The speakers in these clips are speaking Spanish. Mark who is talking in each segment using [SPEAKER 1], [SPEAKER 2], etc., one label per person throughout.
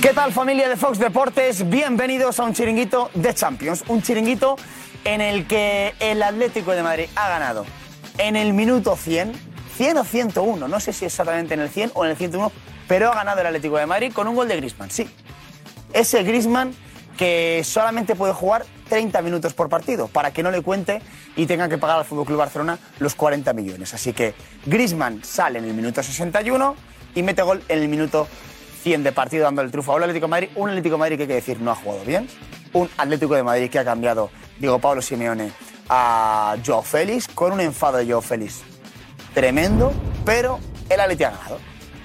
[SPEAKER 1] ¿Qué tal familia de Fox Deportes? Bienvenidos a un chiringuito de Champions, un chiringuito en el que el Atlético de Madrid ha ganado en el minuto 100, 100 o 101, no sé si exactamente en el 100 o en el 101, pero ha ganado el Atlético de Madrid con un gol de Griezmann, sí. Ese Griezmann que solamente puede jugar 30 minutos por partido para que no le cuente y tenga que pagar al Fútbol Club Barcelona los 40 millones. Así que Griezmann sale en el minuto 61 y mete gol en el minuto 100 de partido dando el triunfo a un Atlético de Madrid. Un Atlético de Madrid que hay que decir no ha jugado bien. Un Atlético de Madrid que ha cambiado Diego Pablo Simeone a Joao Félix con un enfado de Joao Félix tremendo, pero el Atleti ha ganado.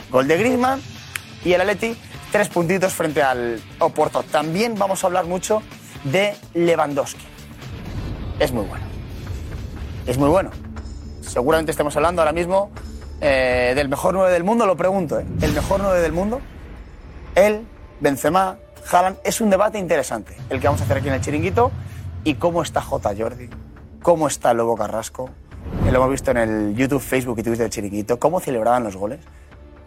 [SPEAKER 1] Gol de Griezmann y el Atleti tres puntitos frente al Oporto. También vamos a hablar mucho de Lewandowski. Es muy bueno. Es muy bueno. Seguramente estemos hablando ahora mismo eh, del mejor 9 del mundo, lo pregunto, ¿eh? ¿El mejor 9 del mundo? Él, Benzema, Haaland, es un debate interesante el que vamos a hacer aquí en el chiringuito. ¿Y cómo está J. Jordi? ¿Cómo está Lobo Carrasco? Eh, Lo hemos visto en el YouTube, Facebook y Twitter del chiringuito. ¿Cómo celebraban los goles?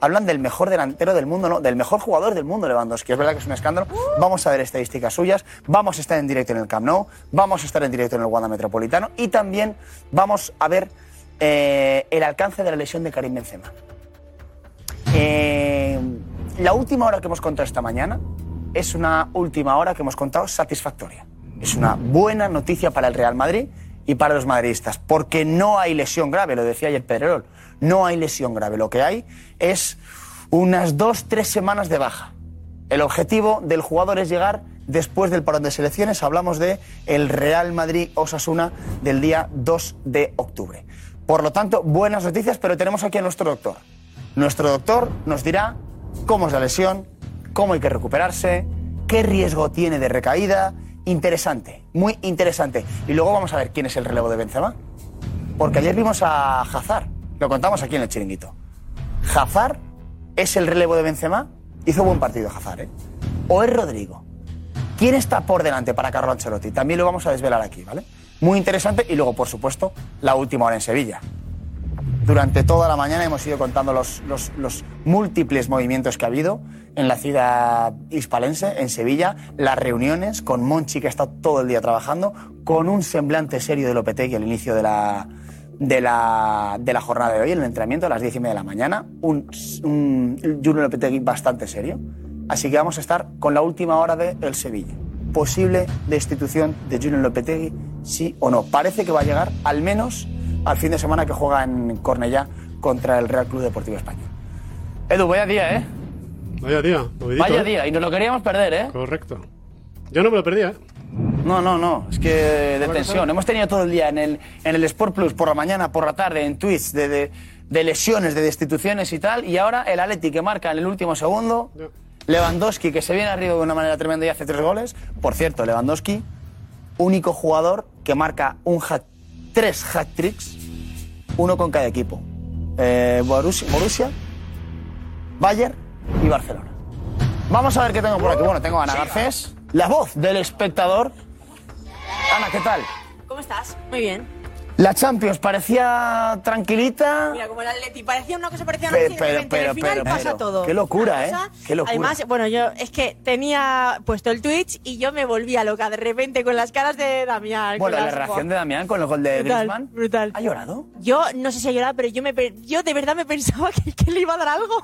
[SPEAKER 1] Hablan del mejor delantero del mundo, no, del mejor jugador del mundo, Lewandowski. Es verdad que es un escándalo. Vamos a ver estadísticas suyas, vamos a estar en directo en el Camp Nou, vamos a estar en directo en el Wanda Metropolitano y también vamos a ver eh, el alcance de la lesión de Karim Benzema. Eh, la última hora que hemos contado esta mañana es una última hora que hemos contado satisfactoria. Es una buena noticia para el Real Madrid y para los madridistas, porque no hay lesión grave, lo decía ayer Pedrerol, no hay lesión grave, lo que hay es unas dos, tres semanas de baja. El objetivo del jugador es llegar después del parón de selecciones, hablamos de el Real Madrid-Osasuna del día 2 de octubre. Por lo tanto, buenas noticias, pero tenemos aquí a nuestro doctor. Nuestro doctor nos dirá cómo es la lesión, cómo hay que recuperarse, qué riesgo tiene de recaída. Interesante, muy interesante. Y luego vamos a ver quién es el relevo de Benzema. Porque ayer vimos a Hazard, lo contamos aquí en el chiringuito. Hazard es el relevo de Benzema, hizo buen partido Hazard, ¿eh? O es Rodrigo. ¿Quién está por delante para Carlo Ancelotti? También lo vamos a desvelar aquí, ¿vale? Muy interesante y luego, por supuesto, la última hora en Sevilla. Durante toda la mañana hemos ido contando los, los- los múltiples movimientos que ha habido en la ciudad hispalense, en Sevilla, las reuniones con Monchi, que está todo el día trabajando, con un semblante serio de Lopetegui al inicio de la, de la, de la jornada de hoy, en el entrenamiento a las 10 y media de la mañana, un, un Julen Lopetegui bastante serio. Así que vamos a estar con la última hora de El Sevilla. Posible destitución de Julen Lopetegui, sí o no. Parece que va a llegar al menos al fin de semana que juega en Cornellá contra el Real Club Deportivo Español. Edu, vaya día, ¿eh?
[SPEAKER 2] Vaya día, movidito,
[SPEAKER 1] Vaya
[SPEAKER 2] ¿eh?
[SPEAKER 1] día, y nos lo queríamos perder, ¿eh?
[SPEAKER 2] Correcto. Yo no me lo perdía, ¿eh?
[SPEAKER 1] No, no, no, es que de
[SPEAKER 2] Bueno,
[SPEAKER 1] tensión.
[SPEAKER 2] ¿sabes?
[SPEAKER 1] Hemos tenido todo el día en el, en el Sport Plus, por la mañana, por la tarde, en tweets de, de- de lesiones, de destituciones y tal, y ahora el Atleti que marca en el último segundo, Lewandowski que se viene arriba de una manera tremenda y hace tres goles. Por cierto, Lewandowski, único jugador que marca un hat, tres hat-tricks, uno con cada equipo. Eh, Borussia, Borussia, Bayern y Barcelona. Vamos a ver qué tengo por aquí. Bueno, tengo a Ana Garcés, la voz del espectador. Ana, ¿qué tal?
[SPEAKER 3] ¿Cómo estás? Muy bien.
[SPEAKER 1] La Champions parecía tranquilita.
[SPEAKER 3] Ah. Mira, como el Atleti parecía una cosa, parecía una
[SPEAKER 1] Pero,
[SPEAKER 3] cosa, y
[SPEAKER 1] pero,
[SPEAKER 3] de repente
[SPEAKER 1] pero,
[SPEAKER 3] al final
[SPEAKER 1] pero,
[SPEAKER 3] pasa
[SPEAKER 1] pero.
[SPEAKER 3] todo.
[SPEAKER 1] Qué locura,
[SPEAKER 3] Una
[SPEAKER 1] ¿eh? Qué locura.
[SPEAKER 3] Además, bueno, yo es que tenía puesto el Twitch y yo me volvía loca de repente con las caras de Damián.
[SPEAKER 1] Bueno, la
[SPEAKER 3] con las-
[SPEAKER 1] reacción de Damián con el gol de
[SPEAKER 3] Brutal,
[SPEAKER 1] Griezmann.
[SPEAKER 3] brutal.
[SPEAKER 1] ¿Ha llorado?
[SPEAKER 3] Yo no sé si ha llorado, pero yo, me, pe- yo de verdad me pensaba que, que le iba a dar algo.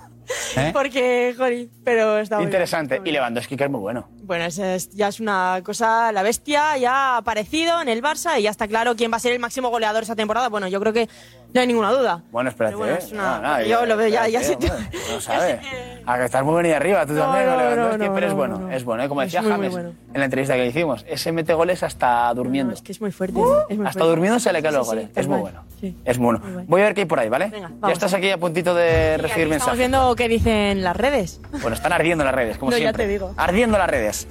[SPEAKER 1] ¿Eh?
[SPEAKER 3] Porque, jori, pero está muy bien.
[SPEAKER 1] Interesante. Y Lewandowski, que es muy bueno.
[SPEAKER 3] Bueno, esa es- ya es una cosa, la bestia ya ha aparecido en el Barça y ya está claro quién va a ser el máximo goleador esta temporada. Bueno, yo creo que no hay ninguna duda.
[SPEAKER 1] Bueno, espérate,
[SPEAKER 3] Pero bueno,
[SPEAKER 1] ¿eh?
[SPEAKER 3] es una-
[SPEAKER 1] No, no,
[SPEAKER 3] yo lo veo, ya- ya
[SPEAKER 1] espérate,
[SPEAKER 3] sé-
[SPEAKER 1] hombre, No
[SPEAKER 3] ya
[SPEAKER 1] sabes.
[SPEAKER 3] sé que-
[SPEAKER 1] A que estás muy bien ahí arriba, tú
[SPEAKER 3] No,
[SPEAKER 1] también,
[SPEAKER 3] no,
[SPEAKER 1] con
[SPEAKER 3] no,
[SPEAKER 1] Lewandowski,
[SPEAKER 3] no,
[SPEAKER 1] pero es
[SPEAKER 3] no,
[SPEAKER 1] bueno,
[SPEAKER 3] no.
[SPEAKER 1] es bueno. ¿eh? Como
[SPEAKER 3] Es
[SPEAKER 1] decía
[SPEAKER 3] muy, muy
[SPEAKER 1] James
[SPEAKER 3] bueno.
[SPEAKER 1] en la entrevista que le hicimos, ese mete goles hasta durmiendo. Uh,
[SPEAKER 3] No, es que es muy fuerte. es muy
[SPEAKER 1] Hasta
[SPEAKER 3] fuerte.
[SPEAKER 1] durmiendo se le caen
[SPEAKER 3] Sí,
[SPEAKER 1] los
[SPEAKER 3] sí,
[SPEAKER 1] goles.
[SPEAKER 3] sí,
[SPEAKER 1] ¿eh? es muy
[SPEAKER 3] tal cual.
[SPEAKER 1] bueno.
[SPEAKER 3] Sí.
[SPEAKER 1] Es muy bueno.
[SPEAKER 3] Muy bueno.
[SPEAKER 1] Voy a ver qué hay por ahí, ¿vale?
[SPEAKER 3] Venga,
[SPEAKER 1] ya
[SPEAKER 3] vamos.
[SPEAKER 1] estás aquí a puntito de recibir
[SPEAKER 3] Estamos
[SPEAKER 1] mensajes.
[SPEAKER 3] viendo o qué dicen las redes.
[SPEAKER 1] Bueno, están ardiendo las redes, como
[SPEAKER 3] No, ya
[SPEAKER 1] siempre.
[SPEAKER 3] te digo.
[SPEAKER 1] Ardiendo las redes.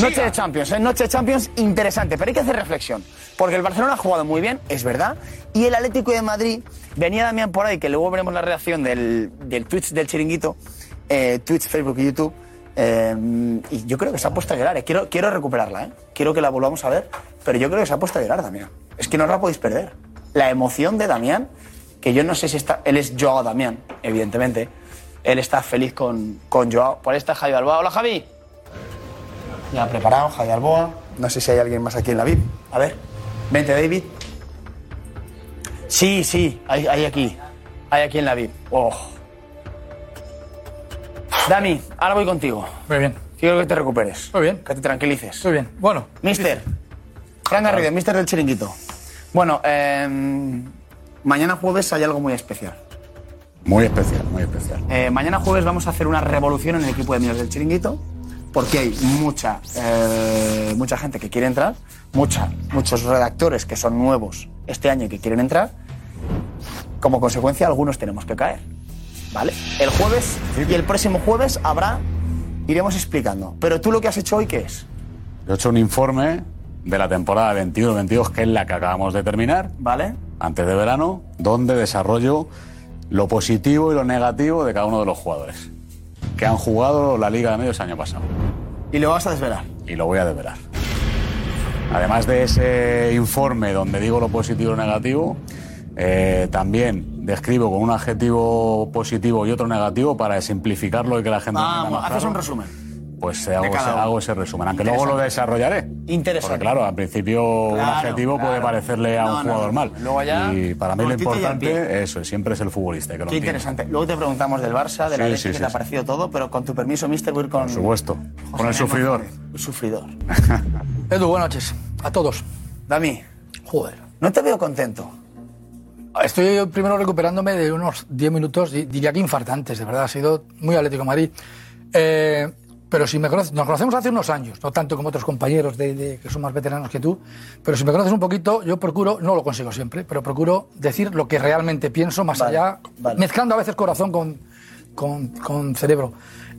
[SPEAKER 1] Noche de Champions, ¿eh? Noche de Champions interesante, pero hay que hacer reflexión. Porque el Barcelona ha jugado muy bien, es verdad. Y el Atlético de Madrid, venía Damián por ahí, que luego veremos la reacción del, del Twitch del chiringuito, eh, Twitch, Facebook y YouTube. eh, y yo creo que se ha puesto a llorar. eh. Quiero, quiero recuperarla, ¿eh? quiero que la volvamos a ver. Pero yo creo que se ha puesto a llorar, Damián. Es que no os la podéis perder. La emoción de Damián, que yo no sé si está. Él es Joao Damián, evidentemente. Él está feliz con, con Joao. Por ahí está Javi Balboa. Hola, Javi. Ya preparado, Javi Balboa. No sé si hay alguien más aquí en la VIP. A ver. Vente, David. Sí, sí, hay, hay aquí. Hay aquí en la VIP. Oh. Dami, ahora voy contigo.
[SPEAKER 4] Muy bien,
[SPEAKER 1] Quiero que te recuperes.
[SPEAKER 4] Muy bien.
[SPEAKER 1] Que te tranquilices.
[SPEAKER 4] muy bien. Bueno,
[SPEAKER 1] Mister. Fran Garrido, mister del chiringuito. Bueno, em, mañana jueves hay algo muy especial.
[SPEAKER 5] Muy especial, muy especial.
[SPEAKER 1] Eh, mañana jueves vamos a hacer una revolución en el equipo de amigos del chiringuito, porque hay mucha, eh, mucha gente que quiere entrar, mucha, muchos redactores que son nuevos este año y que quieren entrar. Como consecuencia, algunos tenemos que caer. ¿Vale? El jueves y el próximo jueves habrá. Iremos explicando. Pero tú lo que has hecho hoy, ¿qué es?
[SPEAKER 5] Yo he hecho un informe de la temporada 21-22, que es la que acabamos de terminar,
[SPEAKER 1] ¿Vale?
[SPEAKER 5] antes de verano, donde desarrollo lo positivo y lo negativo de cada uno de los jugadores que han jugado la Liga de Medios el año pasado.
[SPEAKER 1] Y lo vas a desvelar.
[SPEAKER 5] y lo voy a develar. Además de ese informe donde digo lo positivo y lo negativo, eh, también describo con un adjetivo positivo y otro negativo para simplificarlo y que la gente lo entienda
[SPEAKER 1] Vamos,
[SPEAKER 5] más
[SPEAKER 1] haces
[SPEAKER 5] claro.
[SPEAKER 1] un resumen.
[SPEAKER 5] Pues eh, hago,
[SPEAKER 1] cada
[SPEAKER 5] ese,
[SPEAKER 1] uno.
[SPEAKER 5] hago ese resumen, aunque luego lo desarrollaré.
[SPEAKER 1] Interesante.
[SPEAKER 5] Porque claro, al principio un
[SPEAKER 1] Claro,
[SPEAKER 5] adjetivo
[SPEAKER 1] claro.
[SPEAKER 5] puede parecerle a
[SPEAKER 1] No,
[SPEAKER 5] un
[SPEAKER 1] no,
[SPEAKER 5] jugador
[SPEAKER 1] no.
[SPEAKER 5] mal.
[SPEAKER 1] Luego ya,
[SPEAKER 5] y para mí lo
[SPEAKER 1] cortito y al
[SPEAKER 5] importante, eso, siempre es el futbolista. Que lo
[SPEAKER 1] Qué
[SPEAKER 5] entienda.
[SPEAKER 1] interesante. Luego te preguntamos del Barça, de la
[SPEAKER 5] Sí,
[SPEAKER 1] Leti,
[SPEAKER 5] sí,
[SPEAKER 1] qué
[SPEAKER 5] sí,
[SPEAKER 1] te ha
[SPEAKER 5] sí.
[SPEAKER 1] parecido todo, pero con tu permiso, Mister, voy a ir con.
[SPEAKER 5] Por supuesto,
[SPEAKER 1] José
[SPEAKER 5] con el
[SPEAKER 1] Manuel
[SPEAKER 5] sufridor.
[SPEAKER 1] Martínez. El sufridor.
[SPEAKER 4] Edu, buenas noches. A todos.
[SPEAKER 1] Dami,
[SPEAKER 4] Joder.
[SPEAKER 1] no te veo contento.
[SPEAKER 4] Estoy primero recuperándome de unos 10 minutos, di- diría que infartantes, de verdad. Ha sido muy Atlético de Madrid. Eh, pero si me conoces, nos conocemos hace unos años, no tanto como otros compañeros de, de- que son más veteranos que tú, pero si me conoces un poquito, yo procuro, no lo consigo siempre, pero procuro decir lo que realmente pienso más
[SPEAKER 1] Vale,
[SPEAKER 4] allá,
[SPEAKER 1] vale.
[SPEAKER 4] mezclando a veces corazón con, con, con cerebro.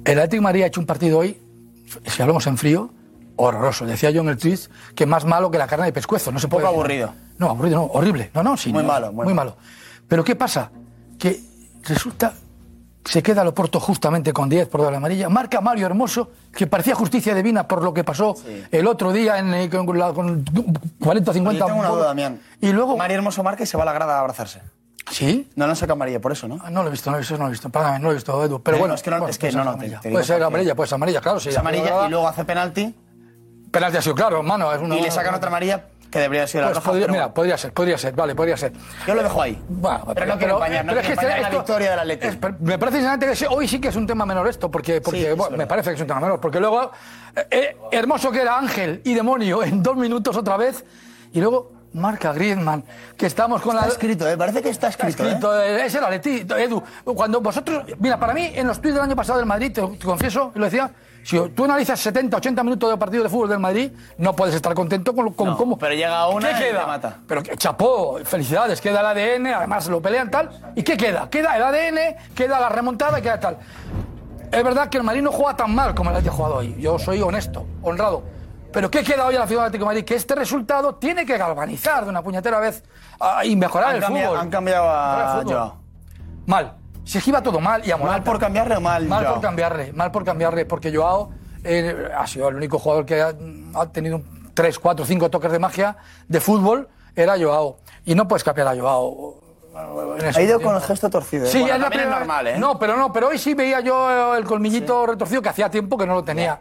[SPEAKER 4] El Atlético de Madrid ha hecho un partido hoy, si hablamos en frío, horroroso. Decía yo en el tweet que más malo que la carne de pescuezo, no se
[SPEAKER 1] poco
[SPEAKER 4] puede decir.
[SPEAKER 1] aburrido.
[SPEAKER 4] No, aburrido, no, horrible. No, no, sí.
[SPEAKER 1] Muy
[SPEAKER 4] no,
[SPEAKER 1] malo, muy
[SPEAKER 4] muy malo. Pero ¿qué pasa? Que resulta que se queda Loporto justamente con 10 por doble amarilla. Marca Mario Hermoso, que parecía justicia divina por lo que pasó el otro día en, eh, con, la- con 40 o 50.
[SPEAKER 1] Yo tengo una
[SPEAKER 4] goles.
[SPEAKER 1] duda, Damián.
[SPEAKER 4] Y luego.
[SPEAKER 1] María Hermoso marca y se va a la grada a abrazarse.
[SPEAKER 4] Sí.
[SPEAKER 1] No la saca amarilla por eso, ¿no?
[SPEAKER 4] Ah, No lo he visto, no lo he visto, no lo he visto. Perdóname, no lo he visto, Edu. Pero
[SPEAKER 1] Eh,
[SPEAKER 4] bueno,
[SPEAKER 1] no, es que no-
[SPEAKER 4] bueno,
[SPEAKER 1] es que
[SPEAKER 4] puede
[SPEAKER 1] no,
[SPEAKER 4] ser
[SPEAKER 1] no, te-
[SPEAKER 4] amarilla.
[SPEAKER 1] te digo
[SPEAKER 4] puede ser
[SPEAKER 1] porque-
[SPEAKER 4] amarilla, pues amarilla, claro. Sí,
[SPEAKER 1] Es amarilla y luego hace penalti
[SPEAKER 4] Penalti ha sido claro, hermano. Es una,
[SPEAKER 1] y le sacan otra amarilla que debería haber sido la
[SPEAKER 4] Pues
[SPEAKER 1] roja.
[SPEAKER 4] podría-
[SPEAKER 1] pero
[SPEAKER 4] mira, podría ser, podría ser, vale, podría ser.
[SPEAKER 1] bueno, Yo lo dejo ahí.
[SPEAKER 4] Bueno,
[SPEAKER 1] pero no quiero empañar, no
[SPEAKER 4] pero es
[SPEAKER 1] quiero
[SPEAKER 4] que
[SPEAKER 1] empañar la
[SPEAKER 4] esto- eh,
[SPEAKER 1] victoria del Atleti.
[SPEAKER 4] es- pero me parece sinceramente que sí, hoy sí que es un tema menor esto, porque, porque
[SPEAKER 1] Sí, es
[SPEAKER 4] bueno, me
[SPEAKER 1] verdad.
[SPEAKER 4] parece que es un tema menor, porque luego eh, eh, hermoso que era Ángel y demonio en dos minutos otra vez, y luego marca Griezmann, que estamos con
[SPEAKER 1] Está
[SPEAKER 4] la...
[SPEAKER 1] escrito, ¿eh? Parece que está
[SPEAKER 4] Está
[SPEAKER 1] escrito. ¿eh?
[SPEAKER 4] escrito, eh, es el Atleti, Edu. Cuando vosotros, mira, para mí en los tweets del año pasado del Madrid, te, te confieso, lo decía, si tú analizas 70, 80 minutos de partido de fútbol del Madrid, no puedes estar contento con, con
[SPEAKER 1] No,
[SPEAKER 4] cómo.
[SPEAKER 1] pero llega una
[SPEAKER 4] ¿Qué
[SPEAKER 1] y
[SPEAKER 4] queda?
[SPEAKER 1] te mata.
[SPEAKER 4] Pero que- chapó, Oh, felicidades, queda el ADN, además lo pelean tal. ¿Y qué queda? Queda el ADN, queda la remontada, y queda tal. Es verdad que el Madrid no juega tan mal como el Atlético ha jugado hoy. Yo soy honesto, honrado. Pero ¿qué queda hoy a la ciudad del Atlético de Madrid? Que este resultado tiene que galvanizar de una puñetera vez ah, y mejorar
[SPEAKER 1] Han
[SPEAKER 4] el
[SPEAKER 1] cambiado,
[SPEAKER 4] fútbol.
[SPEAKER 1] han cambiado
[SPEAKER 4] Mejorar
[SPEAKER 1] a
[SPEAKER 4] el fútbol.
[SPEAKER 1] Joao.
[SPEAKER 4] Mal. Se esquiva todo mal y a
[SPEAKER 1] ¿Mal
[SPEAKER 4] Morata.
[SPEAKER 1] por cambiarle o mal?
[SPEAKER 4] Mal
[SPEAKER 1] Joao?
[SPEAKER 4] por cambiarle, mal por cambiarle, porque Joao eh, ha sido el único jugador que ha, ha tenido 3, 4, 5 toques de magia de fútbol, era Joao. Y no puedes cambiar a Joao. en ese
[SPEAKER 1] Ha ido
[SPEAKER 4] sentido.
[SPEAKER 1] con el gesto torcido. ¿eh?
[SPEAKER 4] Sí,
[SPEAKER 1] Bueno,
[SPEAKER 4] es la
[SPEAKER 1] también
[SPEAKER 4] primera-
[SPEAKER 1] es normal, ¿eh?
[SPEAKER 4] No, pero no, pero hoy sí veía yo eh, el colmillito retorcido que hacía tiempo que no lo tenía.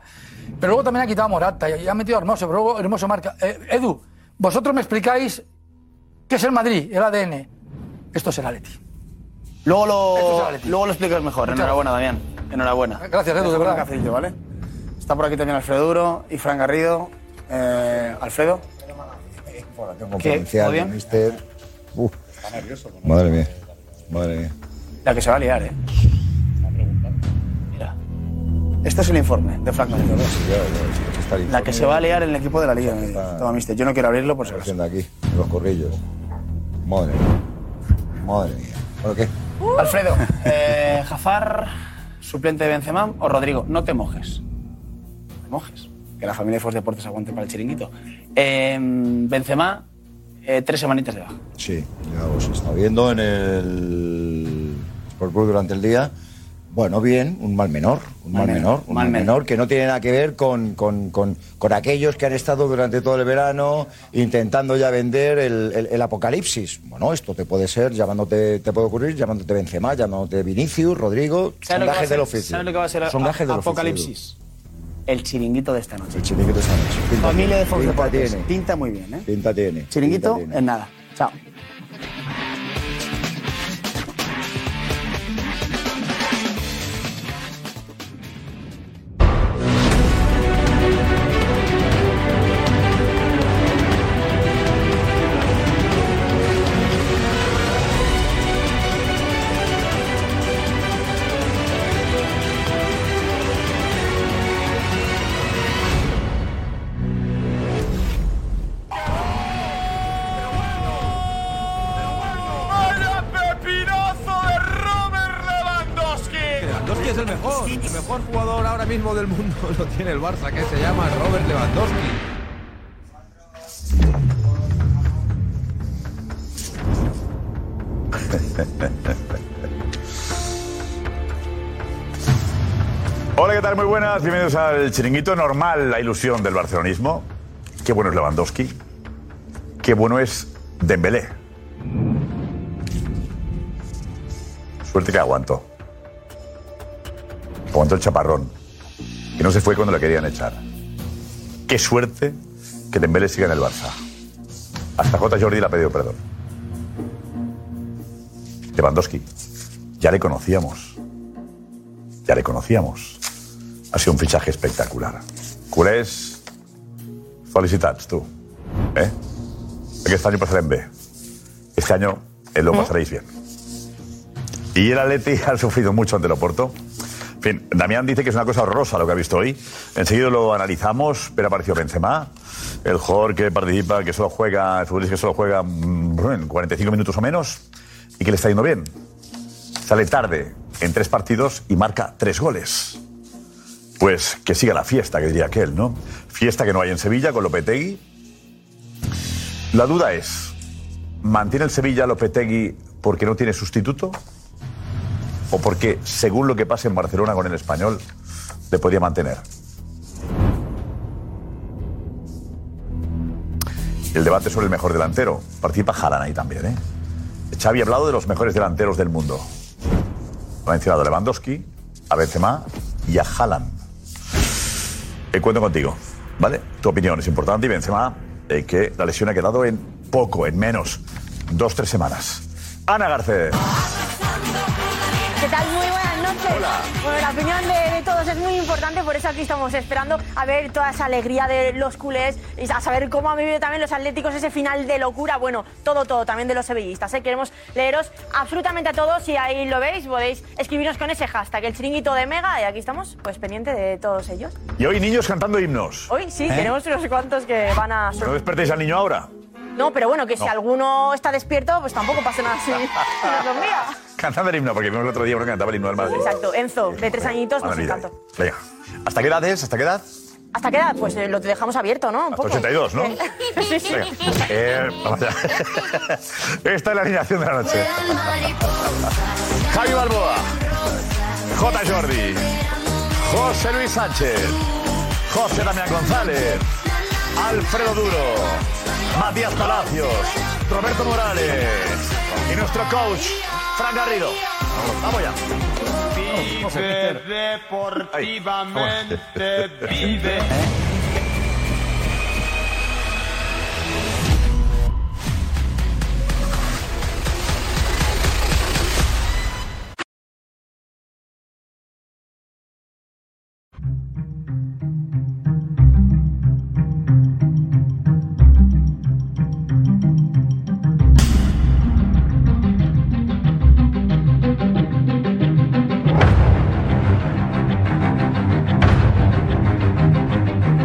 [SPEAKER 4] Pero luego también ha quitado a Morata y ha metido a Hermoso, pero luego Hermoso marca. Eh, Edu, vosotros me explicáis qué es el Madrid, el ADN. Esto es el Atleti.
[SPEAKER 1] Luego
[SPEAKER 4] Esto es el
[SPEAKER 1] lo,
[SPEAKER 4] Atleti.
[SPEAKER 1] luego lo explicas mejor. Enhorabuena, Damián. Enhorabuena.
[SPEAKER 4] Gracias, Edu, de
[SPEAKER 1] Dejo un
[SPEAKER 4] verdad.
[SPEAKER 1] cafecito, ¿vale? Está por aquí también Alfredo Duro y Fran Garrido. Eh, Alfredo.
[SPEAKER 6] Bueno, tengo
[SPEAKER 1] ¿Qué?
[SPEAKER 6] provincial,
[SPEAKER 1] ¿Todo bien?
[SPEAKER 6] mister. Uf. Madre mía, madre mía.
[SPEAKER 1] La que se va a liar, ¿eh? Mira. Este es el informe de Frank Garrido.
[SPEAKER 6] Ya, ya, ya está el
[SPEAKER 1] La que se va a liar en el equipo de la Liga. Toma, mister. Yo no quiero abrirlo por si acaso.
[SPEAKER 6] información de aquí, de los corrillos. Madre mía, madre mía. ¿Por qué?
[SPEAKER 1] Uh. Alfredo, eh, Jafar, suplente de Benzema o Rodrigo. No te mojes. No te mojes. Que la familia de Fox Deportes aguante para el chiringuito. Eh, Benzema, eh, tres semanitas de baja.
[SPEAKER 6] Sí, ya os he estado viendo en el Sport Club durante el día. Bueno, bien, un mal menor, un mal, menor, un mal, menor, que no tiene nada que ver con, con- con- con aquellos que han estado durante todo el verano intentando ya vender el, el- el apocalipsis. Bueno, esto te puede ser, llamándote, te puede ocurrir, llamándote Benzema, llamándote Vinicius, Rodrigo, son
[SPEAKER 1] ¿Sabes lo que va a
[SPEAKER 6] gajes
[SPEAKER 1] ser-
[SPEAKER 6] del oficio.
[SPEAKER 1] ¿Sabes lo que va a ser?
[SPEAKER 6] Son
[SPEAKER 1] a-
[SPEAKER 6] gajes del oficio.
[SPEAKER 1] Apocalipsis. El chiringuito de esta noche.
[SPEAKER 6] El chiringuito está hecho. Pinta
[SPEAKER 1] Familia de Fox
[SPEAKER 6] tiene, pinta
[SPEAKER 1] Deportes.
[SPEAKER 6] tiene,
[SPEAKER 1] Pinta muy bien, ¿eh?
[SPEAKER 6] pinta tiene.
[SPEAKER 1] Chiringuito
[SPEAKER 6] pinta tiene.
[SPEAKER 1] en nada. Chao.
[SPEAKER 7] ¡Vaya pepinazo de Robert Lewandowski!
[SPEAKER 8] Lewandowski es el mejor, el mejor jugador ahora mismo del mundo lo tiene el Barça, que se llama Robert Lewandowski.
[SPEAKER 7] Hola, ¿qué tal? Muy buenas. Bienvenidos al chiringuito normal, la ilusión del barcelonismo. Qué bueno es Lewandowski. Qué bueno es Dembélé. Suerte que aguantó. Aguantó el chaparrón. Que no se fue cuando lo querían echar. Qué suerte que Dembélé siga en el Barça. Hasta J. Jordi le ha pedido perdón. Lewandowski, ya le conocíamos ya le conocíamos. Ha sido un fichaje espectacular. Culés, felicitats, tú. ¿Eh? Aquest any pasaré en B. Este año eh, lo pasaréis bien. Y el Atleti ha sufrido mucho ante el Oporto. En fin, Damián dice que es una cosa horrorosa lo que ha visto hoy. Enseguida lo analizamos, pero apareció Benzema, el jugador que participa, que solo juega, el futbolista que solo juega mm, en 45 minutos o menos, y que le está yendo bien sale tarde en tres partidos y marca tres goles. Pues que siga la fiesta, que diría aquel, ¿no? Fiesta que no hay en Sevilla con Lopetegui. La duda es, ¿mantiene el Sevilla a Lopetegui porque no tiene sustituto? ¿O porque, según lo que pase en Barcelona con el español, le podría mantener? El debate sobre el mejor delantero. Participa Jalan ahí también, ¿eh? Xavi ha hablado de los mejores delanteros del mundo. Ha mencionado a Lewandowski, a Benzema y a Haaland. Eh, cuento contigo, ¿vale? Tu opinión es importante y Benzema, eh, que la lesión ha quedado en poco, en menos, dos, tres semanas. Ana Garcés.
[SPEAKER 3] ¿Qué tal? Muy buenas noches. Bueno, la opinión de, de todos es muy importante, por eso aquí estamos esperando a ver toda esa alegría de los culés, y a saber cómo han vivido también los atléticos ese final de locura. Bueno, todo, todo, también de los sevillistas. ¿eh? Queremos leeros absolutamente a todos y ahí lo veis, podéis escribirnos con ese hashtag, el chiringuito de Mega, y aquí estamos, pues pendiente de todos ellos.
[SPEAKER 7] Y hoy niños cantando himnos.
[SPEAKER 3] Hoy sí,
[SPEAKER 7] ¿Eh?
[SPEAKER 3] tenemos unos cuantos que van a...
[SPEAKER 7] No despertéis al niño ahora.
[SPEAKER 3] No, pero bueno, que si
[SPEAKER 7] No.
[SPEAKER 3] alguno está despierto, pues tampoco pasa nada si si nos lo envía.
[SPEAKER 7] Cantando el himno, porque vimos el otro día uno que cantaba el himno del Madrid.
[SPEAKER 3] Exacto, Enzo, de tres añitos, nos
[SPEAKER 7] Madrid.
[SPEAKER 3] encantó.
[SPEAKER 7] Venga. ¿Hasta qué edad es? ¿Hasta qué edad?
[SPEAKER 3] ¿Hasta qué edad? Pues eh, lo dejamos abierto, ¿no? Un
[SPEAKER 7] Hasta 82, ¿no?
[SPEAKER 3] Sí, sí.
[SPEAKER 7] Venga. Eh, vamos allá. Esta es la alineación de la noche. Javi Balboa, J. Jordi, José Luis Sánchez, José Damián González, Alfredo Duro, Matías Palacios, Roberto Morales y nuestro coach, Fran Garrido. Vamos ya.
[SPEAKER 8] Vive
[SPEAKER 7] deportivamente,
[SPEAKER 8] vive.
[SPEAKER 7] Hola,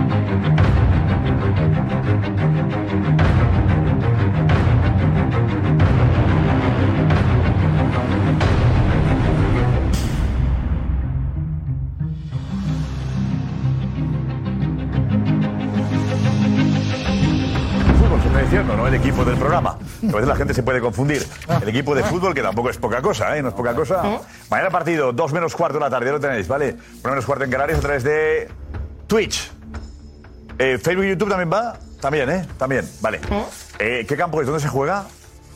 [SPEAKER 7] diciendo, no el equipo del programa. A veces la gente se puede confundir. El equipo de fútbol, que tampoco es poca cosa, ¿eh? No es poca cosa. Mañana partido, 2 menos cuarto de la tarde, ya lo tenéis, ¿vale? 1 menos cuarto en Canarias a través de Twitch. Eh, ¿Facebook y YouTube también va? También, ¿eh? También, vale. Eh, ¿Qué campo es? ¿Dónde se juega?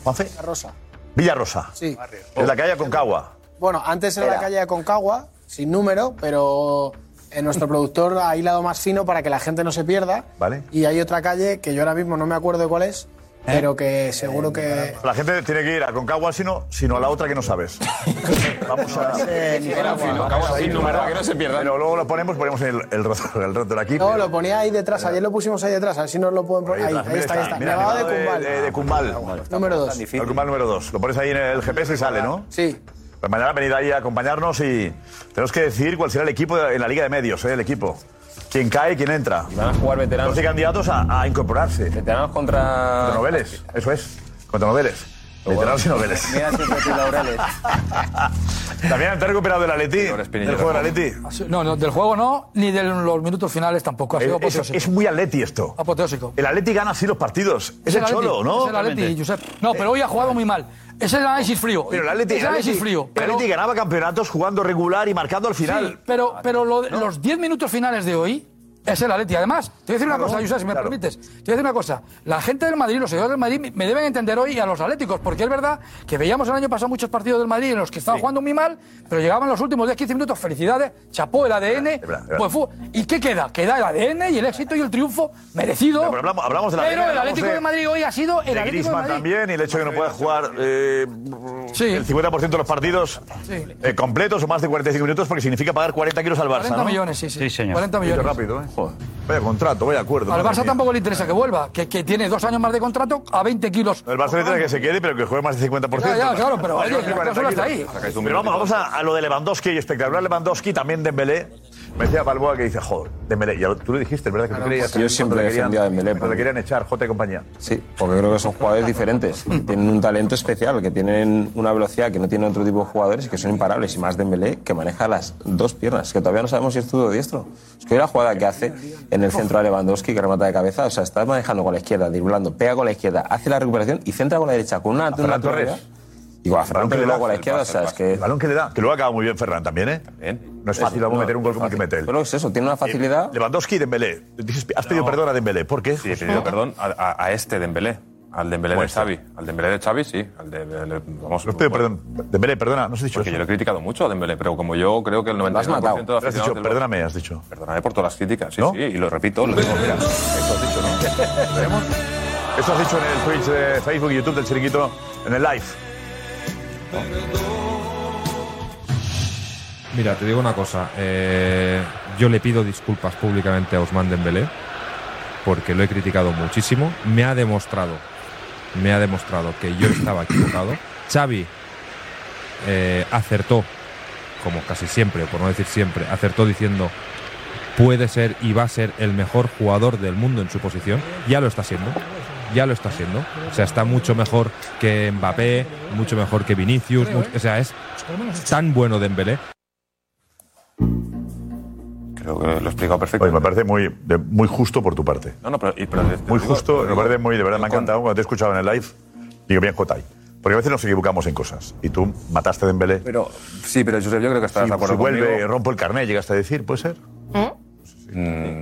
[SPEAKER 7] Juanfe.
[SPEAKER 9] Rosa.
[SPEAKER 7] Villarrosa.
[SPEAKER 9] Sí.
[SPEAKER 7] En la calle Concagua.
[SPEAKER 9] Bueno, antes era la calle de Concagua, sin número, pero eh, nuestro productor ha hilado más fino para que la gente no se pierda.
[SPEAKER 7] ¿Vale?
[SPEAKER 9] Y hay otra calle que yo ahora mismo no me acuerdo de cuál es,
[SPEAKER 7] ¿Eh?
[SPEAKER 9] pero que seguro que.
[SPEAKER 7] La gente tiene que ir a Concagua, sino, sino a la otra que no sabes. Vamos a. Pero luego lo ponemos, ponemos el, el, rotor- el rotor aquí.
[SPEAKER 9] No, lo ponía ahí detrás, ayer lo pusimos ahí detrás, a ver si nos lo pueden poner. Ahí, ahí está, ahí está. Nevado de Cumbal.
[SPEAKER 7] De, de Cumbal.
[SPEAKER 9] Número dos.
[SPEAKER 7] El Cumbal número 2. Lo pones ahí en el GPS y sale, ¿no?
[SPEAKER 9] Sí.
[SPEAKER 7] Pues mañana venid ahí a acompañarnos y tenemos que decidir cuál será el equipo de- en la Liga de Medios, ¿eh? el equipo. Quién cae, quién entra. Y van a jugar veteranos. candidatos a, a incorporarse. Veteranos contra... Contra noveles, eso es. Contra noveles. Veteranos y noveles.
[SPEAKER 10] Mira siempre tus laureles.
[SPEAKER 7] También te has recuperado el Atleti. El juego del Atleti.
[SPEAKER 4] Ha sido- Ah, No, no, del juego no, ni de los minutos finales tampoco. Ha
[SPEAKER 7] Es,
[SPEAKER 4] sido
[SPEAKER 7] es-
[SPEAKER 4] apoteósico.
[SPEAKER 7] es muy Atleti esto.
[SPEAKER 4] Apoteósico.
[SPEAKER 7] El Atleti gana así los partidos. Es, el,
[SPEAKER 4] Atleti,
[SPEAKER 7] Cholo, ¿no? Eh,
[SPEAKER 4] Es el Atleti, Josep. No, pero hoy ha jugado muy mal. Es el análisis frío.
[SPEAKER 7] Pero el Atleti,
[SPEAKER 4] es el
[SPEAKER 7] el Atleti-
[SPEAKER 4] análisis frío.
[SPEAKER 7] el Atleti ganaba campeonatos jugando regular y marcando al final.
[SPEAKER 4] Sí, pero pero lo- los 10 minutos finales de hoy es el Atleti. Además, te voy a decir una cosa, Josep, si me permites. Te voy a decir una cosa. La gente del Madrid, los seguidores del Madrid, me deben entender hoy a los atléticos, porque es verdad que veíamos el año pasado muchos partidos del Madrid en los que estaban jugando muy mal, pero llegaban los últimos 10-15 minutos, felicidades, chapó el ADN,
[SPEAKER 7] verdad.
[SPEAKER 4] pues fu- ¿Y qué queda? Queda el ADN y el éxito y el triunfo merecido.
[SPEAKER 7] Pero hablamos, hablamos del Atleti,
[SPEAKER 4] Pero el
[SPEAKER 7] hablamos
[SPEAKER 4] Atlético de, Madrid hoy ha sido el
[SPEAKER 7] eh, de
[SPEAKER 4] Atlético de
[SPEAKER 7] Griezmann
[SPEAKER 4] Madrid.
[SPEAKER 7] también y el hecho de que no pueda jugar eh, el 50% de los partidos eh, completos o más de 45 minutos porque significa pagar 40 kilos al Barça.
[SPEAKER 4] 40
[SPEAKER 7] ¿no?
[SPEAKER 4] millones, sí, sí. Sí, señor. 40 millones.
[SPEAKER 7] Rápido, ¿eh? Joder. Vaya contrato, vaya acuerdo.
[SPEAKER 4] Al
[SPEAKER 7] madre
[SPEAKER 4] Barça
[SPEAKER 7] mía.
[SPEAKER 4] tampoco le interesa que vuelva, que, que tiene dos años más de contrato a 20 kilos.
[SPEAKER 7] El Barça necesita que se quede, pero que juegue más de 50%.
[SPEAKER 4] Ya, ya, claro, pero,
[SPEAKER 7] Vale,
[SPEAKER 4] oye,
[SPEAKER 7] vale,
[SPEAKER 4] la
[SPEAKER 7] 40
[SPEAKER 4] cláusula está
[SPEAKER 7] kilos.
[SPEAKER 4] ahí.
[SPEAKER 7] Sacáis un Pero vamos, vamos a, a lo de Lewandowski y espectacular Lewandowski, también Dembélé. Me decía Balboa que dice, joder, Dembélé. Ya lo- tú lo dijiste, ¿verdad? Que tú creías
[SPEAKER 10] Yo siempre
[SPEAKER 7] cuando
[SPEAKER 10] he
[SPEAKER 7] le querían-
[SPEAKER 10] defendido a Dembélé.
[SPEAKER 7] cuando le querían echar, J y compañía.
[SPEAKER 10] Sí, porque creo que son jugadores diferentes. que Tienen un talento especial, que tienen una velocidad que no tienen otro tipo de jugadores y que son imparables. Y más Dembélé, que maneja las dos piernas, que todavía no sabemos si es zurdo o diestro. Es que hoy la jugada que hace en el centro a Lewandowski, que remata de cabeza, o sea, está manejando con la izquierda, driblando, pega con la izquierda, hace la recuperación y centra con la derecha, con una
[SPEAKER 7] Ferran
[SPEAKER 10] naturalidad.
[SPEAKER 7] Torres.
[SPEAKER 10] Digo, a Ferran
[SPEAKER 7] Balón que le
[SPEAKER 10] Torres luego
[SPEAKER 7] da,
[SPEAKER 10] con la
[SPEAKER 7] el
[SPEAKER 10] izquierda, o
[SPEAKER 7] pase,
[SPEAKER 10] sea,
[SPEAKER 7] el
[SPEAKER 10] es
[SPEAKER 7] pase.
[SPEAKER 10] que...
[SPEAKER 7] El balón que le da, que lo ha acabado muy bien Ferran también, ¿eh? No es fácil, vamos a meter un gol como el que mete él. Pero
[SPEAKER 10] es eso, tiene una
[SPEAKER 7] facilidad. Lewandowski y Dembélé. Dices, Has pedido perdón a Dembélé, ¿por qué? Pues
[SPEAKER 5] Sí, he pedido perdón a, a- a este Dembélé. Al Dembélé
[SPEAKER 7] Bueno,
[SPEAKER 5] de Pues Xavi. Al Dembélé de Xavi, sí. Al de, de- vamos,
[SPEAKER 7] No pido perdón. Dembélé, perdona, no has dicho
[SPEAKER 5] Porque yo lo he criticado mucho a Dembélé, pero como yo creo que el 99% de
[SPEAKER 7] Lo has dicho,
[SPEAKER 5] aficionados del-
[SPEAKER 7] perdóname, has dicho.
[SPEAKER 5] Perdóname por todas las críticas, sí, sí, y lo repito, lo digo, mira, eso has dicho, ¿no?
[SPEAKER 7] Veremos. Esto has dicho en el Twitch de Facebook y YouTube del Chiringuito, en el live.
[SPEAKER 8] Mira, te digo una cosa. eh, yo le pido disculpas públicamente a Ousmane Dembélé porque lo he criticado muchísimo. Me ha demostrado, me ha demostrado que yo estaba equivocado. Xavi eh, acertó, como casi siempre, o por no decir siempre, acertó diciendo puede ser y va a ser el mejor jugador del mundo en su posición. Ya lo está siendo. Ya lo está siendo. O sea, está mucho mejor que Mbappé, mucho mejor que Vinicius.
[SPEAKER 4] Creo,
[SPEAKER 8] much-
[SPEAKER 4] ¿eh?
[SPEAKER 8] o sea, es tan bueno Dembélé.
[SPEAKER 5] Creo que lo he explicado perfecto.
[SPEAKER 7] Oye, me parece muy, de- muy justo por tu parte.
[SPEAKER 5] No, no, pero, y- pero-
[SPEAKER 7] Muy justo, me parece muy, de verdad, me ha encantado. Cuando te he escuchado en el live, digo, bien, Jotay. Porque a veces nos equivocamos en cosas. Y tú mataste a Dembélé.
[SPEAKER 5] Pero, sí, pero Josep, yo creo que estás
[SPEAKER 7] Si-
[SPEAKER 5] de acuerdo
[SPEAKER 7] si vuelve,
[SPEAKER 5] conmigo.
[SPEAKER 7] rompo el carnet, llegaste a decir, ¿puede ser?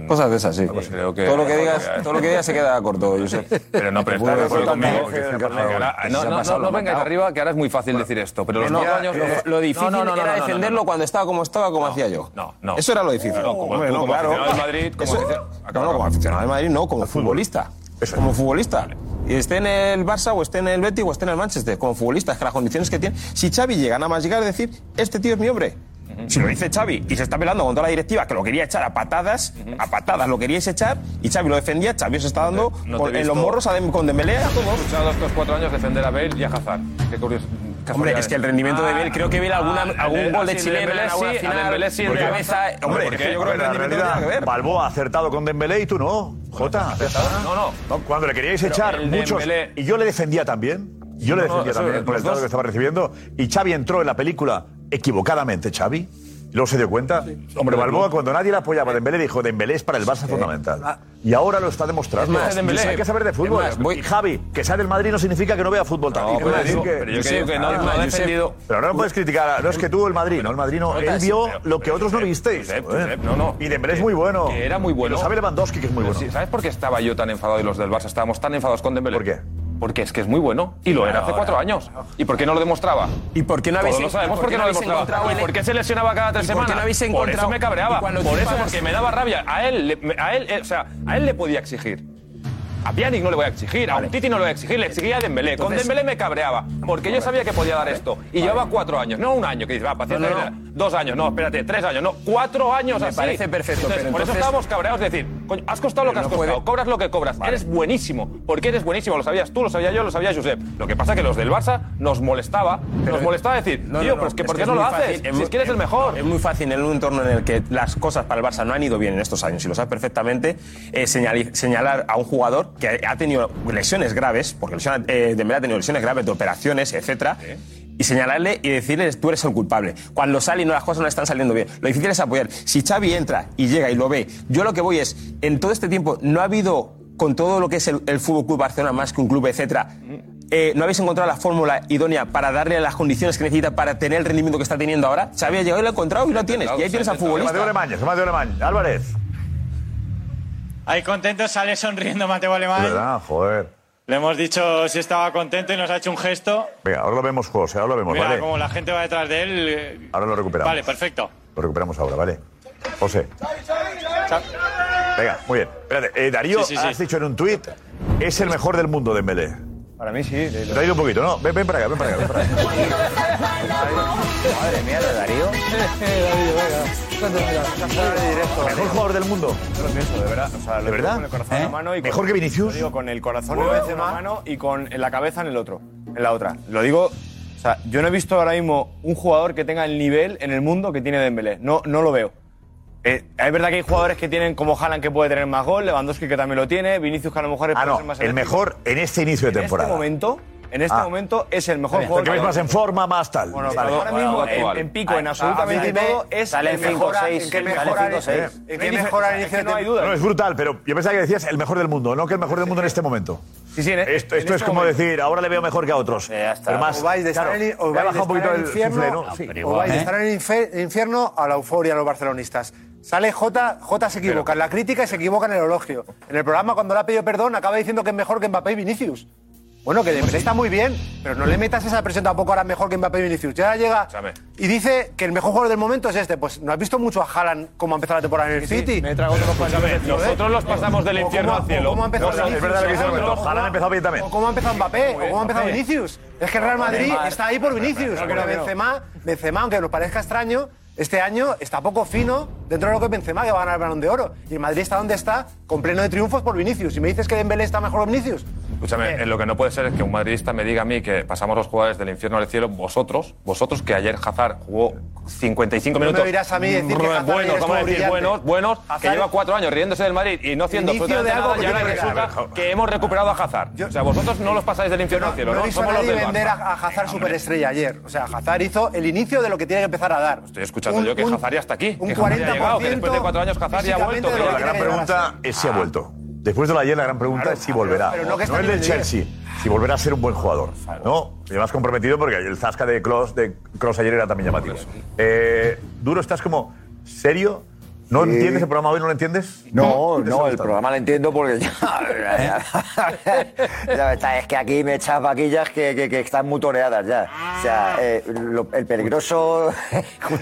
[SPEAKER 10] Cosas de esas, sí.
[SPEAKER 5] Creo que-
[SPEAKER 10] Todo lo que digas, todo lo que digas se queda corto, Josep.
[SPEAKER 5] Pero no, pero
[SPEAKER 10] Puedo
[SPEAKER 5] estás de
[SPEAKER 10] decir
[SPEAKER 5] acuerdo
[SPEAKER 10] también
[SPEAKER 5] conmigo.
[SPEAKER 10] que
[SPEAKER 5] que-
[SPEAKER 10] el
[SPEAKER 5] que-
[SPEAKER 10] carnet-
[SPEAKER 5] que ahora-
[SPEAKER 10] que se
[SPEAKER 5] No,
[SPEAKER 10] ha
[SPEAKER 5] no,
[SPEAKER 10] pasado
[SPEAKER 5] no, no
[SPEAKER 10] lo
[SPEAKER 5] vengáis
[SPEAKER 10] matado.
[SPEAKER 5] arriba, que ahora es muy fácil decir esto. Pero los
[SPEAKER 10] No,
[SPEAKER 5] días-
[SPEAKER 10] coño,
[SPEAKER 5] eh,
[SPEAKER 10] lo, lo difícil
[SPEAKER 5] no, no, no, no,
[SPEAKER 10] era
[SPEAKER 5] no, no, no.
[SPEAKER 10] defenderlo cuando estaba como estaba, como hacía yo.
[SPEAKER 5] No, no.
[SPEAKER 10] Eso era lo difícil.
[SPEAKER 5] No, como
[SPEAKER 10] Hombre,
[SPEAKER 5] tú,
[SPEAKER 10] no,
[SPEAKER 5] como
[SPEAKER 10] claro.
[SPEAKER 5] aficionado del Madrid, como
[SPEAKER 10] Eso-
[SPEAKER 5] aficionado-
[SPEAKER 10] no, no, como aficionado del Madrid, no, como futbolista. Como futbolista. Y esté en el Barça, o esté en el Betis, o esté en el Manchester, como futbolista, es que las condiciones que tiene. Si Xavi llega nada más llegar a decir, este tío es mi hombre. Si lo dice Xavi y se está pelando con toda la directiva que lo quería echar a patadas, a patadas lo queríais echar y Xavi lo defendía, Xavi se está dando
[SPEAKER 5] no te he
[SPEAKER 10] con- en
[SPEAKER 5] visto-
[SPEAKER 10] los morros a Dem- con Dembélé a
[SPEAKER 5] He
[SPEAKER 10] todos.
[SPEAKER 5] escuchado estos cuatro años defender a Bale y a Hazard. Qué Ah, curioso.
[SPEAKER 10] Hombre, es que el rendimiento de Bale, creo que Bale alguna- algún gol de chilena en
[SPEAKER 5] Chile
[SPEAKER 10] alguna final,
[SPEAKER 5] ah, sí, ah,
[SPEAKER 10] ¿Por
[SPEAKER 5] de
[SPEAKER 10] qué?
[SPEAKER 5] cabeza.
[SPEAKER 10] Hombre,
[SPEAKER 7] ¿por
[SPEAKER 10] es
[SPEAKER 7] qué?
[SPEAKER 10] que yo creo que
[SPEAKER 7] Porque
[SPEAKER 10] el
[SPEAKER 7] la
[SPEAKER 10] rendimiento
[SPEAKER 7] realidad,
[SPEAKER 10] tiene que ver.
[SPEAKER 7] Balboa ha acertado con Dembélé y tú no. Jota,
[SPEAKER 5] No, no.
[SPEAKER 7] Cuando le queríais
[SPEAKER 5] Pero
[SPEAKER 7] echar
[SPEAKER 5] el
[SPEAKER 7] muchos.
[SPEAKER 5] Dembélé-
[SPEAKER 7] Y yo le defendía también. Yo le
[SPEAKER 5] No, no,
[SPEAKER 7] defendía
[SPEAKER 5] eso,
[SPEAKER 7] también por
[SPEAKER 5] los
[SPEAKER 7] el trato
[SPEAKER 5] dos.
[SPEAKER 7] que estaba recibiendo. Y Xavi entró en la película equivocadamente, Xavi. Y luego se dio cuenta. Hombre, Balboa, cuando nadie le apoyaba, Dembélé dijo, Dembélé es para el Barça fundamental. Y ahora lo está demostrando.
[SPEAKER 8] Ah. Es más, Dembélé-
[SPEAKER 7] hay que saber de fútbol.
[SPEAKER 8] es más, voy-
[SPEAKER 7] Y Javi, que sea del Madrid no significa que no vea fútbol también.
[SPEAKER 8] pero
[SPEAKER 7] Quiero
[SPEAKER 8] yo digo-
[SPEAKER 7] decir
[SPEAKER 8] pero yo creo que no- no ha
[SPEAKER 7] Josep,
[SPEAKER 8] defendido-
[SPEAKER 7] Pero ahora no puedes criticar. a- No es que tú, el Madrid, no el Madrid, no.
[SPEAKER 8] No,
[SPEAKER 7] Él
[SPEAKER 8] sí,
[SPEAKER 7] vio
[SPEAKER 8] pero-
[SPEAKER 7] lo que
[SPEAKER 8] pero
[SPEAKER 7] otros no
[SPEAKER 8] Josep,
[SPEAKER 7] visteis.
[SPEAKER 8] Josep,
[SPEAKER 7] joder.
[SPEAKER 8] Josep, no, no.
[SPEAKER 7] Y Dembélé es muy bueno.
[SPEAKER 8] Que era muy bueno.
[SPEAKER 7] Y lo sabe Lewandowski, que es muy
[SPEAKER 8] Pero
[SPEAKER 7] bueno.
[SPEAKER 8] sí, ¿Sabes por qué estaba yo tan enfadado y los del Barça estábamos tan enfadados con Dembélé? ¿Por qué? Porque es que es muy bueno y lo era hace
[SPEAKER 11] Ahora.
[SPEAKER 8] cuatro años. ¿Y por qué no lo demostraba? ¿Y por
[SPEAKER 11] qué no habéis-
[SPEAKER 8] Todos lo sabemos
[SPEAKER 11] por
[SPEAKER 8] por
[SPEAKER 11] qué
[SPEAKER 8] qué
[SPEAKER 11] no
[SPEAKER 8] no lo
[SPEAKER 11] habéis
[SPEAKER 8] demostraba.
[SPEAKER 11] encontrado
[SPEAKER 8] ¿Y
[SPEAKER 11] el-
[SPEAKER 8] por qué se lesionaba cada tres
[SPEAKER 11] ¿Y por qué
[SPEAKER 8] semanas?
[SPEAKER 11] no habéis
[SPEAKER 8] Por eso
[SPEAKER 11] encontrado-
[SPEAKER 8] me cabreaba.
[SPEAKER 11] y cuando tú
[SPEAKER 8] Por eso,
[SPEAKER 11] paras-
[SPEAKER 8] porque me daba rabia. A él, le- me- a él, eh, o sea, a él le podía exigir. A Pjanic no le voy a exigir, a Titi no le voy a exigir, le exigía a Dembélé. Con
[SPEAKER 11] Entonces-
[SPEAKER 8] Dembélé me cabreaba, porque yo sabía que podía dar esto. Y llevaba cuatro años, no un año, que dice, va, paciencia,
[SPEAKER 11] No, no, no.
[SPEAKER 8] dos años, no, espérate, tres años, no, cuatro años
[SPEAKER 11] Me
[SPEAKER 8] así.
[SPEAKER 11] parece perfecto, pero
[SPEAKER 8] Por eso
[SPEAKER 11] entonces-
[SPEAKER 8] estábamos cabreados, es decir, coño, has costado lo que has costado, cobras lo que cobras, eres buenísimo, porque eres buenísimo, lo sabías tú, lo sabía yo, lo sabía Josep. Lo que pasa que los del Barça nos molestaba, nos molestaba decir,
[SPEAKER 11] No, no,
[SPEAKER 8] tío,
[SPEAKER 11] no,
[SPEAKER 8] pero es que
[SPEAKER 11] es
[SPEAKER 8] ¿por
[SPEAKER 11] que
[SPEAKER 8] qué
[SPEAKER 11] es
[SPEAKER 8] no lo
[SPEAKER 11] muy
[SPEAKER 8] haces?
[SPEAKER 11] fácil, es
[SPEAKER 8] Si
[SPEAKER 11] muy-
[SPEAKER 8] es que eres el mejor.
[SPEAKER 11] Es muy fácil en un entorno en el que las cosas para el Barça no han ido bien en estos años, y lo sabes perfectamente, eh, señali- señalar a un jugador que ha tenido lesiones graves, porque lesiona- eh, Dembélé ha tenido lesiones graves de operaciones, etcétera, y señalarle y decirle tú eres el culpable. Cuando sale y no las cosas no le están saliendo bien. Lo difícil es apoyar. Si Xavi entra y llega y lo ve, yo lo que voy es, en todo este tiempo no ha habido, con todo lo que es el, el Fútbol Club Barcelona más que un club, etcétera,
[SPEAKER 8] Mm.
[SPEAKER 11] eh, ¿No habéis encontrado la fórmula idónea para darle las condiciones que necesita para tener el rendimiento que está teniendo ahora? Xavi ha llegado y lo ha encontrado y lo tienes. Y ahí tienes al futbolista.
[SPEAKER 7] Mateo Alemán, Mateo Alemán. Álvarez.
[SPEAKER 12] Ahí contento sale sonriendo Mateo
[SPEAKER 7] De
[SPEAKER 12] Alemán.
[SPEAKER 7] verdad, joder.
[SPEAKER 12] Le hemos dicho si estaba contento y nos ha hecho un gesto.
[SPEAKER 7] Venga, ahora lo vemos, José, ahora lo vemos,
[SPEAKER 12] Mira,
[SPEAKER 7] Pues ¿vale?
[SPEAKER 12] como la gente va detrás de él. eh,
[SPEAKER 7] Ahora lo recuperamos.
[SPEAKER 12] Vale, perfecto.
[SPEAKER 7] Lo recuperamos ahora, ¿vale? José. Venga, muy bien. Espérate, eh, Darío,
[SPEAKER 2] Sí, sí, sí.
[SPEAKER 7] has dicho en un tuit, es el mejor del mundo de Mbélé.
[SPEAKER 2] Para mí sí.
[SPEAKER 7] Te ha ido un poquito, ¿no? Ven, ven para acá, ven para acá. Ven para acá.
[SPEAKER 2] Madre mía, de Darío.
[SPEAKER 7] Mejor jugador del mundo.
[SPEAKER 2] Yo lo pienso, de verdad. O sea, lo
[SPEAKER 7] ¿De
[SPEAKER 2] digo
[SPEAKER 7] verdad? ¿Eh?
[SPEAKER 2] Con el corazón en la mano y con-
[SPEAKER 7] ¿Mejor que Vinicius?
[SPEAKER 2] Lo digo con el corazón en la mano y con la cabeza en el otro, en la otra. Lo digo, o sea, yo no he visto ahora mismo un jugador que tenga el nivel en el mundo que tiene Dembélé. No, no lo veo. Eh, es verdad que hay jugadores que tienen como Haaland que puede tener más gol, Lewandowski que también lo tiene, Vinicius que a lo mejor
[SPEAKER 7] Ah,
[SPEAKER 2] puede
[SPEAKER 7] no,
[SPEAKER 2] ser más
[SPEAKER 7] el
[SPEAKER 2] eléctrico.
[SPEAKER 7] mejor en este inicio de
[SPEAKER 2] En este
[SPEAKER 7] temporada.
[SPEAKER 2] momento, en este
[SPEAKER 7] Ah.
[SPEAKER 2] momento es el mejor
[SPEAKER 7] Porque
[SPEAKER 2] jugador.
[SPEAKER 7] ves más en forma, más tal.
[SPEAKER 2] Bueno,
[SPEAKER 7] Vale.
[SPEAKER 2] ahora mismo en, en pico, en absolutamente todo, es el mejor. el que mejora en- el que mejora en inicio de
[SPEAKER 7] No hay duda. No, es brutal, pero yo pensaba que decías el mejor del mundo, no que el mejor del mundo en este momento. esto esto es como decir, ahora le veo mejor que a otros. Pero más,
[SPEAKER 13] Os vais de estar
[SPEAKER 7] claro,
[SPEAKER 13] en, os
[SPEAKER 7] le ha
[SPEAKER 13] vais de
[SPEAKER 7] bajado un
[SPEAKER 13] estar
[SPEAKER 7] poquito
[SPEAKER 13] en
[SPEAKER 7] el
[SPEAKER 13] infierno,
[SPEAKER 7] sufle, ¿no? Sí.
[SPEAKER 13] os vais de
[SPEAKER 7] ¿Eh?
[SPEAKER 13] estar en el infer- infierno a la euforia los barcelonistas. Sale J, J se equivoca en la crítica y se equivoca en el elogio. En el programa cuando le ha pedido perdón acaba diciendo que es mejor que Mbappé y Vinicius. Bueno, que Dembélé está muy bien, pero no le metas esa presión tampoco ahora mejor que Mbappé y Vinicius. Ya llega y dice que el mejor jugador del momento es este. Pues no has visto mucho a Haaland como ha empezado la temporada en el City. me
[SPEAKER 8] Escúchame, Pues
[SPEAKER 7] ¿eh?
[SPEAKER 8] nosotros los pasamos del infierno al cielo.
[SPEAKER 13] ¿eh? ¿Cómo ha empezado
[SPEAKER 8] No, no,
[SPEAKER 13] Vinicius?
[SPEAKER 8] es verdad lo que dice Roberto.
[SPEAKER 13] ¿Cómo ha-
[SPEAKER 8] Haaland ha empezado bien también.
[SPEAKER 13] ¿O cómo ha empezado Mbappé? ¿O cómo ha empezado
[SPEAKER 8] Mbappé.
[SPEAKER 13] Vinicius? Es que el Real Madrid
[SPEAKER 8] Neymar.
[SPEAKER 13] está ahí por Vinicius.
[SPEAKER 8] Claro que
[SPEAKER 13] Pero
[SPEAKER 8] no.
[SPEAKER 13] Benzema, Benzema, aunque nos parezca extraño, este año está poco fino dentro de lo que es Benzema, que va a ganar el Balón de Oro. Y el Madrid está donde está, con pleno de triunfos por Vinicius. Y me dices que Dembélé está mejor que Vinicius.
[SPEAKER 8] Escúchame, eh, lo que no puede ser es que un madridista me diga a mí que pasamos los jugadores del infierno al cielo, vosotros, vosotros que ayer Hazard jugó 55
[SPEAKER 13] No me
[SPEAKER 8] minutos.
[SPEAKER 13] oirás a mí decir que
[SPEAKER 8] Mm,
[SPEAKER 13] Hazard ayer
[SPEAKER 8] buenos,
[SPEAKER 13] estuvo
[SPEAKER 8] vamos a decir
[SPEAKER 13] brillante.
[SPEAKER 8] buenos, buenos, que
[SPEAKER 13] Hazard-
[SPEAKER 8] lleva cuatro años riéndose del Madrid y no haciendo
[SPEAKER 13] Inicio de
[SPEAKER 8] absolutamente
[SPEAKER 13] algo
[SPEAKER 8] nada,
[SPEAKER 13] que
[SPEAKER 8] y ahora
[SPEAKER 13] tiene que
[SPEAKER 8] resulta
[SPEAKER 13] ganar.
[SPEAKER 8] que hemos recuperado a Hazard. o sea, vosotros no los pasáis del infierno al cielo,
[SPEAKER 13] no,
[SPEAKER 8] ¿no?
[SPEAKER 13] he visto a
[SPEAKER 8] Somos los
[SPEAKER 13] nadie
[SPEAKER 8] del
[SPEAKER 13] vender
[SPEAKER 8] Barça.
[SPEAKER 13] a, a Hazard superestrella ayer. O sea, Hazard hizo el inicio de lo que tiene que empezar a dar.
[SPEAKER 8] Estoy escuchando
[SPEAKER 13] Un-
[SPEAKER 8] yo que
[SPEAKER 13] un-
[SPEAKER 8] Hazard ya está aquí,
[SPEAKER 13] un
[SPEAKER 8] que Hazard ya ha llegado, que
[SPEAKER 13] 40%
[SPEAKER 8] después de cuatro años Hazard ya ha
[SPEAKER 13] físicamente
[SPEAKER 8] vuelto.
[SPEAKER 13] de
[SPEAKER 7] Pero
[SPEAKER 13] lo
[SPEAKER 7] la
[SPEAKER 13] que
[SPEAKER 7] gran
[SPEAKER 13] tiene que
[SPEAKER 7] pregunta es si ha vuelto. Después de la ayer, la gran pregunta es si volverá.
[SPEAKER 13] pero no
[SPEAKER 7] no
[SPEAKER 13] que está
[SPEAKER 7] el del
[SPEAKER 13] bien de
[SPEAKER 7] Chelsea, si volverá a ser un buen jugador. No, y más comprometido porque el zasca de Cross de Kroos ayer era también llamativo. Eh, Duro, estás como serio. ¿No
[SPEAKER 6] Sí.
[SPEAKER 7] entiendes el programa hoy? ¿No lo entiendes? ¿Qué te
[SPEAKER 6] No, no,
[SPEAKER 7] está
[SPEAKER 6] el
[SPEAKER 7] gustando?
[SPEAKER 6] programa lo entiendo porque ya. Ya está, es que aquí me echas vaquillas que, que- que están muy toreadas ya. O sea, eh, lo- el peligroso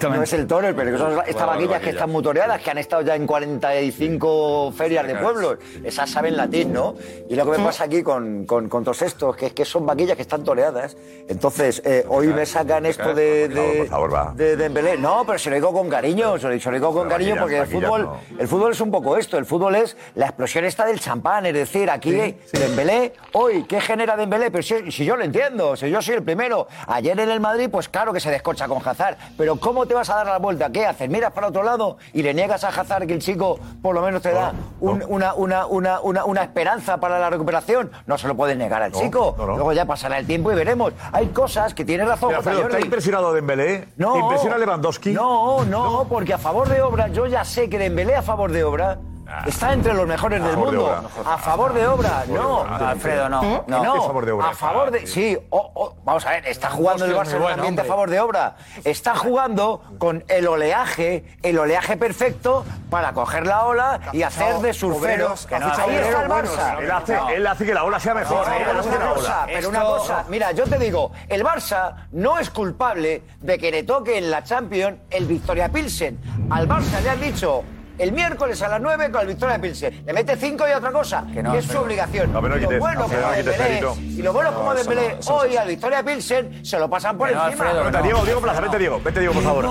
[SPEAKER 6] no es el toro, el peligroso son estas
[SPEAKER 14] Bueno,
[SPEAKER 6] vaquillas que
[SPEAKER 14] vaquilla.
[SPEAKER 6] están muy toreadas, que han estado ya en 45 ferias de pueblos. Esas saben latín, ¿no? Y lo que me pasa aquí con, con- con todos estos, que es que son vaquillas que están toreadas. Entonces, eh, hoy me sacan esto de, de, de Dembélé. No, pero se lo digo con cariño, se lo se lo digo con cariño porque el
[SPEAKER 7] Aquí ya
[SPEAKER 6] fútbol,
[SPEAKER 7] no.
[SPEAKER 6] el fútbol es un poco esto. El fútbol es la explosión esta del champán. Es decir, aquí Dembélé, hoy, ¿qué genera Dembélé? Pero si, si yo lo entiendo, si yo soy el primero. Ayer en el Madrid, pues claro que se descorcha con Hazard. Pero ¿cómo te vas a dar la vuelta? ¿Qué haces? ¿Miras para otro lado y le niegas a Hazard que el chico por lo menos te da un- una, una, una, una, una esperanza para la recuperación? No se lo puedes negar al
[SPEAKER 7] No,
[SPEAKER 6] chico.
[SPEAKER 7] no, no.
[SPEAKER 6] Luego ya pasará el tiempo y veremos. Hay cosas que tiene razón.
[SPEAKER 7] Pero,
[SPEAKER 6] Jota
[SPEAKER 7] Alfredo, ¿te ha
[SPEAKER 6] Jordi.
[SPEAKER 7] impresionado Dembélé?
[SPEAKER 6] No.
[SPEAKER 7] ¿Te impresiona Lewandowski?
[SPEAKER 6] No, no, porque a favor de obra, yo ya sé que Dembélé a favor de obra está entre los mejores
[SPEAKER 7] Ah. A
[SPEAKER 6] del
[SPEAKER 7] favor de
[SPEAKER 6] mundo.
[SPEAKER 7] obra.
[SPEAKER 6] a favor de obra,
[SPEAKER 7] A favor de
[SPEAKER 6] no.
[SPEAKER 7] obra, ah,
[SPEAKER 6] Alfredo, no.
[SPEAKER 7] ¿Eh?
[SPEAKER 6] No,
[SPEAKER 7] ¿Qué a favor de obra? Ah,
[SPEAKER 6] A favor de- Sí,
[SPEAKER 11] oh,
[SPEAKER 6] o- o- vamos a ver, está jugando el
[SPEAKER 7] Hostia,
[SPEAKER 6] Barça en
[SPEAKER 7] muy
[SPEAKER 6] un
[SPEAKER 7] buen
[SPEAKER 6] ambiente a
[SPEAKER 7] hombre.
[SPEAKER 6] favor de obra. Está jugando con el oleaje, el oleaje perfecto para coger la ola y hacer de surferos.
[SPEAKER 7] Que no,
[SPEAKER 6] Ahí
[SPEAKER 7] obreros
[SPEAKER 6] está el
[SPEAKER 7] buenos.
[SPEAKER 6] Barça.
[SPEAKER 7] Él hace, él hace que la ola sea mejor.
[SPEAKER 6] No,
[SPEAKER 7] ¿eh? Él
[SPEAKER 6] pero
[SPEAKER 7] hace
[SPEAKER 6] una
[SPEAKER 7] que la
[SPEAKER 6] cosa,
[SPEAKER 7] ola.
[SPEAKER 6] pero una cosa, mira, yo te digo, el Barça no es culpable de que le toque en la Champions el Victoria Pilsen. Al Barça le han dicho el miércoles a las 9 con el Victoria Pilsen. Le mete 5 y otra cosa, que,
[SPEAKER 7] no,
[SPEAKER 6] es su
[SPEAKER 7] pero-
[SPEAKER 6] obligación.
[SPEAKER 7] No, pero
[SPEAKER 6] y lo
[SPEAKER 7] quites-
[SPEAKER 6] bueno
[SPEAKER 7] no, pero
[SPEAKER 6] como
[SPEAKER 7] quites,
[SPEAKER 6] Dembélé,
[SPEAKER 7] Perito.
[SPEAKER 6] y lo bueno
[SPEAKER 7] No,
[SPEAKER 6] como
[SPEAKER 7] eso no,
[SPEAKER 6] Dembélé
[SPEAKER 7] eso no.
[SPEAKER 6] hoy al Victoria Pilsen se lo pasan por
[SPEAKER 7] Pero,
[SPEAKER 6] encima.
[SPEAKER 7] Alfredo, Diego, Diego Plaza, vete Diego, vete Diego, por favor.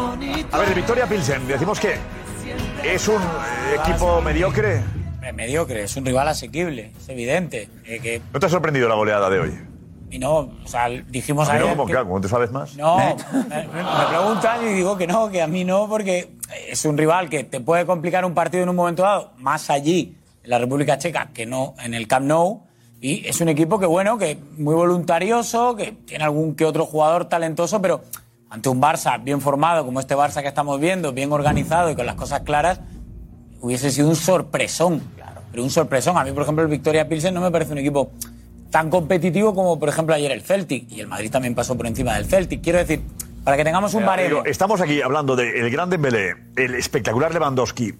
[SPEAKER 7] A ver, Victoria Pilsen, decimos que es un eh, equipo mediocre.
[SPEAKER 14] Hombre, mediocre, es un rival asequible, es evidente. eh, que,
[SPEAKER 7] ¿No te ha sorprendido la goleada de hoy?
[SPEAKER 14] y no, o sea, dijimos
[SPEAKER 7] A mí no,
[SPEAKER 14] ayer
[SPEAKER 7] como
[SPEAKER 14] que-
[SPEAKER 7] que, como tú sabes más.
[SPEAKER 14] No, me, me preguntan y digo que no, que a mí no, porque es un rival que te puede complicar un partido en un momento dado, más allí, en la República Checa, que no en el Camp Nou. Y es un equipo que, bueno, que muy voluntarioso, que tiene algún que otro jugador talentoso, pero ante un Barça bien formado, como este Barça que estamos viendo, bien organizado y con las cosas claras, hubiese sido un sorpresón. Pero un sorpresón. A mí, por ejemplo, el Victoria Pilsen no me parece un equipo tan competitivo como, por ejemplo, ayer el Celtic. Y el Madrid también pasó por encima del Celtic. Quiero decir, para que tengamos un
[SPEAKER 7] Eh,
[SPEAKER 14] baremo.
[SPEAKER 7] digo, estamos aquí hablando del el gran Dembélé, el espectacular Lewandowski.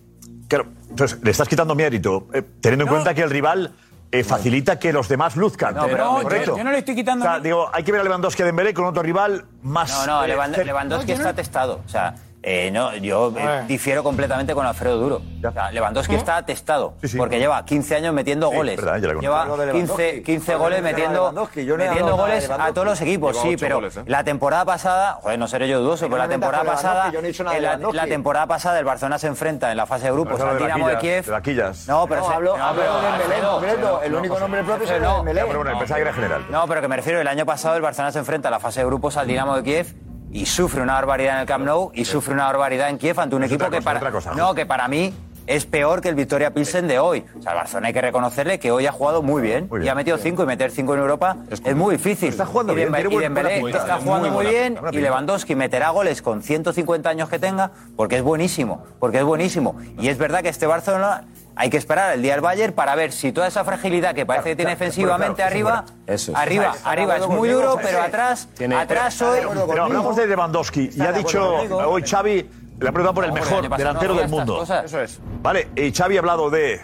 [SPEAKER 7] Claro, entonces le estás quitando mérito, eh, teniendo en cuenta que el rival eh, facilita que los demás luzcan.
[SPEAKER 14] No, pero- No, yo-
[SPEAKER 7] correcto.
[SPEAKER 14] yo no le estoy quitando-
[SPEAKER 7] O sea, digo, hay que ver a Lewandowski a Dembélé con otro rival más.
[SPEAKER 15] No, no,
[SPEAKER 7] eh,
[SPEAKER 15] Lewand-
[SPEAKER 7] cer-
[SPEAKER 15] Lewandowski
[SPEAKER 7] No, yo no-
[SPEAKER 15] está testado. O sea, eh, no, yo eh,
[SPEAKER 7] Ah.
[SPEAKER 15] difiero completamente con Alfredo Duro. O sea, Lewandowski
[SPEAKER 7] ¿Eh?
[SPEAKER 15] está testado porque lleva 15 años metiendo
[SPEAKER 6] Sí,
[SPEAKER 15] goles.
[SPEAKER 6] verdad, ya lo conozco. Lo de
[SPEAKER 15] lleva
[SPEAKER 6] Lewandowski.
[SPEAKER 15] 15, 15
[SPEAKER 6] Lo de
[SPEAKER 15] goles metiendo,
[SPEAKER 6] Lewandowski, yo no he
[SPEAKER 15] metiendo
[SPEAKER 6] hablado nada de
[SPEAKER 15] goles a
[SPEAKER 6] Lewandowski.
[SPEAKER 15] todos los equipos,
[SPEAKER 6] Lleva
[SPEAKER 15] sí,
[SPEAKER 6] ocho
[SPEAKER 15] pero
[SPEAKER 6] goles, ¿eh?
[SPEAKER 15] la temporada pasada, joder, no seré yo dudoso, pero la
[SPEAKER 6] me metas con
[SPEAKER 15] temporada pasada,
[SPEAKER 6] Lewandowski, yo no he dicho nada de
[SPEAKER 15] en la,
[SPEAKER 6] Lewandowski.
[SPEAKER 15] la temporada pasada el Barcelona se enfrenta en la fase de grupos
[SPEAKER 7] Estás hablando
[SPEAKER 15] al
[SPEAKER 7] de
[SPEAKER 15] Dinamo de
[SPEAKER 7] vaquillas,
[SPEAKER 15] Kiev.
[SPEAKER 7] de vaquillas.
[SPEAKER 15] No, pero
[SPEAKER 6] No,
[SPEAKER 15] se-
[SPEAKER 6] hablo-
[SPEAKER 15] no,
[SPEAKER 6] hablo
[SPEAKER 15] pero
[SPEAKER 6] de Dembélé,
[SPEAKER 15] Alfredo,
[SPEAKER 6] concreto.
[SPEAKER 15] no,
[SPEAKER 6] El
[SPEAKER 15] no,
[SPEAKER 6] único
[SPEAKER 15] José,
[SPEAKER 6] nombre propio es
[SPEAKER 15] José,
[SPEAKER 6] el de
[SPEAKER 15] no.
[SPEAKER 6] Dembélé. Ya, pero bueno,
[SPEAKER 7] el
[SPEAKER 6] pensaba que era general.
[SPEAKER 7] pues.
[SPEAKER 15] No, pero que me refiero, el año pasado el Barcelona se enfrenta a la fase de grupos al Dinamo de Kiev y sufre una barbaridad en el Camp Nou y sufre una barbaridad en Kiev ante un
[SPEAKER 7] Es
[SPEAKER 15] equipo
[SPEAKER 7] otra
[SPEAKER 15] que
[SPEAKER 7] cosa,
[SPEAKER 15] para
[SPEAKER 7] otra cosa.
[SPEAKER 15] no que para mí es peor que el Victoria Pilsen de hoy. O sea, el Barcelona hay que reconocerle que hoy ha jugado muy bien, y ha metido cinco y meter cinco en Europa es, muy difícil. Está jugando
[SPEAKER 7] bien, tiene buena- buena pinta,
[SPEAKER 15] está
[SPEAKER 7] tiene muy
[SPEAKER 15] jugando muy
[SPEAKER 7] buena
[SPEAKER 15] bien
[SPEAKER 7] pinta, buena
[SPEAKER 15] y
[SPEAKER 7] pinta.
[SPEAKER 15] Lewandowski meterá goles con 150 años que tenga porque es buenísimo, porque es buenísimo. Y es verdad que este Barcelona hay que esperar el día del Bayern para ver si toda esa fragilidad que parece que tiene
[SPEAKER 6] claro,
[SPEAKER 15] defensivamente
[SPEAKER 6] claro,
[SPEAKER 15] arriba
[SPEAKER 6] eso es.
[SPEAKER 15] Arriba,
[SPEAKER 6] Está de
[SPEAKER 15] arriba, es
[SPEAKER 6] acuerdo
[SPEAKER 15] muy
[SPEAKER 6] contigo,
[SPEAKER 15] duro,
[SPEAKER 6] José.
[SPEAKER 15] pero atrás,
[SPEAKER 7] Tiene-
[SPEAKER 15] atrás hoy.
[SPEAKER 7] Pero hablamos de Lewandowski y ha
[SPEAKER 15] de acuerdo
[SPEAKER 7] dicho
[SPEAKER 15] conmigo.
[SPEAKER 7] hoy Xavi, le ha preguntado por el
[SPEAKER 2] Hombre,
[SPEAKER 7] mejor
[SPEAKER 2] año pasado
[SPEAKER 7] delantero
[SPEAKER 2] no
[SPEAKER 7] del
[SPEAKER 2] había
[SPEAKER 7] mundo.
[SPEAKER 2] estas cosas. Eso es.
[SPEAKER 7] Vale, y Xavi ha hablado de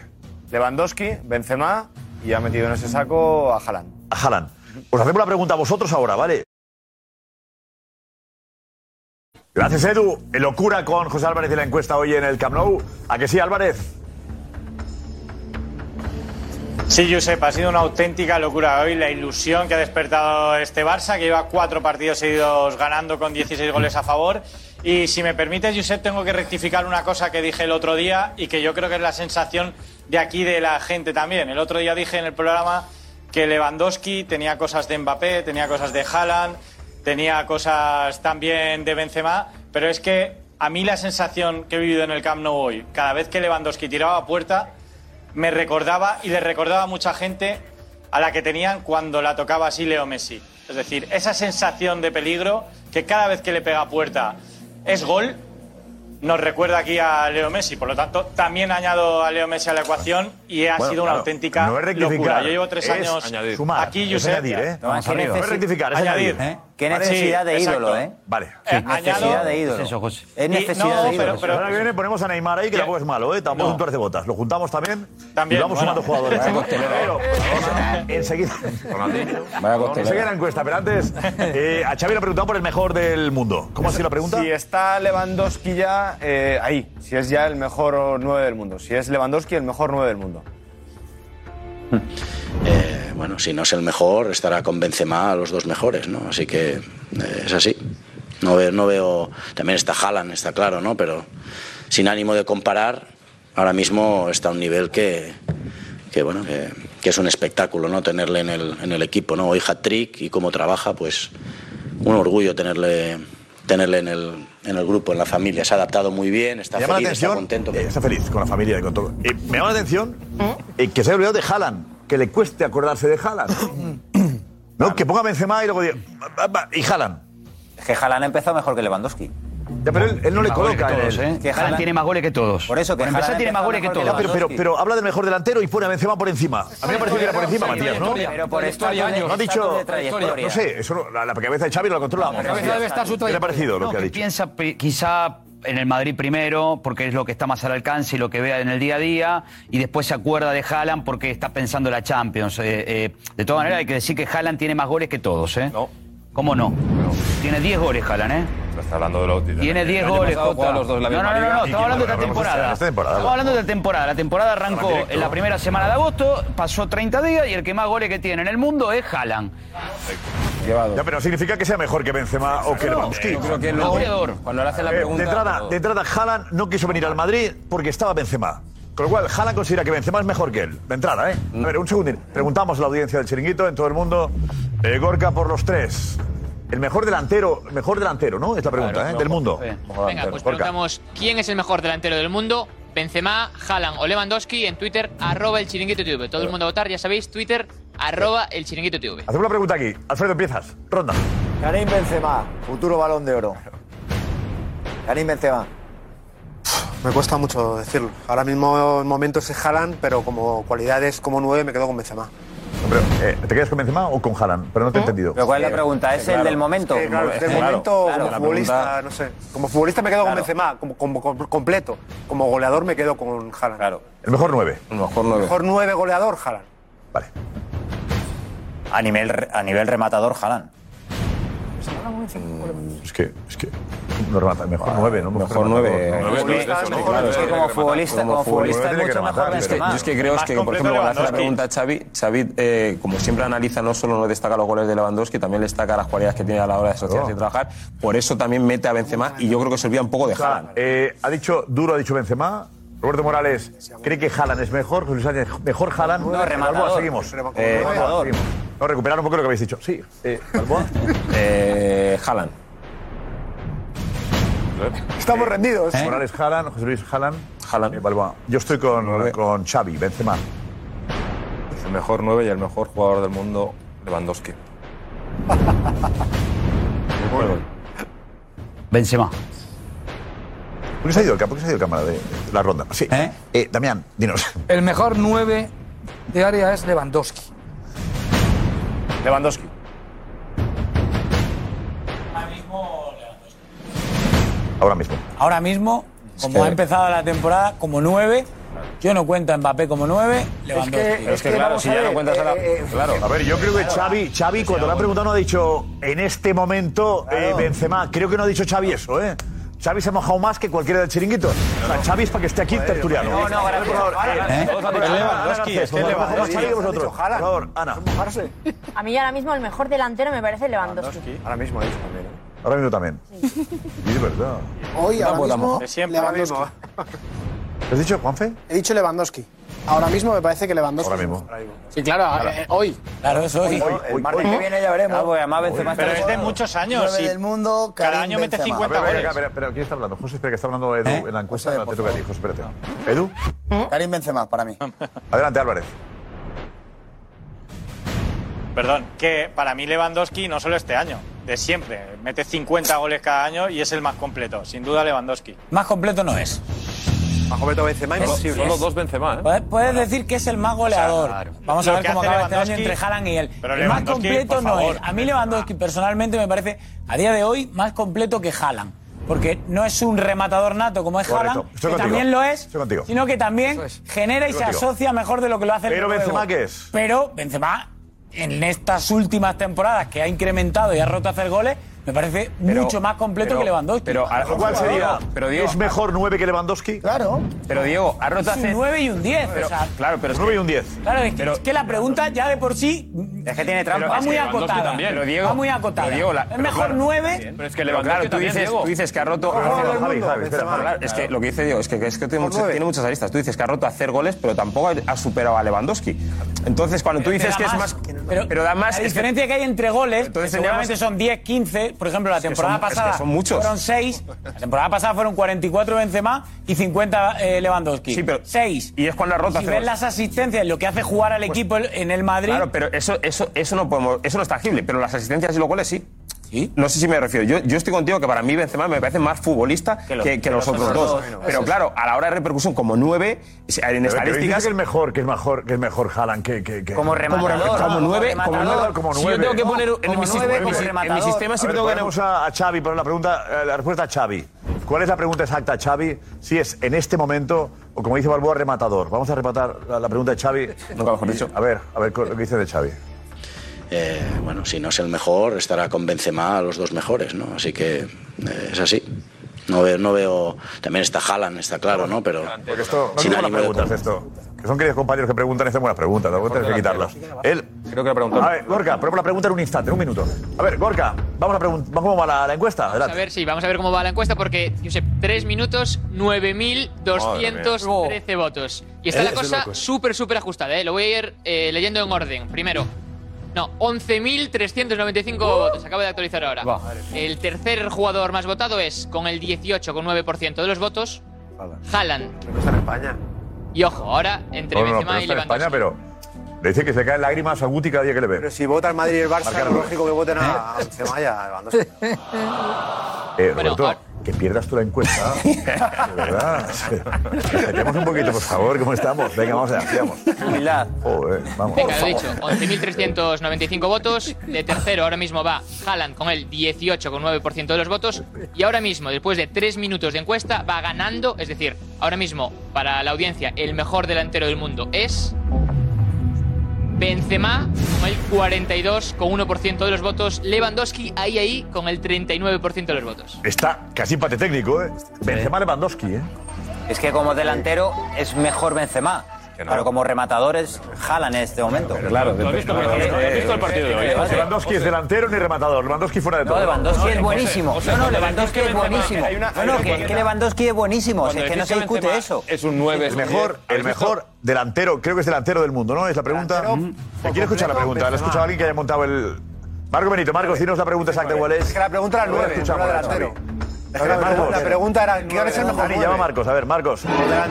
[SPEAKER 2] Lewandowski, Benzema y ha metido en ese saco a Haaland.
[SPEAKER 7] a Haaland. Os hacemos la pregunta a vosotros ahora, ¿vale? Gracias, Edu. Eh, Locura con José Álvarez y la encuesta hoy en el Camp Nou. ¿A que sí, Álvarez?
[SPEAKER 12] Sí, Josep, ha sido una auténtica locura hoy la ilusión que ha despertado este Barça, que lleva cuatro partidos seguidos ganando con 16 goles a favor. Y si me permites, Josep, tengo que rectificar una cosa que dije el otro día y que yo creo que es la sensación de aquí de la gente también. El otro día dije en el programa que Lewandowski tenía cosas de Mbappé, tenía cosas de Haaland, tenía cosas también de Benzema, pero es que a mí la sensación que he vivido en el Camp Nou hoy, cada vez que Lewandowski tiraba a puerta, me recordaba y le recordaba a mucha gente a la que tenían cuando la tocaba así Leo Messi. Es decir, esa sensación de peligro que cada vez que le pega a puerta es gol, nos recuerda aquí a Leo Messi. Por lo tanto, también añado a Leo Messi a la ecuación y ha
[SPEAKER 7] Bueno,
[SPEAKER 12] sido una
[SPEAKER 7] claro,
[SPEAKER 12] auténtica
[SPEAKER 7] no es rectificar,
[SPEAKER 12] locura. Yo llevo tres
[SPEAKER 7] es
[SPEAKER 12] años
[SPEAKER 7] añadir. sumar,
[SPEAKER 12] aquí,
[SPEAKER 7] es
[SPEAKER 12] Josep.
[SPEAKER 7] añadir, ¿eh?
[SPEAKER 12] No,
[SPEAKER 7] Vamos
[SPEAKER 12] qué
[SPEAKER 7] arriba. No es
[SPEAKER 12] necesi-
[SPEAKER 7] rectificar, es añadir. ¿Eh?
[SPEAKER 15] Qué
[SPEAKER 7] Vale,
[SPEAKER 15] necesidad
[SPEAKER 7] sí,
[SPEAKER 15] de ídolo,
[SPEAKER 7] exacto.
[SPEAKER 15] ¿eh?
[SPEAKER 7] Vale.
[SPEAKER 15] Qué necesidad de ídolo. Es necesidad de ídolo.
[SPEAKER 7] La semana que viene ponemos a Neymar ahí, que tampoco es malo, ¿eh? Tampoco es un tuerce botas. Lo juntamos también,
[SPEAKER 12] También,
[SPEAKER 7] y vamos
[SPEAKER 12] bueno.
[SPEAKER 7] sumando jugadores.
[SPEAKER 12] Ese
[SPEAKER 7] ¿eh?
[SPEAKER 12] costelero.
[SPEAKER 7] Pero, eh, enseguida...
[SPEAKER 2] costelero.
[SPEAKER 7] Enseguida la encuesta, pero antes... eh, a Xavi le ha preguntado por el mejor del mundo. ¿Cómo ha sido la pregunta?
[SPEAKER 2] Si está Lewandowski ya eh, ahí, si es ya el mejor 9 del mundo. Si es Lewandowski, el mejor 9 del mundo.
[SPEAKER 16] Eh, bueno, si no es el mejor, estará con Benzema a los dos mejores, ¿no? Así que eh, es así. No veo, no veo, también está Haaland, está claro, ¿no? Pero sin ánimo de comparar, ahora mismo está a un nivel que, que bueno, que, que es un espectáculo, ¿no? Tenerle en el, en el equipo, ¿no? Hoy hat-trick y cómo trabaja, pues un orgullo tenerle tenerle en el, en el grupo, en la familia. Se ha adaptado muy bien, está
[SPEAKER 7] Me llama la
[SPEAKER 16] feliz, está
[SPEAKER 7] atención,
[SPEAKER 16] contento.
[SPEAKER 7] eh, está feliz con la familia y con todo. Eh, me llama la atención eh, que se haya olvidado de Haaland, que le cueste acordarse de Haaland. no, que ponga Benzema y luego diga, "Va, va", y Haaland.
[SPEAKER 15] Es que Haaland ha empezado mejor que Lewandowski.
[SPEAKER 7] Ya, pero él, él no le coloca en él.
[SPEAKER 15] Que Haaland tiene más goles que todos. Por eso que
[SPEAKER 7] Por empezar,
[SPEAKER 15] Haaland
[SPEAKER 7] tiene más goles que
[SPEAKER 15] empezó
[SPEAKER 7] todos.
[SPEAKER 15] mejor
[SPEAKER 7] Pero, pero, pero habla del mejor delantero y pone a Benzema por encima. A mí me parece que era por encima,
[SPEAKER 15] Sí,
[SPEAKER 7] Matías, ¿no?
[SPEAKER 15] trayectoria, pero por
[SPEAKER 7] No
[SPEAKER 15] historia, ¿eh? años,
[SPEAKER 7] ha dicho.
[SPEAKER 15] de trayectoria.
[SPEAKER 7] No sé, eso no- la, la cabeza de Xavi no la controlamos.
[SPEAKER 15] La cabeza debe estar su
[SPEAKER 7] ¿Qué le ha
[SPEAKER 15] trayectoria.
[SPEAKER 7] parecido lo
[SPEAKER 17] No,
[SPEAKER 7] que ha
[SPEAKER 17] que
[SPEAKER 7] dicho?
[SPEAKER 17] piensa pi- quizá en el Madrid primero, porque es lo que está más al alcance y lo que vea en el día a día, y después se acuerda de Haaland porque está pensando en la Champions. Eh, eh, de todas maneras, hay que decir que Haaland tiene más goles que todos, ¿eh? No. ¿Cómo no? Tiene 10 goles Haaland, ¿eh?
[SPEAKER 4] Está hablando de los
[SPEAKER 17] Tiene 10 goles, Jota.
[SPEAKER 4] los dos en la
[SPEAKER 17] no, no,
[SPEAKER 4] misma
[SPEAKER 17] no, no,
[SPEAKER 4] liga.
[SPEAKER 17] no,
[SPEAKER 4] Y
[SPEAKER 17] estamos hablando de
[SPEAKER 4] que
[SPEAKER 17] la temporada.
[SPEAKER 4] esta temporada.
[SPEAKER 17] Estamos hablando de la temporada. La temporada
[SPEAKER 4] Ahora
[SPEAKER 17] arrancó
[SPEAKER 4] directo.
[SPEAKER 17] en la primera semana de agosto, pasó 30 días y el que más goles que tiene en el mundo es Haaland.
[SPEAKER 7] Ya, pero no significa que sea mejor que Benzema o que Lewandowski.
[SPEAKER 17] yo creo que luego, Goleador.
[SPEAKER 7] cuando
[SPEAKER 17] le hacen la
[SPEAKER 7] De
[SPEAKER 17] pregunta,
[SPEAKER 7] entrada,
[SPEAKER 17] no.
[SPEAKER 7] de entrada, Haaland no quiso venir al Madrid porque estaba Benzema. Con lo cual, Haaland considera que Benzema es mejor que él. De entrada, ¿eh? A ver, un segundín. Preguntamos a la audiencia del chiringuito en todo el mundo. Eh, Gorka por los tres. El mejor delantero, el mejor delantero, ¿no? Es la pregunta,
[SPEAKER 18] Claro,
[SPEAKER 7] ¿eh?
[SPEAKER 18] no,
[SPEAKER 7] Del mundo.
[SPEAKER 18] Venga,
[SPEAKER 7] Gorka.
[SPEAKER 18] pues preguntamos quién es el mejor delantero del mundo. Benzema, Haaland o Lewandowski en Twitter, arroba el chiringuito TV. Todo el mundo a votar, ya sabéis, Twitter, arroba el chiringuito TV.
[SPEAKER 7] Hacemos la pregunta aquí. Alfredo, empiezas. Ronda.
[SPEAKER 19] Karim Benzema, futuro balón de oro. Karim Benzema.
[SPEAKER 13] Me cuesta mucho decirlo. Ahora mismo en momentos se jalan, pero como cualidades como nueve me quedo con Benzema.
[SPEAKER 7] Pero, eh, ¿Te queedas con Benzema o con Haaland? Pero no te he entendido.
[SPEAKER 13] Pero ¿cuál es la
[SPEAKER 15] pregunta? ¿Es
[SPEAKER 13] ¿Eh? Claro.
[SPEAKER 15] el del momento?
[SPEAKER 13] Es que, claro,
[SPEAKER 15] Como-
[SPEAKER 13] del
[SPEAKER 15] claro,
[SPEAKER 13] momento,
[SPEAKER 15] claro, la
[SPEAKER 13] como futbolista,
[SPEAKER 15] pregunta-
[SPEAKER 13] no sé. Como futbolista me quedo
[SPEAKER 15] Claro.
[SPEAKER 13] con Benzema, como, como- como completo. Como goleador me quedo con Haaland. Claro.
[SPEAKER 7] El mejor nueve.
[SPEAKER 15] El mejor
[SPEAKER 13] Mejor nueve goleador, Haaland.
[SPEAKER 15] A nivel, re- a nivel rematador, Haaland.
[SPEAKER 7] Es que, es que. No remata, mejor nueve, ¿no?
[SPEAKER 15] Mejor nueve.
[SPEAKER 10] es que como futbolista- como futbolista es mucho mejor
[SPEAKER 15] que
[SPEAKER 10] Yo es que creo es que, por ejemplo, cuando hace la pregunta a Xavi, Xavi, eh, como siempre analiza, no solo no destaca los goles de Lewandowski, también le destaca las cualidades que tiene a la hora de asociarse y trabajar. Por eso también mete a Benzema y yo creo que se olvida un poco de Haaland.
[SPEAKER 7] Eh, ha dicho, duro ha dicho Benzema. Roberto Morales cree que Haaland es mejor, José Luis Áñez, mejor Haaland.
[SPEAKER 15] No, rematador.
[SPEAKER 7] Balboa,
[SPEAKER 13] Mm.
[SPEAKER 7] seguimos.
[SPEAKER 15] Eh,
[SPEAKER 7] Balboa,
[SPEAKER 15] rematador.
[SPEAKER 7] seguimos. No, recuperar un poco lo que habéis dicho. Sí, eh, Balboa.
[SPEAKER 10] Eh, Haaland.
[SPEAKER 15] Eh,
[SPEAKER 7] Estamos rendidos. Morales Haaland, José Luis Haaland. Eh, Balboa. Yo estoy con, con Xavi, Benzema.
[SPEAKER 11] Es el mejor 9 y el mejor jugador del mundo, Lewandowski.
[SPEAKER 17] Benzema.
[SPEAKER 7] ¿Por qué se ha ido el, ca- por qué se ha ido el cámara de, de la ronda? Sí. Eh, Damián, dinos.
[SPEAKER 20] El mejor 9 de área es Lewandowski.
[SPEAKER 2] Lewandowski.
[SPEAKER 7] Ahora mismo.
[SPEAKER 14] Ahora mismo, como ha empezado la temporada, como 9, yo no cuento a Mbappé como 9, Lewandowski.
[SPEAKER 7] A ver, yo creo que Xavi, Xavi cuando le han preguntado no ha dicho en este momento eh, Benzema. Creo que no ha dicho Xavi eso, ¿eh? Xavi se ha mojado más que cualquiera del chiringuito. O sea, Xavi es para que esté aquí tertuliano.
[SPEAKER 19] No, no, gracias.
[SPEAKER 7] Por favor,
[SPEAKER 19] Ahora,
[SPEAKER 7] eh,
[SPEAKER 19] ¿eh?
[SPEAKER 7] Ana Garcés,
[SPEAKER 19] Es
[SPEAKER 7] Ana Garcés, por
[SPEAKER 19] Lewandowski, es
[SPEAKER 7] favor,
[SPEAKER 19] Lewandowski.
[SPEAKER 7] Xavi, vosotros. Por favor, Ana.
[SPEAKER 3] A mí ahora mismo el mejor delantero me parece Lewandowski.
[SPEAKER 7] Ahora mismo eso también. Ahora mismo también. Y de verdad.
[SPEAKER 9] Hoy, ahora
[SPEAKER 7] Tampoco,
[SPEAKER 9] mismo,
[SPEAKER 7] tampoco.
[SPEAKER 9] Lewandowski.
[SPEAKER 7] ¿Lo has dicho, Juanfe?
[SPEAKER 9] He dicho Lewandowski. Ahora mismo me parece que Lewandowski.
[SPEAKER 7] Ahora mismo.
[SPEAKER 9] Sí, claro,
[SPEAKER 7] Ahora.
[SPEAKER 9] eh, hoy.
[SPEAKER 14] Claro, eso
[SPEAKER 9] hoy.
[SPEAKER 6] El martes que viene ya veremos. este
[SPEAKER 9] Claro, porque además
[SPEAKER 14] Benzema está Pero es de lesionado. muchos años,
[SPEAKER 6] Nueve
[SPEAKER 14] sí.
[SPEAKER 6] del mundo,
[SPEAKER 14] Cada
[SPEAKER 6] Karim
[SPEAKER 14] Este año mete
[SPEAKER 6] Benzema.
[SPEAKER 14] 50
[SPEAKER 7] Pero,
[SPEAKER 14] goles.
[SPEAKER 7] pero, pero, ¿quién está hablando? José, espera, que está hablando Edu
[SPEAKER 6] ¿Eh?
[SPEAKER 7] en la encuesta. No, te toca a ti, José, espérate. Edu.
[SPEAKER 6] Karim Benzema, para mí.
[SPEAKER 7] Adelante, Álvarez.
[SPEAKER 12] Perdón, que para mí Lewandowski no solo este año, de siempre. Mete 50 goles cada año y es el más completo, sin duda Lewandowski.
[SPEAKER 14] Más completo no es.
[SPEAKER 12] Más completo Benzema,
[SPEAKER 14] Solo- imposible. solo dos ¿eh?
[SPEAKER 12] Benzema,
[SPEAKER 14] Puedes, puedes decir que es el más goleador. Vamos a
[SPEAKER 12] Lo
[SPEAKER 14] ver
[SPEAKER 12] que
[SPEAKER 14] cómo
[SPEAKER 12] hace
[SPEAKER 14] acaba este año
[SPEAKER 12] Lewandowski-
[SPEAKER 14] entre Haaland y él.
[SPEAKER 12] Pero
[SPEAKER 14] el más
[SPEAKER 12] Lewandowski,
[SPEAKER 14] completo
[SPEAKER 12] por
[SPEAKER 14] no
[SPEAKER 12] favor,
[SPEAKER 14] es. A mí Lewandowski personalmente me parece, a día de hoy, más completo que Haaland. Porque no es un rematador nato como es
[SPEAKER 7] Correcto.
[SPEAKER 14] Haaland, que
[SPEAKER 7] Estoy contigo.
[SPEAKER 14] también lo es,
[SPEAKER 7] Estoy contigo.
[SPEAKER 14] sino que también genera y
[SPEAKER 7] Estoy
[SPEAKER 14] se
[SPEAKER 7] contigo.
[SPEAKER 14] asocia mejor de lo que lo hace el
[SPEAKER 7] Pero
[SPEAKER 14] juego.
[SPEAKER 7] Benzema, ¿qué es?
[SPEAKER 14] Pero Benzema, en estas últimas temporadas que ha incrementado y ha roto a hacer goles,
[SPEAKER 21] Me parece mucho más completo
[SPEAKER 2] pero-
[SPEAKER 21] que Lewandowski.
[SPEAKER 2] Pero, a- ¿cuál sería? Pero Diego,
[SPEAKER 7] ¿Es mejor 9 que Lewandowski?
[SPEAKER 21] Claro.
[SPEAKER 2] Pero Diego, Arro te
[SPEAKER 21] Es un
[SPEAKER 2] hace-
[SPEAKER 21] 9 y un 10.
[SPEAKER 2] Pero-
[SPEAKER 21] o sea,
[SPEAKER 2] claro, pero es
[SPEAKER 7] 9 y un 10.
[SPEAKER 21] Claro, es que, es que la pregunta ya de por sí. Es que tiene
[SPEAKER 2] Pero
[SPEAKER 21] Va
[SPEAKER 2] es
[SPEAKER 21] muy
[SPEAKER 2] que Lewandowski
[SPEAKER 21] acotada.
[SPEAKER 2] también. Pero Diego-
[SPEAKER 21] va muy acotada.
[SPEAKER 2] pero Diego, la-
[SPEAKER 21] es
[SPEAKER 2] pero
[SPEAKER 21] mejor
[SPEAKER 2] claro,
[SPEAKER 21] 9.
[SPEAKER 2] Pero es que
[SPEAKER 21] Pero
[SPEAKER 2] Lewandowski
[SPEAKER 21] claro, tú
[SPEAKER 2] también,
[SPEAKER 21] dices-
[SPEAKER 2] Diego.
[SPEAKER 21] tú dices
[SPEAKER 2] que ha roto.
[SPEAKER 10] Claro, es que lo que dice Diego es que, es que tiene,
[SPEAKER 2] Por
[SPEAKER 10] mucho-
[SPEAKER 2] nueve.
[SPEAKER 10] tiene muchas aristas. Tú dices que ha roto a hacer goles, pero tampoco ha- ha superado a Lewandowski. Entonces, cuando tú dices
[SPEAKER 21] da
[SPEAKER 10] que es
[SPEAKER 21] más.
[SPEAKER 10] más.
[SPEAKER 21] Pero,
[SPEAKER 10] da más.
[SPEAKER 21] La
[SPEAKER 10] es que-
[SPEAKER 21] diferencia que, hay entre goles,
[SPEAKER 10] Entonces
[SPEAKER 21] que
[SPEAKER 10] teníamos-
[SPEAKER 21] seguramente son 10, 15. Por ejemplo, la
[SPEAKER 10] Es que
[SPEAKER 21] temporada
[SPEAKER 10] son- es que
[SPEAKER 21] pasada
[SPEAKER 10] son muchos.
[SPEAKER 21] fueron 6. La temporada pasada fueron 44 Benzema y 50 eh, Levandowski.
[SPEAKER 10] Sí, pero-
[SPEAKER 21] 6.
[SPEAKER 10] Y es cuando ha roto a
[SPEAKER 21] Si
[SPEAKER 10] hacer
[SPEAKER 21] ves
[SPEAKER 10] goles.
[SPEAKER 21] las asistencias, lo que hace jugar al equipo en el Madrid.
[SPEAKER 10] Claro, pero eso, eso, eso, no podemos, eso no es tangible, pero las asistencias y los goles sí. No sé si me refiero. Yo, yo estoy contigo que para mí Benzema me parece más futbolista que,
[SPEAKER 7] los-
[SPEAKER 10] que
[SPEAKER 7] que
[SPEAKER 10] los
[SPEAKER 7] los
[SPEAKER 10] otros
[SPEAKER 7] otros
[SPEAKER 10] dos.
[SPEAKER 7] dos, ¿no?
[SPEAKER 10] Pero
[SPEAKER 7] Eso
[SPEAKER 10] claro, a la hora de repercusión, como nueve, en
[SPEAKER 7] Pero dices
[SPEAKER 10] estadísticas.
[SPEAKER 7] que es mejor, que es mejor, que es mejor Haaland que, que, que-
[SPEAKER 10] Como rematador,
[SPEAKER 7] Como
[SPEAKER 10] como
[SPEAKER 7] nueve,
[SPEAKER 10] rematador.
[SPEAKER 7] como nueve, como
[SPEAKER 10] Si yo
[SPEAKER 7] nueve.
[SPEAKER 10] tengo que poner en Como mi sistema- nueve, en mi- como en mi rematador. sistema siempre
[SPEAKER 7] A ver,
[SPEAKER 10] tengo que-
[SPEAKER 7] ponemos a, a Xavi, pero la pregunta, eh, la respuesta a Xavi. ¿Cuál es la pregunta exacta a Xavi? Si es en este momento o como dice Balboa rematador. Vamos a rematar la, la pregunta de Xavi. Nunca mejor dicho. A ver, a ver co- lo que dice de Xavi.
[SPEAKER 16] Eh, bueno, si no es el mejor, estará con Benzema a los dos mejores, ¿no? Así que eh, es así. No veo, no veo. También está Haaland, está claro, ¿no? Pero.
[SPEAKER 7] Porque esto no
[SPEAKER 16] sin
[SPEAKER 7] son buenas
[SPEAKER 16] ánimo de
[SPEAKER 7] preguntas esto. Que son queridos compañeros que preguntan, hacen buenas preguntas. Las preguntas hay que quitarlas. Él. Creo que la preguntó. A ver, Gorka, ponemos la pregunta en un instante, en un minuto. A ver, Gorka, vamos a preguntar. ¿Cómo va la, la encuesta?
[SPEAKER 18] Vamos a
[SPEAKER 7] Adelante.
[SPEAKER 18] ver, sí, vamos a ver cómo va la encuesta porque, Josep, 3 minutos, 9.213 votos. Y está
[SPEAKER 22] Eh,
[SPEAKER 18] la
[SPEAKER 22] es de
[SPEAKER 18] cosa
[SPEAKER 22] locos.
[SPEAKER 18] súper, súper ajustada, ¿eh? Lo voy a ir eh, leyendo en orden. Primero, no, 11.395 votos, acabo de actualizar ahora.
[SPEAKER 22] Va. Madre mía.
[SPEAKER 18] El tercer jugador más votado es, con el 18,9% de los votos, Haaland.
[SPEAKER 7] Está en España.
[SPEAKER 18] Y ojo, ahora entre
[SPEAKER 7] No, no, no, pero
[SPEAKER 18] Benzema
[SPEAKER 7] está
[SPEAKER 18] y
[SPEAKER 7] en España,
[SPEAKER 18] Lewandowski.
[SPEAKER 7] pero le dice que se le caen lágrimas a Guti cada día que le ve. Pero
[SPEAKER 13] si vota el Madrid y el Barça,
[SPEAKER 7] Marca
[SPEAKER 13] es
[SPEAKER 7] nueve.
[SPEAKER 13] lógico que voten a a Benzema y a Lewandowski.
[SPEAKER 7] Eh, Roberto, que pierdas tú la encuesta. De verdad. Acerquemos un poquito, por favor, ¿cómo estamos? Venga, vamos allá, sigamos.
[SPEAKER 18] Humildad.
[SPEAKER 7] Joder, vamos.
[SPEAKER 18] Venga, lo he dicho, 11.395 votos. De tercero ahora mismo va Haaland con el 18,9% de los votos. Y ahora mismo, después de tres minutos de encuesta, va ganando. Es decir, ahora mismo, para la audiencia, el mejor delantero del mundo es... Benzema con el 42,1% de los votos. Lewandowski ahí ahí con el 39% de los votos.
[SPEAKER 7] Está casi empate técnico, ¿eh? Benzema Lewandowski, ¿eh?
[SPEAKER 15] Es que como delantero es mejor Benzema. Pero como rematadores, jalan en este momento.
[SPEAKER 7] Claro, eh,
[SPEAKER 15] ¿Lo has visto, por ejemplo? ¿Lo has visto el partido de hoy? ¿eh?
[SPEAKER 7] Lewandowski es delantero ni rematador. Lewandowski fuera de todo.
[SPEAKER 15] No, Lewandowski es buenísimo. No, no, Lewandowski es buenísimo. No, no, que, que Lewandowski es buenísimo. O sea, es que no se discute eso.
[SPEAKER 7] Es un 9. El
[SPEAKER 15] es un
[SPEAKER 7] mejor,
[SPEAKER 15] 10.
[SPEAKER 7] el mejor delantero, creo que es delantero del mundo, ¿no? Es la pregunta. ¿Me quiere escuchar la pregunta? ¿La ha escuchado alguien que haya montado el. Marco Benito, Marcos, dinos la pregunta exacta cuál es.
[SPEAKER 13] Es que la pregunta era el
[SPEAKER 7] Luego la
[SPEAKER 13] nueve,
[SPEAKER 7] escuchamos,
[SPEAKER 13] no era delantero.
[SPEAKER 7] Xavi. A ver, Marcos.
[SPEAKER 13] La pregunta era, ¿quién es el mejor
[SPEAKER 7] Dani,
[SPEAKER 13] nueve?
[SPEAKER 7] llama a Marcos. A ver, Marcos.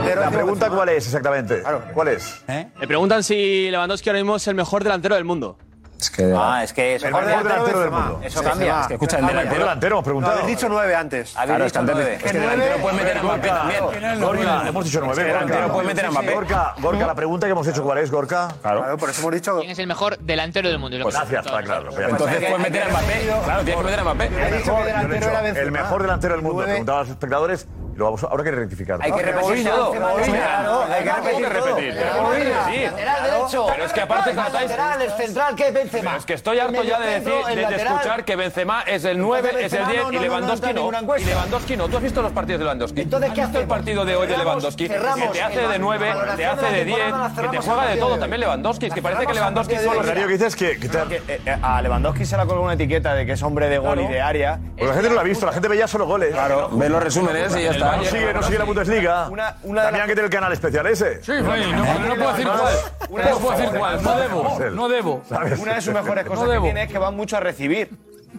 [SPEAKER 7] La pregunta cuál es exactamente. ¿Cuál es?
[SPEAKER 22] Me preguntan si Lewandowski ahora mismo es el mejor delantero del mundo.
[SPEAKER 10] Es que.
[SPEAKER 15] Ah, es que es
[SPEAKER 7] El mejor delantero del mundo.
[SPEAKER 15] Eso cambia.
[SPEAKER 7] Es que escucha, el delantero. delantero hemos preguntado.
[SPEAKER 13] Habéis dicho nueve antes.
[SPEAKER 15] Habéis Claro, dicho es que antes- nueve.
[SPEAKER 7] es que delantero puedes meter a Mbappé también. Gorka, hemos dicho nueve. Gorka.
[SPEAKER 13] puedes meter a Mbappé.
[SPEAKER 7] Gorka, Gorka, la pregunta que hemos hecho, ¿cuál es, Gorka?
[SPEAKER 13] Claro, por eso hemos dicho.
[SPEAKER 18] ¿Quién es el mejor delantero del mundo? Es lo
[SPEAKER 7] Pues
[SPEAKER 18] que-
[SPEAKER 7] gracias, está claro. Pues ya está.
[SPEAKER 10] Entonces puedes meter a Mbappé. Claro, tienes que meter a Mbappé.
[SPEAKER 7] El mejor, yo lo he hecho, el mejor delantero del mundo. Preguntaba a los espectadores y lo vamos, ahora hay que rectificar.
[SPEAKER 15] Hay que repetir todo. Hay que repetir todo. Lateral derecho.
[SPEAKER 8] Pero es que aparte
[SPEAKER 15] El
[SPEAKER 8] tratáis-
[SPEAKER 15] lateral, el central, que es Benzema.
[SPEAKER 8] Pero es que estoy harto
[SPEAKER 15] El
[SPEAKER 8] ya de decir,
[SPEAKER 15] mediocentro, el
[SPEAKER 8] de- de,
[SPEAKER 15] lateral.
[SPEAKER 8] escuchar que Benzema es el 9, es el
[SPEAKER 15] Benzema
[SPEAKER 8] 10
[SPEAKER 15] no,
[SPEAKER 8] y
[SPEAKER 15] no, no,
[SPEAKER 8] Lewandowski
[SPEAKER 15] no, no
[SPEAKER 8] no.
[SPEAKER 15] entra en ninguna
[SPEAKER 8] y
[SPEAKER 15] encuesta.
[SPEAKER 8] Lewandowski no. Tú has visto los partidos de Lewandowski.
[SPEAKER 15] Entonces,
[SPEAKER 8] ¿Has
[SPEAKER 15] ¿qué
[SPEAKER 8] visto el
[SPEAKER 15] hacemos?
[SPEAKER 8] partido de hoy de
[SPEAKER 15] Cerramos,
[SPEAKER 8] Lewandowski?
[SPEAKER 15] cerramos,
[SPEAKER 8] que te hace de
[SPEAKER 15] cerramos.
[SPEAKER 8] 9,
[SPEAKER 15] Valoración
[SPEAKER 8] te
[SPEAKER 15] de la
[SPEAKER 8] hace de 10,
[SPEAKER 15] temporada la
[SPEAKER 8] que te
[SPEAKER 15] cerramos
[SPEAKER 8] juega
[SPEAKER 15] a
[SPEAKER 8] de
[SPEAKER 15] partir
[SPEAKER 8] todo
[SPEAKER 15] de
[SPEAKER 8] también
[SPEAKER 15] hoy.
[SPEAKER 8] Lewandowski. Es que
[SPEAKER 15] La
[SPEAKER 8] parece que
[SPEAKER 15] cerramos a
[SPEAKER 8] Lewandowski
[SPEAKER 15] partir de
[SPEAKER 8] solo...
[SPEAKER 15] hoy. Horario,
[SPEAKER 7] ¿qué dices? Que, que te-
[SPEAKER 2] eh, eh, a Lewandowski se le ha colgado una etiqueta de que es hombre de gol
[SPEAKER 7] Claro.
[SPEAKER 2] y de área.
[SPEAKER 7] Pues la gente no lo ha visto, la gente veía solo goles. Claro,
[SPEAKER 10] ve los resúmenes y ya está.
[SPEAKER 7] No sigue, no sigue la Bundesliga. Tenían que tener el canal especial ese.
[SPEAKER 2] Sí, Fray, no- no puedo decir cuál. Una no puedo decir cuál. No debo. No debo.
[SPEAKER 7] ¿Sabes?
[SPEAKER 2] Una de sus mejores cosas
[SPEAKER 7] No
[SPEAKER 2] que
[SPEAKER 7] debo.
[SPEAKER 2] tiene es que va mucho a recibir.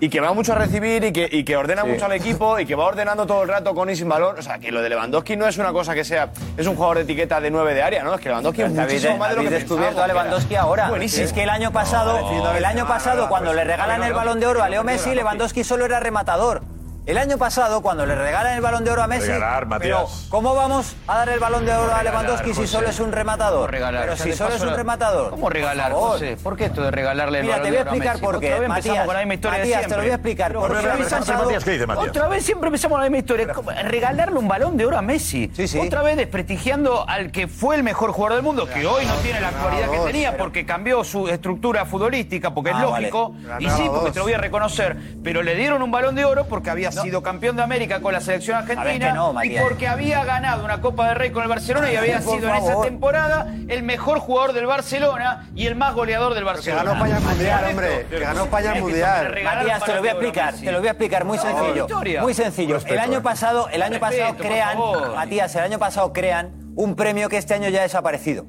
[SPEAKER 2] Y que va mucho a recibir y que, y que ordena
[SPEAKER 7] Sí.
[SPEAKER 2] mucho al equipo y que va ordenando todo el rato con y sin valor. O sea, que lo de Lewandowski no es una cosa que sea. Es un jugador de etiqueta de 9 de área, ¿no? Es que Lewandowski es
[SPEAKER 15] Pero habéis-
[SPEAKER 2] muchísimo más de lo que
[SPEAKER 15] habéis descubierto
[SPEAKER 2] pensábamos
[SPEAKER 15] a
[SPEAKER 2] que era.
[SPEAKER 15] Lewandowski ahora.
[SPEAKER 2] Buenísimo.
[SPEAKER 15] Es que el año
[SPEAKER 2] pues,
[SPEAKER 15] pasado, el año pasado cuando le regalan el balón de oro a Leo Messi, Lewandowski solo era rematador. El año pasado, cuando le regalan el balón de oro a Messi.
[SPEAKER 7] Regalar,
[SPEAKER 15] pero,
[SPEAKER 7] Matías.
[SPEAKER 15] ¿Cómo vamos a dar el balón de oro a Lewandowski si
[SPEAKER 17] José.
[SPEAKER 15] solo es un rematador?
[SPEAKER 17] ¿Cómo regalar?
[SPEAKER 15] Pero
[SPEAKER 17] Ya
[SPEAKER 15] si
[SPEAKER 17] le
[SPEAKER 15] solo es
[SPEAKER 17] pasó
[SPEAKER 15] un
[SPEAKER 17] la-
[SPEAKER 15] rematador.
[SPEAKER 17] ¿Cómo regalar,
[SPEAKER 15] Por favor.
[SPEAKER 17] José? ¿Por qué esto de regalarle el
[SPEAKER 15] Mira,
[SPEAKER 17] balón
[SPEAKER 15] te
[SPEAKER 17] de
[SPEAKER 15] voy a
[SPEAKER 17] oro
[SPEAKER 15] explicar
[SPEAKER 17] Messi?
[SPEAKER 15] por qué.
[SPEAKER 17] Otra vez empezamos
[SPEAKER 15] Matías,
[SPEAKER 17] con la misma historia de
[SPEAKER 15] Matías, te lo
[SPEAKER 17] siempre.
[SPEAKER 15] voy a explicar.
[SPEAKER 17] Pero,
[SPEAKER 15] Porque
[SPEAKER 17] pero, pero,
[SPEAKER 15] Luis
[SPEAKER 17] pero,
[SPEAKER 15] Sanchado-
[SPEAKER 17] Matías, ¿qué dice Matías? Otra vez siempre empezamos la misma historia. Es como Regalarle un balón de oro a Messi. Otra vez desprestigiando al que fue el mejor jugador del mundo, que hoy no tiene la actualidad que tenía porque cambió su estructura futbolística, porque es
[SPEAKER 15] Ah, vale.
[SPEAKER 17] lógico. Y
[SPEAKER 15] Ganaba
[SPEAKER 17] sí,
[SPEAKER 15] dos.
[SPEAKER 17] porque te lo voy a reconocer. Pero le dieron un balón de oro porque había sido campeón de América con la selección
[SPEAKER 15] A ver que
[SPEAKER 17] argentina
[SPEAKER 15] no,
[SPEAKER 17] y
[SPEAKER 15] Matías.
[SPEAKER 17] porque había ganado una Copa del Rey con el Barcelona y había
[SPEAKER 15] Por
[SPEAKER 17] sido en esa
[SPEAKER 15] favor.
[SPEAKER 17] temporada el mejor jugador del Barcelona y el más goleador del Barcelona.
[SPEAKER 13] ganó España el Mundial, hombre. Que ganó España el Mundial.
[SPEAKER 15] Matías, te lo voy a explicar, te lo voy a explicar muy
[SPEAKER 13] No,
[SPEAKER 15] sencillo.
[SPEAKER 13] victoria.
[SPEAKER 15] Muy sencillo.
[SPEAKER 13] Respeto,
[SPEAKER 15] El año
[SPEAKER 13] eh.
[SPEAKER 15] pasado, el año pasado
[SPEAKER 13] Respeto, por
[SPEAKER 15] crean,
[SPEAKER 13] favor.
[SPEAKER 15] Matías, el año pasado crean un premio que este año ya ha desaparecido.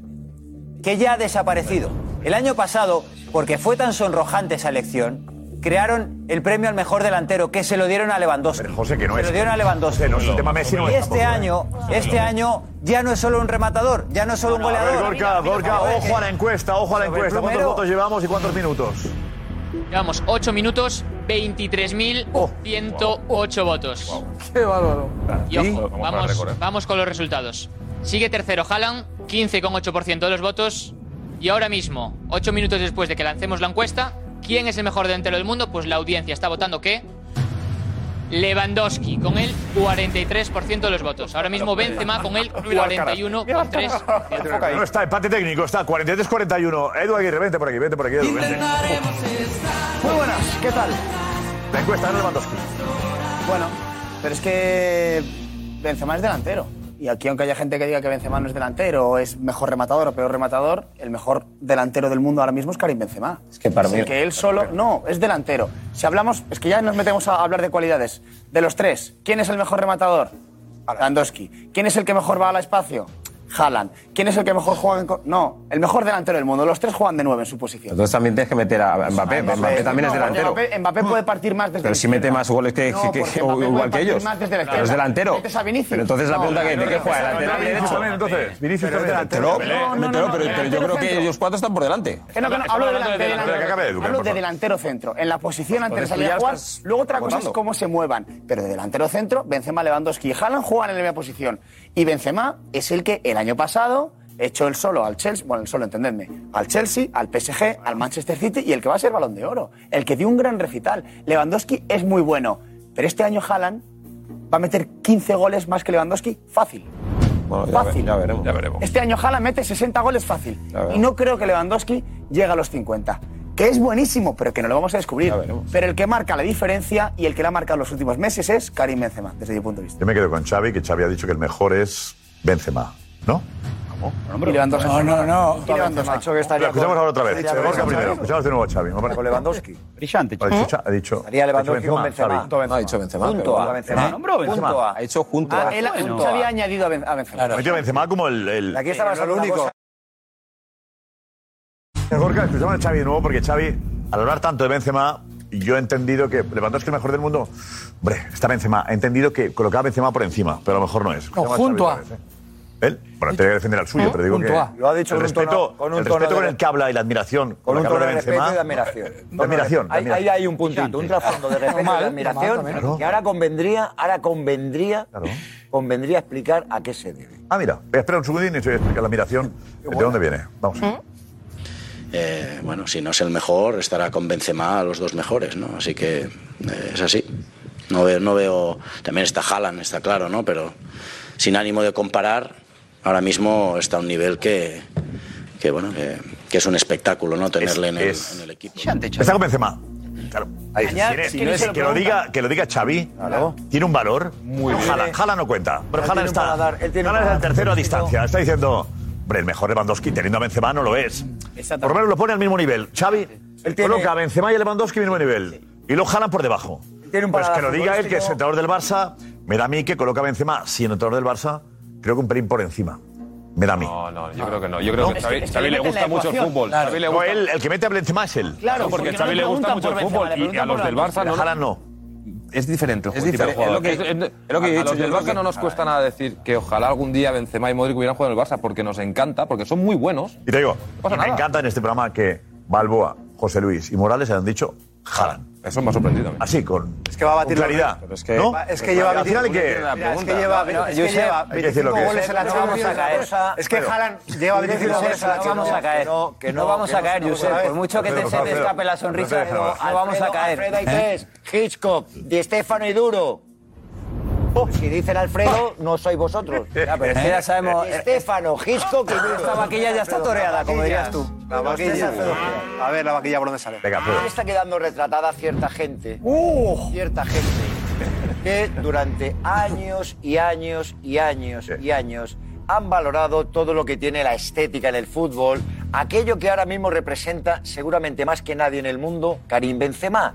[SPEAKER 15] Que ya ha desaparecido. El año pasado, porque fue tan sonrojante esa elección, crearon el premio al mejor delantero que se lo dieron a Lewandowski.
[SPEAKER 7] José, que no
[SPEAKER 15] se
[SPEAKER 7] es.
[SPEAKER 15] lo dieron a Lewandowski.
[SPEAKER 7] José, no es el tema Messi, no
[SPEAKER 15] y
[SPEAKER 7] es
[SPEAKER 15] este
[SPEAKER 6] ¿eh?
[SPEAKER 15] año, este año ya no es solo un rematador, ya no es solo un
[SPEAKER 7] A ver,
[SPEAKER 15] goleador.
[SPEAKER 7] Gorka, Gorka, ojo a la encuesta, ojo a la
[SPEAKER 15] Sobre
[SPEAKER 7] encuesta. ¿Cuántos
[SPEAKER 15] plumero.
[SPEAKER 7] votos llevamos y cuántos minutos?
[SPEAKER 18] Llevamos 8 minutos, 23.108 votos.
[SPEAKER 9] Oh, Qué bárbaro.
[SPEAKER 18] Y ojo, vamos, vamos con los resultados. Sigue tercero Haaland, 15,8% de los votos. Y ahora mismo, 8 minutos después de que lancemos la encuesta, ¿quién es el mejor delantero del mundo? Pues la audiencia está votando que Lewandowski, con el 43% de los votos. Ahora mismo Benzema con el 41,3%.
[SPEAKER 7] No está, empate técnico, está 43-41. Edu Aguirre, vente por aquí, vente por aquí, Edu, vente.
[SPEAKER 1] Muy buenas, ¿qué tal?
[SPEAKER 7] La encuesta, no Lewandowski.
[SPEAKER 1] Bueno, pero es que Benzema es delantero. Y aquí, aunque haya gente que diga que Benzema no es delantero, o es mejor rematador o peor rematador, el mejor delantero del mundo ahora mismo es Karim Benzema. Es que
[SPEAKER 15] para mí-
[SPEAKER 1] que él solo. No, es delantero. Si hablamos. Es que ya nos metemos a hablar de cualidades. De los tres, ¿quién es el mejor rematador? Lewandowski. ¿Quién es el que mejor va al espacio? Haaland. ¿Quién es el que mejor juega en co- No, el mejor delantero del mundo. Los tres juegan de nueve en su posición.
[SPEAKER 10] Entonces también tienes que meter a Mbappé. Mbappé, también es
[SPEAKER 1] No,
[SPEAKER 10] delantero.
[SPEAKER 1] Mbappé, Mbappé puede partir más desde
[SPEAKER 10] Pero
[SPEAKER 1] el
[SPEAKER 10] si mete más goles que,
[SPEAKER 1] No,
[SPEAKER 10] Eh, que- que-
[SPEAKER 1] porque
[SPEAKER 10] o-
[SPEAKER 1] Mbappé
[SPEAKER 10] igual que
[SPEAKER 1] puede
[SPEAKER 10] ellos.
[SPEAKER 1] partir más desde la
[SPEAKER 10] Pero es
[SPEAKER 1] izquierda.
[SPEAKER 10] delantero.
[SPEAKER 1] Metes a Vinicius.
[SPEAKER 10] Pero entonces la
[SPEAKER 1] No,
[SPEAKER 10] pregunta que
[SPEAKER 1] no,
[SPEAKER 10] ¿de
[SPEAKER 1] no,
[SPEAKER 10] qué
[SPEAKER 1] no,
[SPEAKER 10] juega?
[SPEAKER 1] no, no,
[SPEAKER 10] ¿Lateral
[SPEAKER 1] no,
[SPEAKER 10] derecho?
[SPEAKER 1] no,
[SPEAKER 7] Entonces,
[SPEAKER 10] Vinicius
[SPEAKER 7] es
[SPEAKER 10] delantero.
[SPEAKER 1] No, no, no,
[SPEAKER 10] Pero
[SPEAKER 1] no,
[SPEAKER 10] pero yo
[SPEAKER 1] delantero
[SPEAKER 10] creo que
[SPEAKER 1] centro.
[SPEAKER 10] ellos cuatro están por delante.
[SPEAKER 1] Que no, que no, hablo de delantero,
[SPEAKER 10] Que acabe Edu, que
[SPEAKER 1] hablo
[SPEAKER 10] por
[SPEAKER 1] de
[SPEAKER 10] favor.
[SPEAKER 1] delantero centro. En la posición antes de
[SPEAKER 10] Pues
[SPEAKER 1] salir
[SPEAKER 10] ya
[SPEAKER 1] a jugar,
[SPEAKER 10] estás
[SPEAKER 1] luego otra cosa es
[SPEAKER 10] votando.
[SPEAKER 1] cómo se muevan. Pero de delantero centro, Benzema, Lewandowski y Haaland juegan en la misma posición. Y Benzema es el que el año pasado echó el solo al Chelsea, bueno, el solo, entendedme, al Chelsea, al PSG, al Manchester City y el que va a ser balón de oro. El que dio un gran recital. Lewandowski es muy bueno, pero este año Haaland va a meter 15 goles más que Lewandowski fácil.
[SPEAKER 10] Bueno, ya, ve- ya veremos.
[SPEAKER 1] Este año Haaland mete 60 goles fácil.
[SPEAKER 10] Ya veremos.
[SPEAKER 1] Y no creo que Lewandowski llegue a los 50. Que es buenísimo, pero que no lo vamos a descubrir. Pero el que marca la diferencia y el que la ha marcado los últimos meses es Karim Benzema, desde mi punto de vista.
[SPEAKER 7] Yo me quedo con Xavi, que Xavi ha dicho que el mejor es Benzema, ¿no?
[SPEAKER 1] Y Lewandowski.
[SPEAKER 14] No, no, no.
[SPEAKER 1] Y Lewandowski.
[SPEAKER 7] Lo escuchamos ahora otra vez.
[SPEAKER 1] Estaría
[SPEAKER 7] Gorka
[SPEAKER 1] con
[SPEAKER 7] primero.
[SPEAKER 1] Xavi.
[SPEAKER 7] Escuchamos de nuevo a Xavi. Con Lewandowski.
[SPEAKER 17] Brillante,
[SPEAKER 7] Ha dicho, ha dicho,
[SPEAKER 6] Estaría
[SPEAKER 7] ha
[SPEAKER 6] Lewandowski
[SPEAKER 7] dicho
[SPEAKER 6] con Benzema.
[SPEAKER 7] Xavi.
[SPEAKER 10] No, ha dicho Benzema.
[SPEAKER 7] Punto
[SPEAKER 10] pero-
[SPEAKER 7] a Benzema.
[SPEAKER 10] ¿Eh?
[SPEAKER 7] Nombró Benzema.
[SPEAKER 10] Punto a. Ha hecho junto
[SPEAKER 1] Ah,
[SPEAKER 10] a.
[SPEAKER 1] él,
[SPEAKER 10] Bueno.
[SPEAKER 1] Xavi ha añadido a Ben- a Benzema.
[SPEAKER 7] Ha metido a Benzema como el... el...
[SPEAKER 1] Aquí estabas
[SPEAKER 7] el
[SPEAKER 1] hablando de una cosa-
[SPEAKER 7] Gorka, escuchamos a Xavi de nuevo porque Xavi, al hablar tanto de Benzema, yo he entendido que Lewandowski es el mejor del mundo. Hombre, está Benzema. He entendido que colocaba a Benzema por encima, pero a lo mejor no es.
[SPEAKER 20] No,
[SPEAKER 7] Escuchamos
[SPEAKER 20] junto a.
[SPEAKER 7] Xavi otra vez, ¿eh? Él, bueno, tenía que defender al suyo, pero digo
[SPEAKER 20] ¿Eh? Junto
[SPEAKER 7] que
[SPEAKER 20] a. Lo ha dicho
[SPEAKER 7] el
[SPEAKER 20] con un tono-
[SPEAKER 7] respeto,
[SPEAKER 20] con un
[SPEAKER 7] el,
[SPEAKER 20] tono de-
[SPEAKER 7] respeto con el que habla y la admiración.
[SPEAKER 6] Con
[SPEAKER 7] la que
[SPEAKER 6] un
[SPEAKER 7] habla
[SPEAKER 6] tono de respeto
[SPEAKER 7] Benzema. eh,
[SPEAKER 6] y de
[SPEAKER 8] Eh,
[SPEAKER 6] admiración.
[SPEAKER 7] De admiración. de
[SPEAKER 6] Ahí, ahí
[SPEAKER 7] admiración.
[SPEAKER 6] hay un puntito, un trasfondo de respeto y de admiración que ahora convendría, ahora convendría, convendría explicar a qué se debe.
[SPEAKER 7] Ah, mira, espera un segundín y te voy a explicar la admiración. ¿De dónde viene? Vamos.
[SPEAKER 16] Eh, bueno, si no es el mejor, estará con Benzema a los dos mejores, ¿no? Así que eh, es así. No veo, no veo. También está Haaland, está claro, ¿no? Pero sin ánimo de comparar, ahora mismo está a un nivel que, que bueno, que, que es un espectáculo, ¿no? Tenerle en, el, en el equipo.
[SPEAKER 7] Está con Benzema. Claro. Ahí,
[SPEAKER 16] Añad,
[SPEAKER 7] tiene-
[SPEAKER 16] si no
[SPEAKER 7] que,
[SPEAKER 16] se lo
[SPEAKER 7] lo
[SPEAKER 16] preguntan.
[SPEAKER 7] diga, que lo diga Xavi,
[SPEAKER 6] Claro.
[SPEAKER 7] tiene un valor. Muy
[SPEAKER 6] bien.
[SPEAKER 7] Jala, no cuenta. Pero
[SPEAKER 6] Él
[SPEAKER 7] Jala
[SPEAKER 6] tiene un
[SPEAKER 7] está.
[SPEAKER 6] paladar, él tiene un
[SPEAKER 7] Haaland es el
[SPEAKER 6] paladar
[SPEAKER 7] tercero a
[SPEAKER 6] físico.
[SPEAKER 7] distancia. Está diciendo, hombre, el mejor Lewandowski teniendo a Benzema no lo es. Por lo menos lo pone al mismo nivel. Xavi coloca a Benzema y a Lewandowski al mismo nivel. Y lo jalan por debajo.
[SPEAKER 6] tiene un
[SPEAKER 7] pues que
[SPEAKER 6] paladar
[SPEAKER 7] lo diga él, que es
[SPEAKER 6] futbolístico.
[SPEAKER 7] entrenador del Barça, me da a mí que coloca a Benzema, si el entrenador del Barça, creo que un pelín por encima. Me da a mí.
[SPEAKER 8] No, no, yo creo que no. Yo creo que
[SPEAKER 7] Es
[SPEAKER 8] Xavi,
[SPEAKER 7] es
[SPEAKER 8] Xavi le
[SPEAKER 7] meten
[SPEAKER 8] gusta
[SPEAKER 7] la
[SPEAKER 8] mucho el
[SPEAKER 7] ecuación.
[SPEAKER 8] fútbol.
[SPEAKER 7] Claro.
[SPEAKER 8] Xavi le
[SPEAKER 7] No,
[SPEAKER 8] gusta-
[SPEAKER 7] él, el que mete a Benzema es él.
[SPEAKER 8] Claro, No, porque porque no Xavi le le gusta preguntan mucho el por Benzema, fútbol le y a preguntan los por del Lewandowski. Barça no-
[SPEAKER 7] A Haaland no.
[SPEAKER 8] Es diferente el
[SPEAKER 7] Es
[SPEAKER 8] juego, tipo de
[SPEAKER 7] diferente,
[SPEAKER 8] jugador.
[SPEAKER 7] es lo que-
[SPEAKER 8] Es- es-
[SPEAKER 7] es lo que
[SPEAKER 8] a-
[SPEAKER 7] he
[SPEAKER 8] a
[SPEAKER 7] dicho,
[SPEAKER 8] los
[SPEAKER 7] yo
[SPEAKER 8] del
[SPEAKER 7] creo
[SPEAKER 8] Barça
[SPEAKER 7] que-
[SPEAKER 8] no nos cuesta nada decir que ojalá algún día Benzema y Modric hubieran jugado en el Barça porque nos encanta, porque son muy buenos.
[SPEAKER 7] Y te digo,
[SPEAKER 8] pasa
[SPEAKER 7] me
[SPEAKER 8] nada.
[SPEAKER 7] encanta en este programa que Balboa, José Luis y Morales hayan dicho Jalan.
[SPEAKER 4] Eso me ha sorprendido.
[SPEAKER 7] Así, con.
[SPEAKER 13] Es que va a batir
[SPEAKER 7] con
[SPEAKER 13] la
[SPEAKER 7] claridad.
[SPEAKER 13] récord. Pero es que-
[SPEAKER 7] ¿No?
[SPEAKER 13] es que lleva
[SPEAKER 7] Al final hay
[SPEAKER 13] 25
[SPEAKER 7] que.
[SPEAKER 13] Mira, es que lleva,
[SPEAKER 6] No, no,
[SPEAKER 13] es que
[SPEAKER 6] Josep,
[SPEAKER 13] lleva
[SPEAKER 6] hay que
[SPEAKER 13] 25
[SPEAKER 6] decirlo que es.
[SPEAKER 13] goles en la
[SPEAKER 6] No
[SPEAKER 13] Champions.
[SPEAKER 6] vamos a caer.
[SPEAKER 13] Es que
[SPEAKER 6] Pero-
[SPEAKER 13] Haaland lleva 25 goles en la
[SPEAKER 6] No vamos a caer. No vamos a caer, Josep. Por mucho que te se te escape la sonrisa, no no vamos a caer. ¿Eh? Alfredo hay tres. Hitchcock, Di Stefano y Duro. Si dicen Alfredo, no sois vosotros. Oh. Ya, eh,
[SPEAKER 15] pero es que ya sabemos-
[SPEAKER 6] Estefano, Hitchcock y Duro.
[SPEAKER 15] Esta vaquilla Pues ya está toreada, como dirías tú.
[SPEAKER 13] La vaquilla. A ver, la vaquilla por dónde sale.
[SPEAKER 7] Venga,
[SPEAKER 6] Ahora está quedando retratada cierta gente. Cierta gente que durante años y años y años y años han valorado todo lo que tiene la estética en el fútbol, aquello que ahora mismo representa seguramente más que nadie en el mundo, Karim Benzema.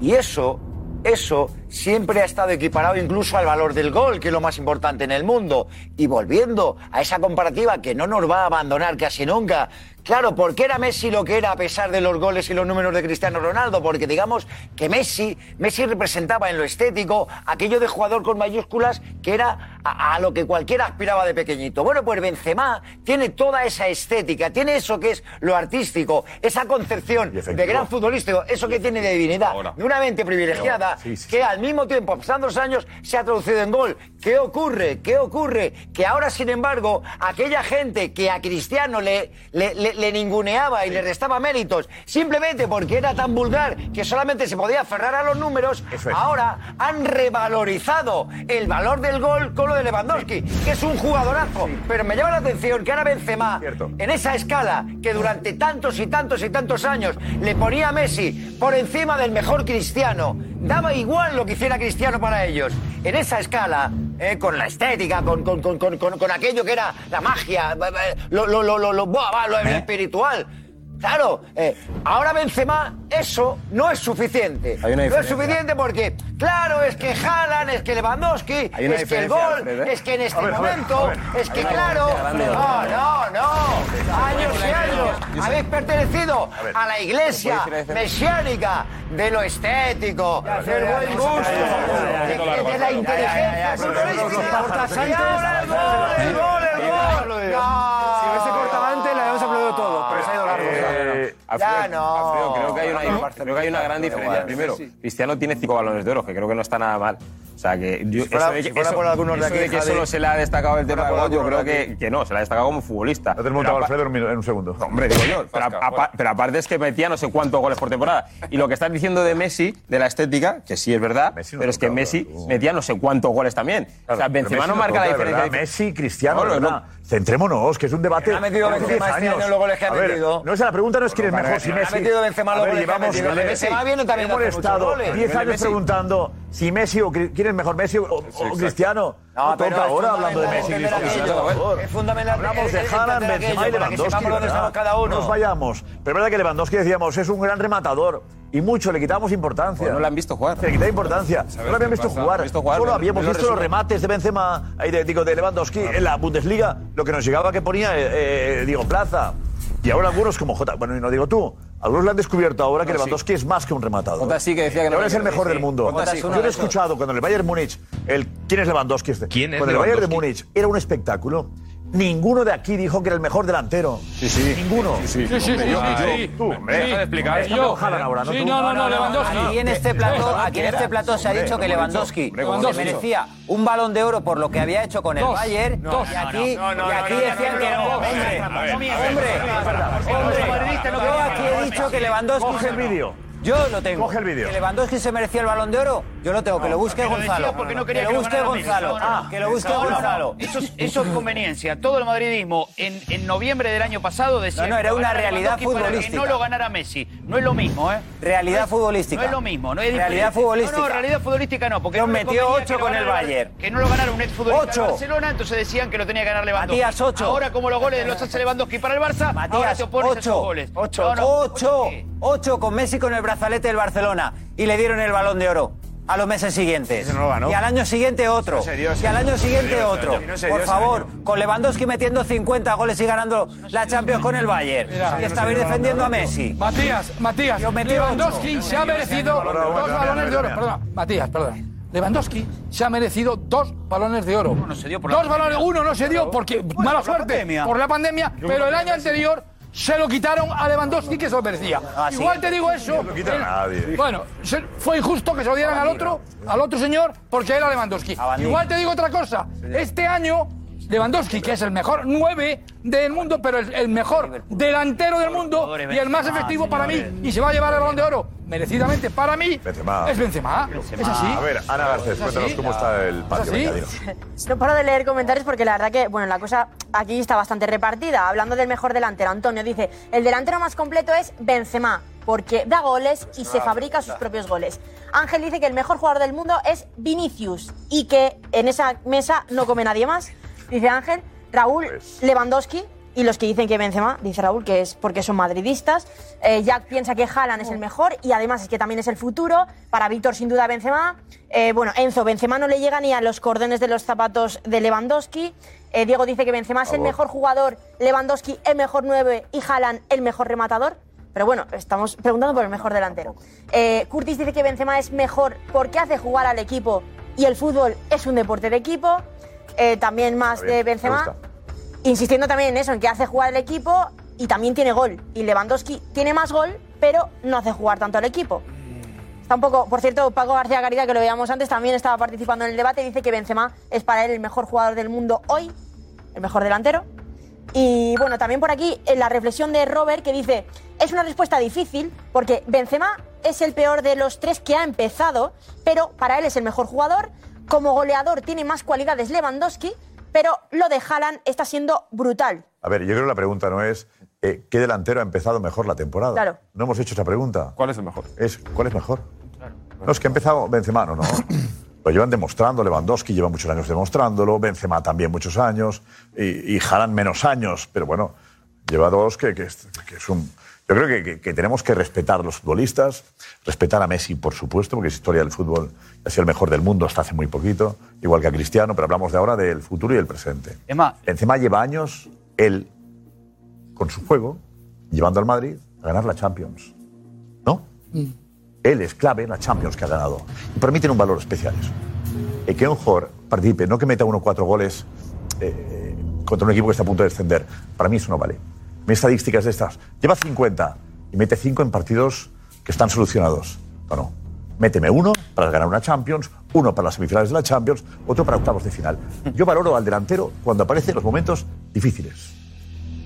[SPEAKER 6] Y eso, eso siempre ha estado equiparado incluso al valor del gol, que es lo más importante en el mundo. Y volviendo a esa comparativa que no nos va a abandonar casi nunca, Claro, ¿por qué era Messi lo que era a pesar de los goles y los números de Cristiano Ronaldo? Porque digamos que Messi, Messi representaba en lo estético aquello de jugador con mayúsculas que era a, a lo que cualquiera aspiraba de pequeñito. Bueno, pues Benzema tiene toda esa estética, tiene eso que es lo artístico, esa concepción de gran futbolístico, eso que tiene de divinidad, de una mente privilegiada,
[SPEAKER 7] Sí, sí,
[SPEAKER 6] que al mismo tiempo, pasando los años, se ha traducido en gol. ¿Qué ocurre? ¿Qué ocurre? Que ahora, sin embargo, aquella gente que a Cristiano le, le, le- le ninguneaba y le restaba méritos, simplemente porque era tan vulgar que solamente se podía aferrar a los números, ahora han revalorizado el valor del gol con lo de Lewandowski, que es un jugadorazo. Pero me llama la atención que ahora Benzema, en esa escala que durante tantos y tantos y tantos años le ponía a Messi por encima del mejor Cristiano, daba igual lo que hiciera Cristiano para ellos. En esa escala, eh, con la estética, con, con, con, con, con- con aquello que era la magia, ba- ba- lo, lo, lo, lo, lo- buah, buah, lo
[SPEAKER 10] ¿Eh?
[SPEAKER 6] espiritual. Claro, eh, ahora Benzema, eso no es suficiente.
[SPEAKER 10] Hay una
[SPEAKER 6] no es
[SPEAKER 10] diferencia.
[SPEAKER 6] suficiente porque, claro, es que Jalan, es que Lewandowski,
[SPEAKER 10] Hay una
[SPEAKER 6] es que el
[SPEAKER 10] diferencia,
[SPEAKER 6] gol,
[SPEAKER 10] Alfred, ¿eh?
[SPEAKER 6] es que en este
[SPEAKER 10] A ver, a ver,
[SPEAKER 6] momento,
[SPEAKER 10] a ver.
[SPEAKER 6] es que
[SPEAKER 10] Hay una
[SPEAKER 6] claro, ah,
[SPEAKER 10] grande,
[SPEAKER 6] no,
[SPEAKER 10] Alfred.
[SPEAKER 6] no, no, años y años habéis pertenecido
[SPEAKER 10] A ver.
[SPEAKER 6] a la iglesia
[SPEAKER 10] ¿Puedo decir la diferencia?
[SPEAKER 6] mesiánica de lo estético, del buen gusto, de- de, de la inteligencia futbolística. Y ahora el gol, el gol, el gol.
[SPEAKER 13] Si hubiese cortado antes, le habíamos aplaudido todo. Pero se ha ido largo.
[SPEAKER 6] Ya no.
[SPEAKER 10] Alfredo, creo que hay una, creo que hay una gran diferencia.
[SPEAKER 13] Igual,
[SPEAKER 10] Primero,
[SPEAKER 13] sí,
[SPEAKER 10] Cristiano tiene cinco balones de oro, que creo que no está nada mal. O sea, que yo,
[SPEAKER 13] Si fuera-
[SPEAKER 10] de que-
[SPEAKER 13] si fuera por algunos de
[SPEAKER 10] eso
[SPEAKER 13] aquí,
[SPEAKER 10] que
[SPEAKER 13] Javi.
[SPEAKER 10] solo se le ha destacado el tema
[SPEAKER 13] Fuera por
[SPEAKER 10] de gol, yo
[SPEAKER 13] algunos
[SPEAKER 10] creo
[SPEAKER 13] de
[SPEAKER 10] que, que no, se le ha destacado como futbolista.
[SPEAKER 7] No te montado Alfredo en un minu- en un segundo.
[SPEAKER 10] Hombre, digo yo. Pero, a- apa- pero aparte es que metía no sé cuántos goles por temporada. Y lo que estás diciendo de Messi, de la estética, que sí es verdad, pero es que Messi metía no sé cuántos goles también. o sea,
[SPEAKER 7] Pero
[SPEAKER 10] Benzema
[SPEAKER 7] Messi
[SPEAKER 10] no marca
[SPEAKER 7] toca,
[SPEAKER 10] la
[SPEAKER 7] de
[SPEAKER 10] diferencia.
[SPEAKER 7] verdad. Messi, Cristiano,
[SPEAKER 10] No, no,
[SPEAKER 7] de verdad. Centrémonos, que es un debate.
[SPEAKER 6] Ha metido
[SPEAKER 7] de
[SPEAKER 6] Benzema
[SPEAKER 7] 10
[SPEAKER 6] este año
[SPEAKER 7] años.
[SPEAKER 6] los goles que ha
[SPEAKER 7] A ver,
[SPEAKER 6] metido.
[SPEAKER 7] No es la pregunta, no es quién es
[SPEAKER 6] Bueno,
[SPEAKER 7] mejor,
[SPEAKER 6] para-
[SPEAKER 7] si
[SPEAKER 6] ha
[SPEAKER 7] Messi.
[SPEAKER 6] metido Benzema
[SPEAKER 7] A
[SPEAKER 6] los
[SPEAKER 7] ver,
[SPEAKER 6] goles que ha
[SPEAKER 7] llevamos-
[SPEAKER 6] metido.
[SPEAKER 7] Messi,
[SPEAKER 6] Benzema viene también
[SPEAKER 7] Hemos
[SPEAKER 6] a hacer muchos
[SPEAKER 7] estado
[SPEAKER 6] goles.
[SPEAKER 7] 10 años
[SPEAKER 6] Messi.
[SPEAKER 7] preguntando si Messi o Cri- quién es mejor, Messi o- o o
[SPEAKER 6] exacto.
[SPEAKER 7] Cristiano. No
[SPEAKER 6] pero
[SPEAKER 7] toca
[SPEAKER 6] es
[SPEAKER 7] ahora hablando de Messi.
[SPEAKER 6] fundamental
[SPEAKER 7] Cristiano,
[SPEAKER 6] entender
[SPEAKER 7] por
[SPEAKER 6] aquello.
[SPEAKER 7] favor.
[SPEAKER 6] Es fundamental
[SPEAKER 7] Hablamos de
[SPEAKER 6] entender
[SPEAKER 7] Haaland,
[SPEAKER 6] aquello
[SPEAKER 7] Benzema y
[SPEAKER 6] para que
[SPEAKER 7] Lewandowski.
[SPEAKER 6] sepamos dónde
[SPEAKER 7] ¿verdad?
[SPEAKER 6] estamos cada uno.
[SPEAKER 7] No nos vayamos. Pero es verdad que Lewandowski decíamos es un gran rematador y mucho le quitamos importancia.
[SPEAKER 10] Pues no le han visto jugar.
[SPEAKER 7] Se le quitaba importancia. No lo habían
[SPEAKER 10] qué
[SPEAKER 7] visto
[SPEAKER 10] pasa?
[SPEAKER 7] jugar.
[SPEAKER 10] Han visto jugar,
[SPEAKER 7] Solo
[SPEAKER 10] no-
[SPEAKER 7] habíamos
[SPEAKER 10] no lo
[SPEAKER 7] visto los
[SPEAKER 10] resumen.
[SPEAKER 7] remates de Benzema, ahí de, digo, de Lewandowski en la Bundesliga, lo que nos llegaba que ponía eh, eh, Diego Plaza. Y ahora algunos como Jota, bueno, y no digo tú, algunos lo han descubierto ahora que
[SPEAKER 10] No, sí.
[SPEAKER 7] Lewandowski es más que un rematador.
[SPEAKER 10] Jota sí que decía que no
[SPEAKER 7] ahora es el
[SPEAKER 10] quería,
[SPEAKER 7] mejor
[SPEAKER 10] sí.
[SPEAKER 7] del mundo.
[SPEAKER 10] Jota sí,
[SPEAKER 7] Yo
[SPEAKER 10] Jota
[SPEAKER 7] lo he
[SPEAKER 10] sí.
[SPEAKER 7] escuchado cuando en el Bayern Múnich, el, ¿quién es Lewandowski este?
[SPEAKER 4] ¿Quién es
[SPEAKER 7] Cuando el Bayern de
[SPEAKER 4] Lewandowski?
[SPEAKER 7] Múnich era un espectáculo. Ninguno de aquí dijo que era el mejor delantero. Sí, sí. Ninguno.
[SPEAKER 23] Sí, sí, sí,
[SPEAKER 7] Hombre,
[SPEAKER 23] yo,
[SPEAKER 7] yo,
[SPEAKER 23] sí.
[SPEAKER 7] Tú, hombre,
[SPEAKER 23] Sí.
[SPEAKER 7] deja de explicar.
[SPEAKER 23] Sí,
[SPEAKER 7] Está
[SPEAKER 23] yo.
[SPEAKER 7] con Haaland ahora, ¿no?
[SPEAKER 23] Sí,
[SPEAKER 7] Tú.
[SPEAKER 23] no, no, no, Lewandowski.
[SPEAKER 15] Aquí en este plato, aquí en este plato se ha
[SPEAKER 23] Hombre,
[SPEAKER 15] dicho que
[SPEAKER 23] hombre,
[SPEAKER 15] Lewandowski
[SPEAKER 23] hombre, hombre,
[SPEAKER 15] se
[SPEAKER 23] hombre.
[SPEAKER 15] merecía un balón de oro por lo que había hecho con el
[SPEAKER 23] Dos,
[SPEAKER 15] Bayern.
[SPEAKER 23] dos.
[SPEAKER 15] Y aquí,
[SPEAKER 23] No, no, no,
[SPEAKER 15] y aquí
[SPEAKER 23] no, no,
[SPEAKER 15] decían
[SPEAKER 23] no,
[SPEAKER 15] que
[SPEAKER 23] no,
[SPEAKER 15] no.
[SPEAKER 23] no,
[SPEAKER 15] Hombre,
[SPEAKER 23] no, no, no,
[SPEAKER 15] hombre,
[SPEAKER 23] no, no,
[SPEAKER 15] hombre, yo aquí he dicho que Lewandowski.
[SPEAKER 23] Coge el vídeo.
[SPEAKER 15] Yo lo tengo.
[SPEAKER 23] Coge el vídeo.
[SPEAKER 15] Que Lewandowski se merecía el balón de oro. Yo lo tengo. Que lo busque
[SPEAKER 23] que lo
[SPEAKER 15] Gonzalo.
[SPEAKER 23] decía porque no
[SPEAKER 15] Que
[SPEAKER 23] quería
[SPEAKER 15] lo
[SPEAKER 23] que lo
[SPEAKER 15] busque
[SPEAKER 23] ganara
[SPEAKER 15] Gonzalo. Ah,
[SPEAKER 23] Messi. No, no,
[SPEAKER 15] Que
[SPEAKER 23] no,
[SPEAKER 15] lo busque
[SPEAKER 23] no, no, no.
[SPEAKER 15] Gonzalo.
[SPEAKER 17] Eso es, eso es conveniencia. Todo el madridismo en, en noviembre del año pasado decía
[SPEAKER 15] No, no, era
[SPEAKER 17] que lo
[SPEAKER 15] una
[SPEAKER 17] ganara
[SPEAKER 15] realidad
[SPEAKER 17] Lewandowski para
[SPEAKER 15] futbolística.
[SPEAKER 17] que no lo ganara Messi. No es lo mismo, ¿eh?
[SPEAKER 15] Realidad
[SPEAKER 17] No es-
[SPEAKER 15] futbolística.
[SPEAKER 17] No es lo mismo. No es
[SPEAKER 15] Realidad
[SPEAKER 17] diferente.
[SPEAKER 15] futbolística.
[SPEAKER 17] No, no, realidad futbolística no. Porque
[SPEAKER 15] Nos
[SPEAKER 17] no le
[SPEAKER 15] metió
[SPEAKER 17] convenía que
[SPEAKER 15] ocho
[SPEAKER 17] lo
[SPEAKER 15] con el
[SPEAKER 17] ganara-
[SPEAKER 15] Bayern.
[SPEAKER 17] Que no lo ganara un exfutbolista
[SPEAKER 15] Ocho.
[SPEAKER 17] de Barcelona, entonces decían que lo tenía que ganar Lewandowski.
[SPEAKER 15] Matías, ocho.
[SPEAKER 17] Ahora, como los goles los hace Lewandowski para el Barça, ahora
[SPEAKER 15] Matías,
[SPEAKER 17] te opones a esos
[SPEAKER 15] 8,
[SPEAKER 17] goles.
[SPEAKER 15] 8,
[SPEAKER 17] No, no.
[SPEAKER 15] 8, 8 con Messi con el brazalete del Barcelona y le dieron el balón de oro a los meses siguientes. Y al año siguiente otro.
[SPEAKER 13] No se dio ese
[SPEAKER 15] y al
[SPEAKER 13] año.
[SPEAKER 15] año
[SPEAKER 13] No se
[SPEAKER 15] siguiente
[SPEAKER 13] dio ese
[SPEAKER 15] otro.
[SPEAKER 13] año. No se dio
[SPEAKER 15] Por
[SPEAKER 13] ese
[SPEAKER 15] favor, con Lewandowski metiendo 50 goles y ganando la Champions con el Bayern. y estabais defendiendo a Messi.
[SPEAKER 23] Matías, Matías,
[SPEAKER 15] metí ocho.
[SPEAKER 23] Lewandowski se ha merecido
[SPEAKER 20] Ahora, bueno,
[SPEAKER 23] dos
[SPEAKER 20] mira,
[SPEAKER 23] balones
[SPEAKER 20] mira,
[SPEAKER 23] de oro.
[SPEAKER 20] mira.
[SPEAKER 23] Perdona,
[SPEAKER 20] Matías, perdón. Lewandowski se ha merecido dos balones de oro.
[SPEAKER 17] se dio por la
[SPEAKER 20] dos balones,
[SPEAKER 17] pandemia.
[SPEAKER 20] uno no se dio porque mala
[SPEAKER 17] por la
[SPEAKER 20] suerte
[SPEAKER 17] pandemia.
[SPEAKER 20] por la pandemia,
[SPEAKER 17] Yo
[SPEAKER 20] pero
[SPEAKER 17] creo
[SPEAKER 20] el
[SPEAKER 17] que
[SPEAKER 20] año anterior
[SPEAKER 23] se lo quitaron a Lewandowski que se lo merecía.
[SPEAKER 17] Ah,
[SPEAKER 7] sí.
[SPEAKER 23] Igual te digo eso.
[SPEAKER 7] No lo quita nadie.
[SPEAKER 23] Bueno, se- fue injusto que se lo dieran al otro, al otro señor, porque era Lewandowski.
[SPEAKER 7] Bandini.
[SPEAKER 23] Igual te digo otra cosa. Este año, Lewandowski, que es el mejor 9 del mundo, pero el, el mejor delantero del mundo y el más efectivo para mí, y se va a llevar el balón de oro, merecidamente para mí,
[SPEAKER 7] Benzema.
[SPEAKER 23] es Benzema. Es así.
[SPEAKER 7] A ver, Ana Garcés,
[SPEAKER 23] ¿Es así?
[SPEAKER 7] cuéntanos cómo está el patio.
[SPEAKER 23] así?
[SPEAKER 7] Venga, dinos.
[SPEAKER 3] No paro de leer comentarios porque la verdad que, bueno, la cosa aquí está bastante repartida. Hablando del mejor delantero, Antonio dice, el delantero más completo es Benzema, porque da goles y
[SPEAKER 7] Ah,
[SPEAKER 3] se fabrica sus propios goles. Ángel dice que el mejor jugador del mundo es Vinicius y que en esa mesa no come nadie más. Dice Ángel, Raúl Lewandowski. Y los que dicen que Benzema, dice Raúl, que es porque son madridistas. Eh, Jack piensa que Haaland es el mejor y además es que también es el futuro. Para Víctor, sin duda, Benzema. Eh, bueno, Enzo, Benzema no le llega ni a los cordones de los zapatos de Lewandowski. Eh, Diego dice que Benzema es el
[SPEAKER 5] Favor.
[SPEAKER 3] mejor jugador, Lewandowski el mejor 9 y Haaland el mejor rematador. Pero bueno, estamos preguntando por el mejor delantero. Eh, Curtis dice que Benzema es mejor porque hace jugar al equipo y el fútbol es un deporte de equipo. Eh, también más
[SPEAKER 19] bien,
[SPEAKER 3] de
[SPEAKER 19] me
[SPEAKER 3] Benzema
[SPEAKER 19] gusta.
[SPEAKER 3] insistiendo también en eso, en que hace jugar el equipo y también tiene gol. Y Lewandowski tiene más gol, pero no hace jugar tanto al equipo. Está un poco, por cierto, Paco García Garida, que lo veíamos antes, también estaba participando en el debate, dice que Benzema es para él el mejor jugador del mundo hoy, el mejor delantero. Y bueno, también por aquí en la reflexión de Robert que dice, es una respuesta difícil porque Benzema es el peor de los tres que ha empezado, pero para él es el mejor jugador. Como goleador tiene más cualidades Lewandowski, pero lo de Haaland está siendo brutal.
[SPEAKER 7] A ver, yo creo que la pregunta no es eh, qué delantero ha empezado mejor la temporada.
[SPEAKER 3] Claro.
[SPEAKER 7] No hemos hecho esa pregunta. ¿Cuál es el mejor? Es, ¿Cuál es mejor? No, es que ha empezado Benzema, no, no. Lo llevan demostrando, Lewandowski lleva muchos años demostrándolo, Benzema también muchos años, y, y Haaland menos años, pero bueno, lleva dos que, que es, que es un... Yo creo que, que- que tenemos que respetar a los futbolistas, respetar a Messi, por supuesto, porque es historia del fútbol, ha sido el mejor del mundo hasta hace muy poquito, igual que a Cristiano, pero hablamos de ahora del futuro y del presente.
[SPEAKER 17] Es más,
[SPEAKER 7] Benzema lleva años, él, con su juego, llevando al Madrid a ganar la Champions. ¿No? Él es clave en la Champions que ha ganado. Y para mí tiene un valor especial eso. Eh, que un jugador participe, no que meta uno o cuatro goles eh, contra un equipo que está a punto de descender. Para mí eso no vale. Mis estadísticas de estas. Lleva 50 y mete 5 en partidos que están solucionados. No, no. Méteme uno para ganar una Champions, uno para las semifinales de la Champions, otro para octavos de final. Yo valoro al delantero cuando aparece en los momentos difíciles.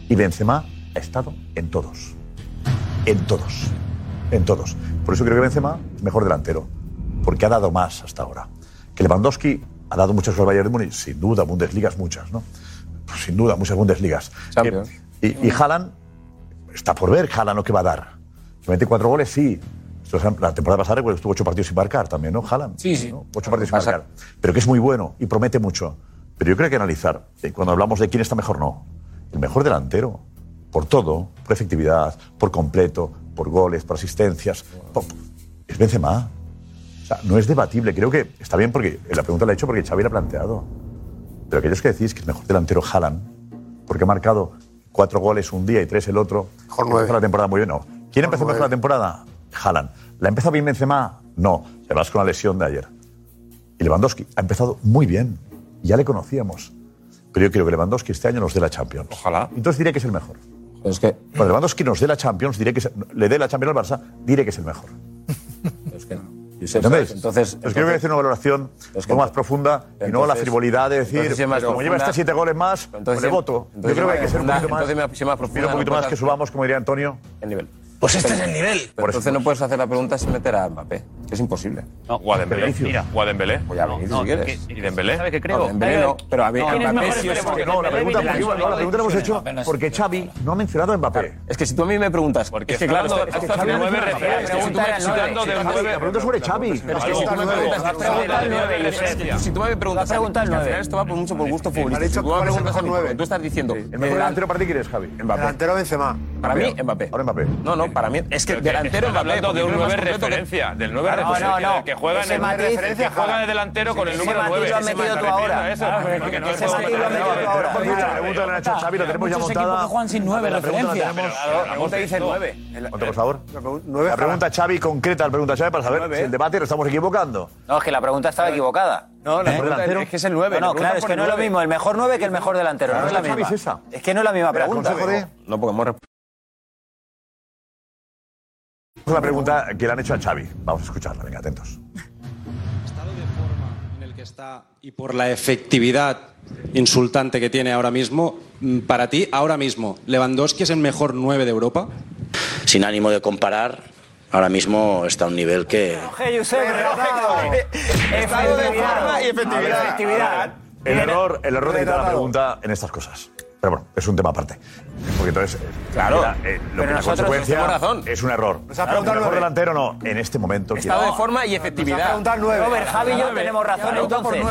[SPEAKER 7] Y Benzema ha estado en todos. En todos. En todos. Por eso creo que Benzema es mejor delantero. Porque ha dado más hasta ahora. Que Lewandowski ha dado muchas al Bayern de Múnich. Sin duda, Bundesligas muchas, ¿no? Pues sin duda, muchas Bundesligas. Eh, y, y Haaland, está por ver Haaland lo que va a dar. Que mete cuatro goles, sí. Esto es La temporada pasada recuerdo que estuvo ocho partidos sin marcar también, ¿no? Haaland. Sí, sí. Ocho partidos sin marcar. Pero que es muy bueno y promete mucho. Pero yo creo que hay que analizar, eh, cuando hablamos de quién está mejor, no. El mejor delantero, por todo, por efectividad, por completo, por goles, por asistencias, por- es Benzema. O sea, no es debatible. Creo que está bien porque la pregunta la he hecho porque Xavi la ha planteado. Pero aquellos que decís que el mejor delantero Haaland, porque ha marcado cuatro goles un día y tres el otro, empezó la temporada muy bien. No. ¿Quién empezó mejor la temporada? Haaland. ¿La ha empezado bien Benzema? No. Además con la lesión de ayer. Y Lewandowski ha empezado muy bien. Ya le conocíamos. Pero yo creo que Lewandowski este año nos dé la Champions. Ojalá. Entonces diré que es el mejor.
[SPEAKER 10] Es que...
[SPEAKER 7] Cuando Lewandowski nos dé la Champions, diré que es- le dé la Champions al Barça, diré que es el mejor.
[SPEAKER 10] Josep,
[SPEAKER 7] ¿Entendéis?
[SPEAKER 10] ¿sabes? Entonces,
[SPEAKER 7] Os quiero hacer una valoración un poco más profunda y no la
[SPEAKER 10] entonces-
[SPEAKER 7] frivolidad de decir,
[SPEAKER 10] entonces, si es más
[SPEAKER 7] pero como lleva
[SPEAKER 10] profunda-
[SPEAKER 7] este siete goles más, pues
[SPEAKER 10] entonces,
[SPEAKER 7] le
[SPEAKER 10] si-
[SPEAKER 7] voto. Yo
[SPEAKER 10] entonces,
[SPEAKER 7] creo que hay
[SPEAKER 10] si
[SPEAKER 7] que ser un
[SPEAKER 10] más
[SPEAKER 7] poquito más,
[SPEAKER 10] profunda- entonces, si más profunda,
[SPEAKER 7] un poquito
[SPEAKER 10] no
[SPEAKER 7] más que
[SPEAKER 10] puedes-
[SPEAKER 7] subamos, como diría Antonio.
[SPEAKER 10] El nivel.
[SPEAKER 7] Pues este es el nivel.
[SPEAKER 10] Pero entonces no puedes hacer la pregunta sin meter a Mbappé, que es imposible.
[SPEAKER 17] No,
[SPEAKER 10] o a Dembélé.
[SPEAKER 8] Vinicius. Mira.
[SPEAKER 10] O a Dembélé. O a Vinicius,
[SPEAKER 8] no,
[SPEAKER 10] si
[SPEAKER 8] es
[SPEAKER 10] quieres.
[SPEAKER 8] que- ¿Y Dembélé? ¿sabes qué creo?
[SPEAKER 10] No, Dembélé no, pero a mí
[SPEAKER 8] No,
[SPEAKER 10] a
[SPEAKER 8] ¿quién es
[SPEAKER 10] Mbappé
[SPEAKER 8] mejor
[SPEAKER 10] sí
[SPEAKER 8] Dembélé?
[SPEAKER 10] es...
[SPEAKER 8] Porque
[SPEAKER 7] No, la pregunta, no, la pregunta la hemos hecho porque Xavi no ha mencionado a Mbappé.
[SPEAKER 10] Es que si tú a mí me preguntas...
[SPEAKER 7] Porque
[SPEAKER 10] es que claro,
[SPEAKER 7] está-
[SPEAKER 10] está-
[SPEAKER 7] es que
[SPEAKER 10] está-
[SPEAKER 7] Xavi no
[SPEAKER 10] está-
[SPEAKER 7] menciona a
[SPEAKER 10] está-
[SPEAKER 7] Mbappé.
[SPEAKER 10] está-
[SPEAKER 7] Pregunta
[SPEAKER 10] está-
[SPEAKER 7] era
[SPEAKER 10] está- está-
[SPEAKER 7] nueve,
[SPEAKER 10] está-
[SPEAKER 7] sí, Xavi, la pregunta es sobre Xavi.
[SPEAKER 10] Pero es que
[SPEAKER 7] Algo.
[SPEAKER 10] si tú me
[SPEAKER 7] Algo.
[SPEAKER 10] preguntas-
[SPEAKER 7] La pregunta del nueve, la esencia.
[SPEAKER 10] Si tú me preguntas... que al final esto va por mucho por gusto futbolístico. Si tú me preguntas a mí, porque Tú estás diciendo...
[SPEAKER 7] ¿El mejor delantero para ti quién es, Javi?
[SPEAKER 10] Mbappé.
[SPEAKER 13] Delantero Benzema.
[SPEAKER 10] Para mí, Mbappé.
[SPEAKER 7] Ahora Mbappé.
[SPEAKER 10] No, no, para mí. Es que
[SPEAKER 8] Pero que
[SPEAKER 10] delantero
[SPEAKER 8] están
[SPEAKER 10] Mbappé.
[SPEAKER 8] hablando de
[SPEAKER 10] porque
[SPEAKER 8] un
[SPEAKER 10] no es más
[SPEAKER 8] 9
[SPEAKER 10] completo que-
[SPEAKER 8] referencia, del 9
[SPEAKER 10] Claro,
[SPEAKER 8] referencia,
[SPEAKER 10] no, no.
[SPEAKER 8] del que juega en
[SPEAKER 10] Ese
[SPEAKER 8] el
[SPEAKER 10] matiz,
[SPEAKER 8] el que juega de delantero con el
[SPEAKER 10] ese
[SPEAKER 8] número
[SPEAKER 10] matiz
[SPEAKER 8] 9.
[SPEAKER 10] lo has metido tú ahora. Claro,
[SPEAKER 8] Porque no
[SPEAKER 10] ese matiz
[SPEAKER 8] es
[SPEAKER 10] lo has metido tú ahora.
[SPEAKER 7] La pregunta de Nacho Xavi la tenemos ya
[SPEAKER 10] Muchos
[SPEAKER 7] montada.
[SPEAKER 10] equipos que juegan sin nueve
[SPEAKER 7] La pregunta la
[SPEAKER 10] referencia.
[SPEAKER 7] tenemos-
[SPEAKER 10] Pero, claro, la pregunta dice nueve.
[SPEAKER 7] Ponte, por favor. La pregunta Xavi concreta, la pregunta Xavi para saber si el debate lo estamos equivocando.
[SPEAKER 15] No, es que la pregunta estaba equivocada.
[SPEAKER 7] No,
[SPEAKER 17] ¿Eh?
[SPEAKER 7] la pregunta es que es el nueve,
[SPEAKER 15] No,
[SPEAKER 7] la
[SPEAKER 15] no,
[SPEAKER 7] pregunta
[SPEAKER 15] claro, es
[SPEAKER 7] por
[SPEAKER 15] que
[SPEAKER 7] el
[SPEAKER 15] no es lo
[SPEAKER 7] nueve.
[SPEAKER 15] mismo el mejor 9 que el mejor delantero. No es la
[SPEAKER 7] Claro,
[SPEAKER 15] misma.
[SPEAKER 7] ¿sabes esa?
[SPEAKER 15] Es que no es la misma
[SPEAKER 7] Espera,
[SPEAKER 15] pregunta.
[SPEAKER 7] consejo de-
[SPEAKER 10] No, porque hemos
[SPEAKER 7] Es una pregunta que le han hecho a Xavi. Vamos a escucharla, venga, atentos.
[SPEAKER 12] en el que está y por la efectividad insultante que tiene ahora mismo, mm, para ti, ahora mismo, ¿Lewandowski es el mejor 9 de Europa?
[SPEAKER 16] Sin ánimo de comparar, ahora mismo está a un nivel que,
[SPEAKER 7] Estado de forma
[SPEAKER 24] y efectividad.
[SPEAKER 7] El error, el error de quitar la pregunta en estas cosas. Pero bueno, es un tema aparte. Porque entonces, eh,
[SPEAKER 24] Claro.
[SPEAKER 7] mira,
[SPEAKER 24] Pero
[SPEAKER 7] eh, lo que la
[SPEAKER 24] nosotros
[SPEAKER 7] consecuencia
[SPEAKER 24] tenemos razón.
[SPEAKER 7] es un error.
[SPEAKER 24] Nos ha
[SPEAKER 7] Claro,
[SPEAKER 24] preguntado
[SPEAKER 7] el mejor
[SPEAKER 24] nueve.
[SPEAKER 7] delantero no. En este momento
[SPEAKER 25] Estado
[SPEAKER 7] quiero-
[SPEAKER 25] de forma y efectividad. Robert, Javi y yo tenemos razón entonces.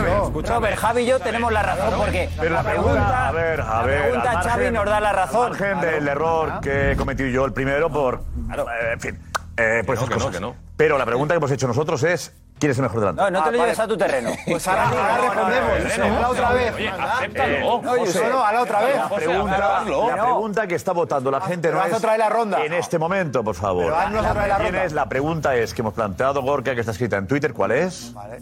[SPEAKER 25] Robert, Javi y yo tenemos la razón porque
[SPEAKER 7] Pero la pregunta, a ver, a ver.
[SPEAKER 25] pregunta
[SPEAKER 7] al
[SPEAKER 25] Xavi nos da la razón.
[SPEAKER 7] al margen del error que he cometido yo el primero por. eh, en fin, eh, por esas
[SPEAKER 24] no, que
[SPEAKER 7] cosas.
[SPEAKER 24] no.
[SPEAKER 7] Pero la pregunta que hemos hecho nosotros es: ¿quién es el mejor delantero? Ah,
[SPEAKER 25] No, no te lo lleves a tu terreno.
[SPEAKER 7] Pues
[SPEAKER 25] ahora,
[SPEAKER 7] respondemos.
[SPEAKER 6] La otra vez.
[SPEAKER 7] Oye,
[SPEAKER 6] Eh, no, José, a la otra vez.
[SPEAKER 7] La pregunta, la pregunta que está votando la gente no
[SPEAKER 6] haz
[SPEAKER 7] es
[SPEAKER 6] otra vez la ronda.
[SPEAKER 7] en este momento, por favor.
[SPEAKER 6] Pero haznos otra vez la
[SPEAKER 7] ¿Quién
[SPEAKER 6] ronda.
[SPEAKER 7] es? La pregunta es que hemos planteado, Gorka, que está escrita en Twitter, ¿cuál es? Vale.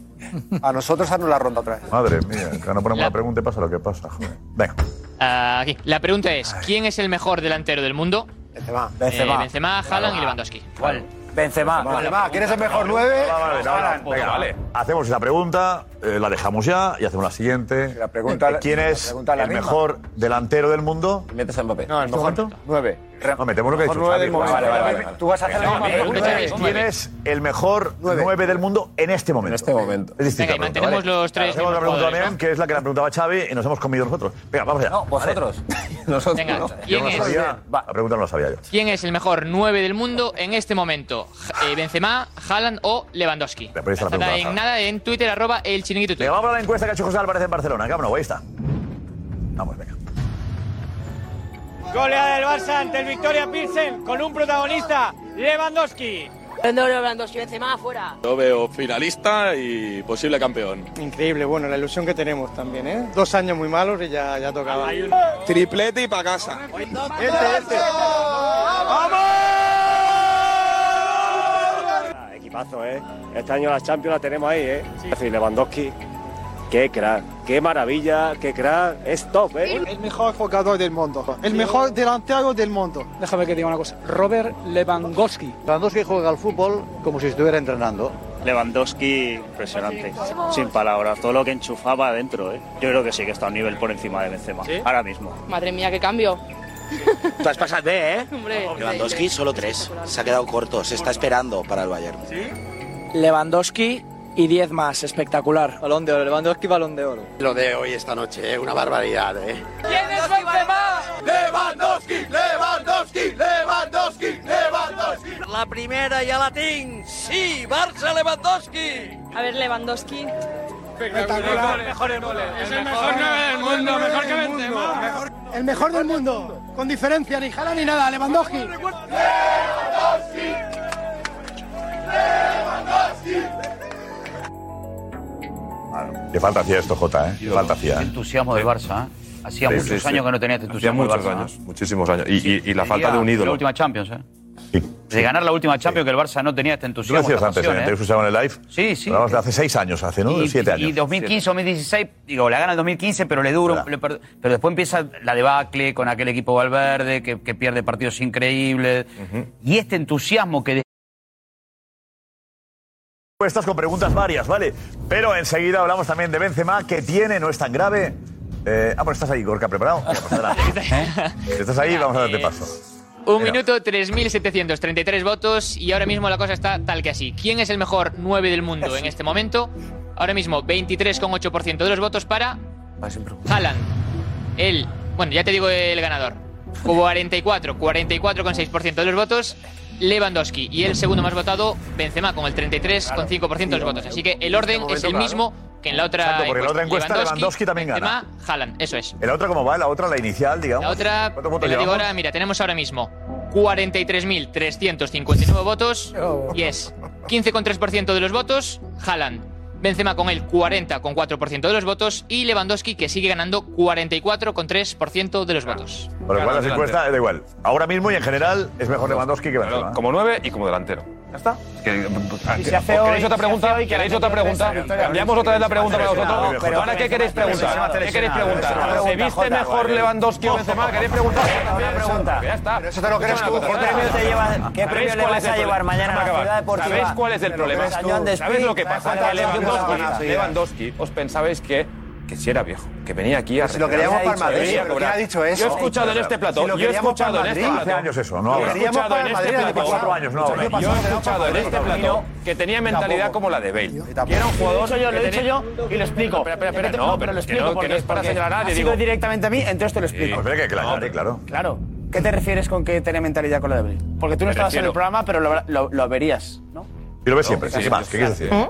[SPEAKER 6] A nosotros haznos la ronda otra vez.
[SPEAKER 7] Madre mía, cuando ponemos la pregunta y pasa lo que pasa. Joder. Venga.
[SPEAKER 18] Ah, aquí. La pregunta es, ¿quién es el mejor delantero del mundo? Benzema.
[SPEAKER 7] Benzema.
[SPEAKER 18] Benzema, Haaland y Lewandowski. ¿Cuál?
[SPEAKER 25] Benzema.
[SPEAKER 6] Benzema, ¿quién es el mejor 9?
[SPEAKER 7] Vale, vale, venga, vale. Hacemos la pregunta, eh, la dejamos ya y hacemos la siguiente. La
[SPEAKER 6] pregunta-
[SPEAKER 7] ¿Quién
[SPEAKER 6] la
[SPEAKER 7] es
[SPEAKER 6] pregunta la
[SPEAKER 7] el
[SPEAKER 6] misma.
[SPEAKER 7] mejor delantero del mundo?
[SPEAKER 24] Metes a Mbappé.
[SPEAKER 7] No, el mejor
[SPEAKER 6] 9.
[SPEAKER 7] No, metemos lo que he
[SPEAKER 6] Mejor
[SPEAKER 7] dicho.
[SPEAKER 6] nueve
[SPEAKER 7] Xavi,
[SPEAKER 6] del mundo.
[SPEAKER 7] Jorge.
[SPEAKER 6] Vale, vale, vale. Tú vas a hacer la
[SPEAKER 7] Venga,
[SPEAKER 6] misma
[SPEAKER 7] mi
[SPEAKER 6] pregunta.
[SPEAKER 7] pregunta es,
[SPEAKER 6] Xavi,
[SPEAKER 7] ¿Quién
[SPEAKER 6] Xavi.
[SPEAKER 7] es el mejor 9 del mundo en este momento? En este momento. Es distinta
[SPEAKER 18] Venga,
[SPEAKER 7] la
[SPEAKER 18] y
[SPEAKER 7] pregunta,
[SPEAKER 18] mantenemos los tres
[SPEAKER 7] Hacemos
[SPEAKER 18] mismos
[SPEAKER 7] la pregunta
[SPEAKER 18] jugadores,
[SPEAKER 7] también, que es la que la preguntaba Xavi y nos hemos comido nosotros. Venga, vamos allá.
[SPEAKER 18] No,
[SPEAKER 7] vosotros.
[SPEAKER 24] Nosotros.
[SPEAKER 18] Venga,
[SPEAKER 7] no. Yo
[SPEAKER 18] ¿quién
[SPEAKER 7] no la
[SPEAKER 18] es?
[SPEAKER 7] sabía. La pregunta no la sabía yo.
[SPEAKER 18] ¿Quién es el mejor 9 del mundo en este momento? Ja- eh, Benzema, Haaland o Lewandowski.
[SPEAKER 7] Pero esa es la
[SPEAKER 18] Nada
[SPEAKER 7] pregunta.
[SPEAKER 18] en nada en Twitter, arroba el chiringuito
[SPEAKER 7] Venga, vamos a la encuesta que ha hecho José Álvarez en Barcelona. Cámara, ahí está. Vamos, venga.
[SPEAKER 26] Goleada del Barça ante el Victoria Pilsen con un protagonista, Lewandowski.
[SPEAKER 3] Lewandowski, Benzema, fuera.
[SPEAKER 2] Yo veo finalista y posible campeón.
[SPEAKER 27] Increíble, bueno, la ilusión que tenemos también, ¿eh? Dos años muy malos y ya, ya tocaba.
[SPEAKER 2] Triplete y para casa.
[SPEAKER 27] Este, este.
[SPEAKER 10] Equipazo, ¿eh? Este año las Champions las tenemos ahí, ¿eh? Sí. Lewandowski, qué crack, qué maravilla, qué crack, es top, ¿eh?
[SPEAKER 9] El mejor jugador del mundo, el mejor delantero del mundo. Déjame que diga una cosa, Robert Lewandowski.
[SPEAKER 1] Lewandowski juega al fútbol como si estuviera entrenando.
[SPEAKER 15] Lewandowski, impresionante. Sin palabras, todo lo que enchufaba adentro. ¿eh? Yo creo que sí que está a un nivel por encima de Benzema, ahora mismo.
[SPEAKER 13] Madre mía, qué cambio.
[SPEAKER 1] Tú has pasado de, ¿eh?
[SPEAKER 13] Hombre,
[SPEAKER 1] Lewandowski solo tres. Se ha quedado corto, se está esperando para el Bayern.
[SPEAKER 11] Lewandowski y 10 más, espectacular.
[SPEAKER 13] Balón de oro, Lewandowski, balón de oro.
[SPEAKER 1] Lo de hoy esta noche, es una barbaridad, ¿eh?
[SPEAKER 13] ¿Quién es Benzema?
[SPEAKER 11] Lewandowski, Lewandowski, Lewandowski, Lewandowski. La primera ya la tinc. Sí, Barça Lewandowski.
[SPEAKER 13] A ver, Lewandowski.
[SPEAKER 11] Mejor el Es el mejor del mundo, mejor que Benzema.
[SPEAKER 13] El mejor del mundo, con diferencia, ni jala ni nada, Lewandowski.
[SPEAKER 7] Le falta hacía esto, Jota, ¿eh? Le falta
[SPEAKER 17] Qué
[SPEAKER 7] hacía. ¿eh?
[SPEAKER 17] entusiasmo del Barça, ¿eh? Hacía
[SPEAKER 7] Sí,
[SPEAKER 17] muchos
[SPEAKER 7] sí, sí.
[SPEAKER 17] años que no tenía este
[SPEAKER 7] Hacía
[SPEAKER 17] entusiasmo del
[SPEAKER 7] muchos
[SPEAKER 17] Barça,
[SPEAKER 7] años,
[SPEAKER 17] ¿eh?
[SPEAKER 7] muchísimos años. Y- y- y la
[SPEAKER 17] Sí,
[SPEAKER 7] falta de un
[SPEAKER 17] sería
[SPEAKER 7] ídolo.
[SPEAKER 17] La última Champions, ¿eh? De ganar la última Champions que el Barça no tenía este
[SPEAKER 7] Tú lo
[SPEAKER 17] entusiasmo.
[SPEAKER 7] hacías
[SPEAKER 17] esta
[SPEAKER 7] antes, ¿eh?
[SPEAKER 17] pasión,
[SPEAKER 7] Te
[SPEAKER 17] ¿eh?
[SPEAKER 7] escuchaba en el live.
[SPEAKER 17] Sí, sí.
[SPEAKER 7] Hablabas de hace seis años, hace, ¿no?
[SPEAKER 17] Y,
[SPEAKER 7] Siete
[SPEAKER 17] y
[SPEAKER 7] años.
[SPEAKER 17] 2015, 2016, digo, la gana en 2015, pero le dura. un- le per- pero después empieza la debacle con aquel equipo Valverde que, que pierde partidos increíbles. Y este entusiasmo que. de-
[SPEAKER 7] Respuestas con preguntas varias, ¿vale? Pero enseguida hablamos también de Benzema, que tiene, no es tan grave. Eh, ah, pero estás ahí, Gorka, preparado. Ya pasará. ¿Eh? Estás ahí, vamos a darte paso.
[SPEAKER 18] Un minuto, 3.733 votos y ahora mismo la cosa está tal que así. ¿Quién es el mejor 9 del mundo en este momento? Ahora mismo 23,8% de los votos para
[SPEAKER 7] Ah,
[SPEAKER 18] Haaland. El, bueno, ya te digo el ganador. 44, 44,6% de los votos. Lewandowski y el segundo más votado, Benzema, con el 33,5% de los votos. Así que el orden es el mismo que en la otra
[SPEAKER 7] Este Exacto, porque en la otra encuesta Lewandowski también
[SPEAKER 18] Benzema,
[SPEAKER 7] gana.
[SPEAKER 18] Haaland, eso es.
[SPEAKER 7] ¿En la otra cómo va? ¿La otra, la inicial, digamos?
[SPEAKER 18] La otra,
[SPEAKER 7] ¿Cuántos
[SPEAKER 18] te
[SPEAKER 7] votos
[SPEAKER 18] la digo
[SPEAKER 7] llevamos?
[SPEAKER 18] ahora, mira, tenemos ahora mismo 43.359 votos y es 15,3% de los votos, Haaland. Benzema con el 40,4% de los votos y Lewandowski que sigue ganando 44,3% de los votos.
[SPEAKER 7] Con
[SPEAKER 8] Claro,
[SPEAKER 7] lo cual las
[SPEAKER 8] delantero.
[SPEAKER 7] encuestas, eh, da igual. Ahora mismo y en general es mejor Lewandowski que Benzema. ¿eh?
[SPEAKER 8] Como nueve y como delantero.
[SPEAKER 7] ¿Ya está?
[SPEAKER 8] Es que,
[SPEAKER 7] Y
[SPEAKER 8] ¿Queréis
[SPEAKER 7] se hace hoy,
[SPEAKER 8] otra
[SPEAKER 7] se hace
[SPEAKER 8] pregunta?
[SPEAKER 7] hoy que
[SPEAKER 8] ¿Queréis
[SPEAKER 7] la
[SPEAKER 8] otra
[SPEAKER 7] gente
[SPEAKER 8] pregunta?
[SPEAKER 7] piensa que está
[SPEAKER 8] Cambiamos otra vez la pregunta para
[SPEAKER 7] seleccionado,
[SPEAKER 8] vosotros.
[SPEAKER 7] pero
[SPEAKER 8] Ahora, ¿qué queréis preguntar? ¿Qué queréis preguntar? ¿Se viste mejor Lewandowski o Benzema? ¿Queréis preguntar? Una pregunta. Ya está.
[SPEAKER 15] eso te lo crees tú. ¿Qué premio te llevas- qué
[SPEAKER 8] ¿Sabéis
[SPEAKER 15] premio le
[SPEAKER 8] cuál es
[SPEAKER 15] vas
[SPEAKER 8] el
[SPEAKER 15] a llevar
[SPEAKER 8] problema?
[SPEAKER 15] mañana a la
[SPEAKER 8] Déjame acabar.
[SPEAKER 15] Ciudad Deportiva?
[SPEAKER 8] ¿Sabéis cuál es el
[SPEAKER 15] Te lo
[SPEAKER 8] problema?
[SPEAKER 15] crees tú. Cañón de
[SPEAKER 8] ¿Sabéis lo que pasa?
[SPEAKER 15] sprint, ¿cuántas
[SPEAKER 8] Que
[SPEAKER 15] veces lo
[SPEAKER 8] Lewandowski,
[SPEAKER 15] van a hacer?
[SPEAKER 8] Lewandowski, os pensabais que que si era viejo, que venía aquí a
[SPEAKER 13] Si lo
[SPEAKER 8] reclamar.
[SPEAKER 13] queríamos
[SPEAKER 8] Que
[SPEAKER 13] para el Madrid,
[SPEAKER 8] venía a
[SPEAKER 13] pero
[SPEAKER 8] cobrar.
[SPEAKER 13] ¿quién ha dicho eso?
[SPEAKER 8] Yo he escuchado en este plato,
[SPEAKER 13] Si lo
[SPEAKER 8] yo he
[SPEAKER 13] queríamos
[SPEAKER 8] escuchado
[SPEAKER 13] para
[SPEAKER 8] en
[SPEAKER 13] el
[SPEAKER 8] este
[SPEAKER 13] Madrid,
[SPEAKER 8] plato.
[SPEAKER 13] hace años eso, no
[SPEAKER 8] Yo he
[SPEAKER 13] ahora.
[SPEAKER 8] escuchado
[SPEAKER 13] Queríamos para
[SPEAKER 8] en
[SPEAKER 13] el
[SPEAKER 8] este
[SPEAKER 13] Madrid, hace
[SPEAKER 8] plato-
[SPEAKER 13] cuatro años, no
[SPEAKER 8] Yo
[SPEAKER 13] ahora.
[SPEAKER 8] he escuchado en este plato que tenía mentalidad como la de Bale. Que era un jugador.
[SPEAKER 1] Lo he dicho yo, lo he
[SPEAKER 8] que
[SPEAKER 1] dicho
[SPEAKER 8] tenía-
[SPEAKER 1] yo y lo explico.
[SPEAKER 8] Espera, espera, espera,
[SPEAKER 1] Pero te- pero lo
[SPEAKER 8] no, que no,
[SPEAKER 1] explico.
[SPEAKER 8] que no
[SPEAKER 1] porque-
[SPEAKER 8] es para
[SPEAKER 1] porque
[SPEAKER 8] señalar a nadie,
[SPEAKER 1] Ha
[SPEAKER 8] digo.
[SPEAKER 1] sido directamente a mí, entonces te lo explico.
[SPEAKER 7] Espera que claro, claro.
[SPEAKER 1] Claro. ¿Qué te refieres con que tenía mentalidad con la de Abril? Porque tú no
[SPEAKER 7] Me
[SPEAKER 1] estabas en
[SPEAKER 7] refiero-
[SPEAKER 1] el programa, pero lo, lo- lo verías, ¿no?
[SPEAKER 7] Y lo ves siempre,
[SPEAKER 8] sí,
[SPEAKER 7] sin más. ¿Qué
[SPEAKER 8] ¿Mm?
[SPEAKER 7] quieres decir?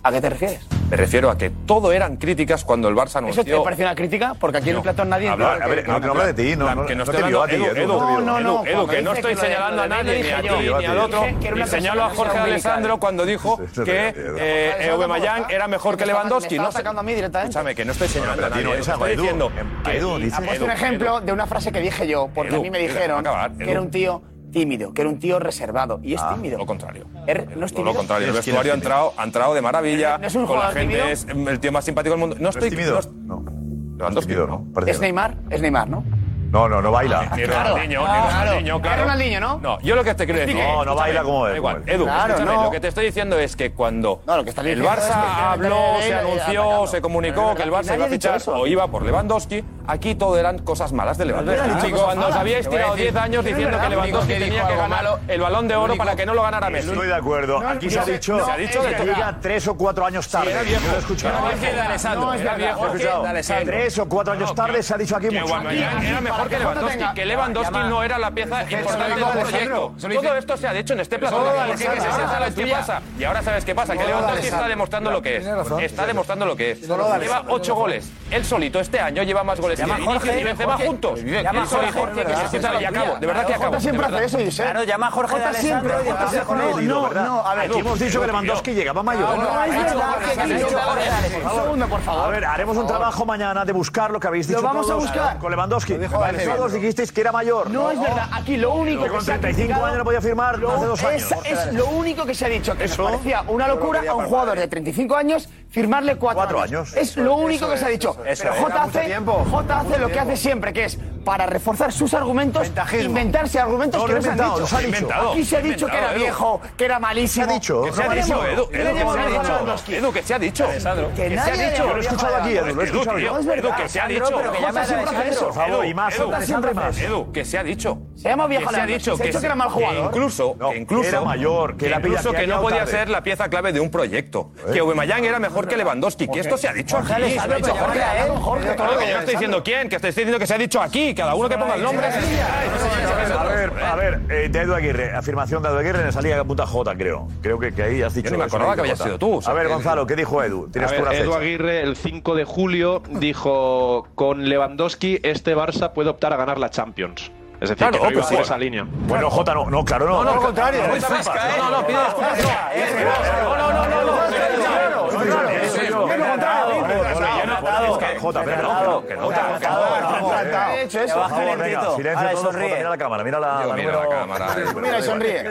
[SPEAKER 1] ¿A qué te refieres?
[SPEAKER 8] Me refiero a que todo eran críticas cuando el Barça anunció.
[SPEAKER 1] ¿Eso te parece una crítica? Porque aquí en el platón nadie...
[SPEAKER 8] Habla-
[SPEAKER 1] entiende
[SPEAKER 8] a ver,
[SPEAKER 1] que-
[SPEAKER 8] no, no habla de ti, no, no,
[SPEAKER 1] que
[SPEAKER 8] no
[SPEAKER 1] estoy
[SPEAKER 8] te vio a ti,
[SPEAKER 1] hablando-
[SPEAKER 8] Edu, no te
[SPEAKER 1] No,
[SPEAKER 8] vio.
[SPEAKER 1] no, no.
[SPEAKER 8] Edu, Edu,
[SPEAKER 1] cuando
[SPEAKER 8] que no
[SPEAKER 1] dice
[SPEAKER 8] estoy
[SPEAKER 1] que lo de- lo
[SPEAKER 8] señalando a
[SPEAKER 1] de
[SPEAKER 8] nadie,
[SPEAKER 1] Bale
[SPEAKER 8] ni a
[SPEAKER 1] dije
[SPEAKER 8] ti,
[SPEAKER 1] yo.
[SPEAKER 8] ni al otro.
[SPEAKER 1] Dije que era
[SPEAKER 8] Y
[SPEAKER 1] una
[SPEAKER 8] señalo a
[SPEAKER 1] persona
[SPEAKER 8] Jorge
[SPEAKER 1] dominical.
[SPEAKER 8] Alessandro cuando dijo
[SPEAKER 1] sí,
[SPEAKER 8] que
[SPEAKER 1] sí, sí, sí.
[SPEAKER 8] eh,
[SPEAKER 1] Me
[SPEAKER 8] eh,
[SPEAKER 1] está
[SPEAKER 8] Aubameyang
[SPEAKER 1] atacando-
[SPEAKER 8] era mejor que
[SPEAKER 1] me está
[SPEAKER 8] Lewandowski.
[SPEAKER 1] atacando
[SPEAKER 8] No
[SPEAKER 1] a mí directamente.
[SPEAKER 8] Escúchame, que no estoy señalando a
[SPEAKER 7] Bueno, pero a ti no,
[SPEAKER 8] nadie.
[SPEAKER 7] esa,
[SPEAKER 8] Estoy
[SPEAKER 7] Edu,
[SPEAKER 8] diciendo
[SPEAKER 7] a Edu,
[SPEAKER 8] que-
[SPEAKER 7] dice-
[SPEAKER 1] Ha puesto
[SPEAKER 8] Edu,
[SPEAKER 1] pues un ejemplo
[SPEAKER 8] Edu.
[SPEAKER 1] de una frase que dije yo, porque
[SPEAKER 8] Edu,
[SPEAKER 1] a mí me
[SPEAKER 8] Edu,
[SPEAKER 1] dijeron
[SPEAKER 8] déjame acabar,
[SPEAKER 1] que
[SPEAKER 8] Edu. Ah,
[SPEAKER 1] era un tío tímido, que era un tío reservado. Y es tímido. Lo
[SPEAKER 8] contrario.
[SPEAKER 1] no es
[SPEAKER 8] Todo
[SPEAKER 1] tímido.
[SPEAKER 8] lo contrario, el vestuario ha entrado, ha entrado de maravilla.
[SPEAKER 1] No es un
[SPEAKER 8] con la
[SPEAKER 1] jugador
[SPEAKER 8] gente
[SPEAKER 1] tímido.
[SPEAKER 8] es el tío más simpático del mundo. No estoy tímido. No. es- Lewandowski, no.
[SPEAKER 1] ¿Es Neymar? Es Neymar, ¿no?
[SPEAKER 7] No, no, no baila.
[SPEAKER 8] Ni Ronaldinho, ni
[SPEAKER 22] Ah,
[SPEAKER 1] claro.
[SPEAKER 8] Ronaldinho, claro.
[SPEAKER 1] Era Ronaldinho, ¿no?
[SPEAKER 8] No, yo lo que te quiero decir.
[SPEAKER 7] No, no baila como
[SPEAKER 8] Da
[SPEAKER 7] él,
[SPEAKER 8] Igual,
[SPEAKER 7] como él.
[SPEAKER 8] Edu,
[SPEAKER 7] Claro,
[SPEAKER 8] escúchame,
[SPEAKER 7] no.
[SPEAKER 8] lo que te estoy diciendo es que cuando el
[SPEAKER 7] diciendo es que
[SPEAKER 8] Barça habló,
[SPEAKER 7] Dembélé
[SPEAKER 8] se anunció,
[SPEAKER 7] atacando.
[SPEAKER 8] se comunicó que el Barça
[SPEAKER 7] Nadie
[SPEAKER 8] iba a
[SPEAKER 7] ha dicho
[SPEAKER 8] fichar
[SPEAKER 7] eso.
[SPEAKER 8] o iba por Lewandowski, aquí todo eran cosas malas de
[SPEAKER 7] Nadie ha
[SPEAKER 8] Lewandowski.
[SPEAKER 7] dicho
[SPEAKER 8] Chicos,
[SPEAKER 7] cosas
[SPEAKER 8] cuando os
[SPEAKER 7] malas.
[SPEAKER 8] habíais
[SPEAKER 7] Te voy a
[SPEAKER 8] tirado
[SPEAKER 7] decir,
[SPEAKER 8] 10 años
[SPEAKER 7] es
[SPEAKER 8] diciendo
[SPEAKER 7] verdad.
[SPEAKER 8] que
[SPEAKER 7] El único
[SPEAKER 8] Lewandowski
[SPEAKER 7] que
[SPEAKER 8] tenía
[SPEAKER 7] dijo
[SPEAKER 8] que
[SPEAKER 7] algo
[SPEAKER 8] ganar
[SPEAKER 7] malo-
[SPEAKER 8] el balón de oro para que no lo ganara Messi.
[SPEAKER 7] Estoy de acuerdo.
[SPEAKER 8] No,
[SPEAKER 7] Aquí
[SPEAKER 8] no,
[SPEAKER 7] se ha
[SPEAKER 8] no,
[SPEAKER 7] dicho,
[SPEAKER 8] no, se ha dicho de
[SPEAKER 7] que
[SPEAKER 8] todo.
[SPEAKER 7] diga tres o cuatro años tarde.
[SPEAKER 8] era viejo.
[SPEAKER 7] Yo lo he escuchado.
[SPEAKER 8] Era viejo de Alessandro,
[SPEAKER 7] No, es
[SPEAKER 8] era
[SPEAKER 7] verdad.
[SPEAKER 8] viejo
[SPEAKER 7] Lo he escuchado.
[SPEAKER 8] de Alessandro.
[SPEAKER 7] Tres o cuatro años tarde se ha dicho aquí
[SPEAKER 8] Que
[SPEAKER 7] mucho.
[SPEAKER 8] Aubameyang era mejor que Lewandowski, que Lewandowski no era la pieza importante del proyecto. Todo esto se ha dicho en este plato.
[SPEAKER 11] Solo
[SPEAKER 8] ¿Por qué?
[SPEAKER 11] Alessandro.
[SPEAKER 8] Que se-
[SPEAKER 11] Ahora
[SPEAKER 8] ¿Sabes qué
[SPEAKER 11] tuya.
[SPEAKER 8] pasa? Y ahora sabes qué pasa, que
[SPEAKER 11] Solo
[SPEAKER 8] Lewandowski está
[SPEAKER 11] Alessandro.
[SPEAKER 8] demostrando lo que es.
[SPEAKER 11] Tienes razón.
[SPEAKER 8] Está demostrando lo que es.
[SPEAKER 11] Solo
[SPEAKER 8] Lleva
[SPEAKER 11] Alessandro.
[SPEAKER 8] ocho goles. Él solito este año lleva más goles
[SPEAKER 15] Llama
[SPEAKER 8] que
[SPEAKER 15] a
[SPEAKER 8] Vinicius
[SPEAKER 15] Jorge.
[SPEAKER 8] y Benzema
[SPEAKER 15] Jorge.
[SPEAKER 8] juntos.
[SPEAKER 15] Llama a
[SPEAKER 8] Él solito,
[SPEAKER 15] Jorge,
[SPEAKER 8] que se sienta- y acabo, de verdad que
[SPEAKER 15] Jota
[SPEAKER 8] acabo.
[SPEAKER 15] siempre
[SPEAKER 8] de verdad.
[SPEAKER 15] hace eso, Josep. Claro, llama a Jorge
[SPEAKER 7] Jota
[SPEAKER 15] de
[SPEAKER 7] siempre
[SPEAKER 15] Alessandro y
[SPEAKER 7] hace
[SPEAKER 15] después
[SPEAKER 7] eso con
[SPEAKER 15] Jorge.
[SPEAKER 7] el hilo,
[SPEAKER 15] No,
[SPEAKER 7] ¿verdad?
[SPEAKER 15] no, a ver.
[SPEAKER 7] Aquí hemos dicho que Lewandowski llegaba mayor.
[SPEAKER 15] No, no, es
[SPEAKER 7] Jorge
[SPEAKER 15] verdad que
[SPEAKER 7] de
[SPEAKER 15] dicho
[SPEAKER 7] Alessandro.
[SPEAKER 15] Jorge de Alessandro.
[SPEAKER 7] Por
[SPEAKER 15] Un segundo, por favor.
[SPEAKER 7] A ver, haremos un
[SPEAKER 15] Por favor.
[SPEAKER 7] trabajo mañana de buscar lo que habéis
[SPEAKER 15] Lo
[SPEAKER 7] dicho
[SPEAKER 15] vamos a
[SPEAKER 7] todos
[SPEAKER 15] buscar.
[SPEAKER 7] con Levandowski.
[SPEAKER 15] Lo dijo
[SPEAKER 7] Todos
[SPEAKER 15] Alessandro.
[SPEAKER 7] dijisteis que era mayor.
[SPEAKER 1] No, es verdad. Aquí lo único
[SPEAKER 7] que
[SPEAKER 1] que
[SPEAKER 7] con
[SPEAKER 1] se ha
[SPEAKER 7] 35
[SPEAKER 1] criticado-
[SPEAKER 7] años no podía firmar
[SPEAKER 1] Lo-
[SPEAKER 7] hace dos años.
[SPEAKER 1] esa es lo único que se ha dicho, que
[SPEAKER 7] Eso
[SPEAKER 1] nos parecía una
[SPEAKER 7] no lo
[SPEAKER 1] locura
[SPEAKER 7] quería
[SPEAKER 1] a un
[SPEAKER 7] para
[SPEAKER 1] jugador de 35 años firmarle 4
[SPEAKER 7] Cuatro años.
[SPEAKER 1] Es lo único que se ha dicho.
[SPEAKER 7] es, eso
[SPEAKER 1] Pero
[SPEAKER 7] es.
[SPEAKER 1] J
[SPEAKER 7] Era mucho
[SPEAKER 1] hace, Jota hace lo que hace siempre, que es, para reforzar sus argumentos, inventarse argumentos
[SPEAKER 7] No,
[SPEAKER 1] que
[SPEAKER 7] lo
[SPEAKER 1] no se han
[SPEAKER 7] inventado,
[SPEAKER 1] dicho.
[SPEAKER 7] se ha dicho. Inventado,
[SPEAKER 1] Aquí se ha
[SPEAKER 7] se ha
[SPEAKER 1] dicho que era
[SPEAKER 7] inventado, Edu.
[SPEAKER 1] viejo, que era malísimo.
[SPEAKER 7] Se ha dicho,
[SPEAKER 1] Que
[SPEAKER 7] se ha dicho,
[SPEAKER 1] llama- que
[SPEAKER 7] Edu,
[SPEAKER 8] Edu,
[SPEAKER 1] le
[SPEAKER 8] que se
[SPEAKER 1] llama
[SPEAKER 8] ha
[SPEAKER 1] Lewandowski.
[SPEAKER 8] dicho. Edu, que se ha dicho.
[SPEAKER 1] Que
[SPEAKER 8] Que se
[SPEAKER 1] nadie
[SPEAKER 8] ha
[SPEAKER 1] le
[SPEAKER 8] dicho.
[SPEAKER 1] llama Lewandowski.
[SPEAKER 8] Edu, tío,
[SPEAKER 1] No, es verdad.
[SPEAKER 8] Edu, que se ha
[SPEAKER 1] Alessandro,
[SPEAKER 8] dicho.
[SPEAKER 1] pero que
[SPEAKER 8] Edu,
[SPEAKER 1] llama
[SPEAKER 8] Edu,
[SPEAKER 1] siempre
[SPEAKER 8] Edu,
[SPEAKER 1] hace eso.
[SPEAKER 8] por favor,
[SPEAKER 1] Edu,
[SPEAKER 8] y más.
[SPEAKER 1] Edu,
[SPEAKER 8] Jota
[SPEAKER 1] siempre
[SPEAKER 8] siempre
[SPEAKER 1] más.
[SPEAKER 8] más. Edu, que se ha dicho.
[SPEAKER 1] Se llama viejo
[SPEAKER 8] Que se ha
[SPEAKER 1] Lewandowski.
[SPEAKER 8] dicho
[SPEAKER 1] Se ha
[SPEAKER 8] que
[SPEAKER 1] dicho que era mal jugador.
[SPEAKER 8] Incluso, que incluso,
[SPEAKER 7] era mayor, que
[SPEAKER 8] que
[SPEAKER 7] la
[SPEAKER 8] incluso
[SPEAKER 7] pilla-
[SPEAKER 8] que
[SPEAKER 7] que ha
[SPEAKER 8] no podía
[SPEAKER 7] llegado tarde.
[SPEAKER 8] ser la pieza clave de un proyecto. Que Aubameyang era mejor que Lewandowski. Que esto se ha dicho
[SPEAKER 1] Jorge
[SPEAKER 8] aquí. Se lo
[SPEAKER 1] Alessandro,
[SPEAKER 8] ha dicho
[SPEAKER 1] pero
[SPEAKER 8] Jorge.
[SPEAKER 1] llama a él, Jorge,
[SPEAKER 8] Todo lo que yo no estoy diciendo quién, que estoy diciendo que se ha dicho aquí. Cada uno que ponga el nombre.
[SPEAKER 7] A ver, a ver, eh, de Edu Aguirre, afirmación de Edu Aguirre en esa liga que apunta J, creo. Creo que, que ahí has dicho.
[SPEAKER 8] Yo ni me
[SPEAKER 7] eso,
[SPEAKER 8] acordaba
[SPEAKER 7] ¿no?
[SPEAKER 8] que habías
[SPEAKER 7] Jota.
[SPEAKER 8] sido tú, o sea,
[SPEAKER 7] a ver,
[SPEAKER 8] que-
[SPEAKER 7] Gonzalo, ¿qué dijo Edu? Tienes
[SPEAKER 22] A
[SPEAKER 7] tú
[SPEAKER 22] ver,
[SPEAKER 7] una
[SPEAKER 22] Edu
[SPEAKER 7] fecha.
[SPEAKER 22] Aguirre el 5 de julio dijo con Lewandowski este Barça puede optar a ganar la Champions. Es decir,
[SPEAKER 7] Claro,
[SPEAKER 22] que no iba
[SPEAKER 7] pues
[SPEAKER 22] por
[SPEAKER 7] sí.
[SPEAKER 22] esa línea.
[SPEAKER 7] Bueno, Jota, no, no, claro, no.
[SPEAKER 22] No, no, al
[SPEAKER 7] contrario.
[SPEAKER 8] No, no, pide disculpas.
[SPEAKER 7] Jota, espera, no, que no, que no, que no.
[SPEAKER 15] He hecho eso.
[SPEAKER 7] Por favor, venga, silencio
[SPEAKER 15] Ahora,
[SPEAKER 7] todos, Jota,
[SPEAKER 15] sonríe.
[SPEAKER 7] mira la cámara, mira la,
[SPEAKER 8] Yo miro la cámara.
[SPEAKER 15] Mira, y sonríe.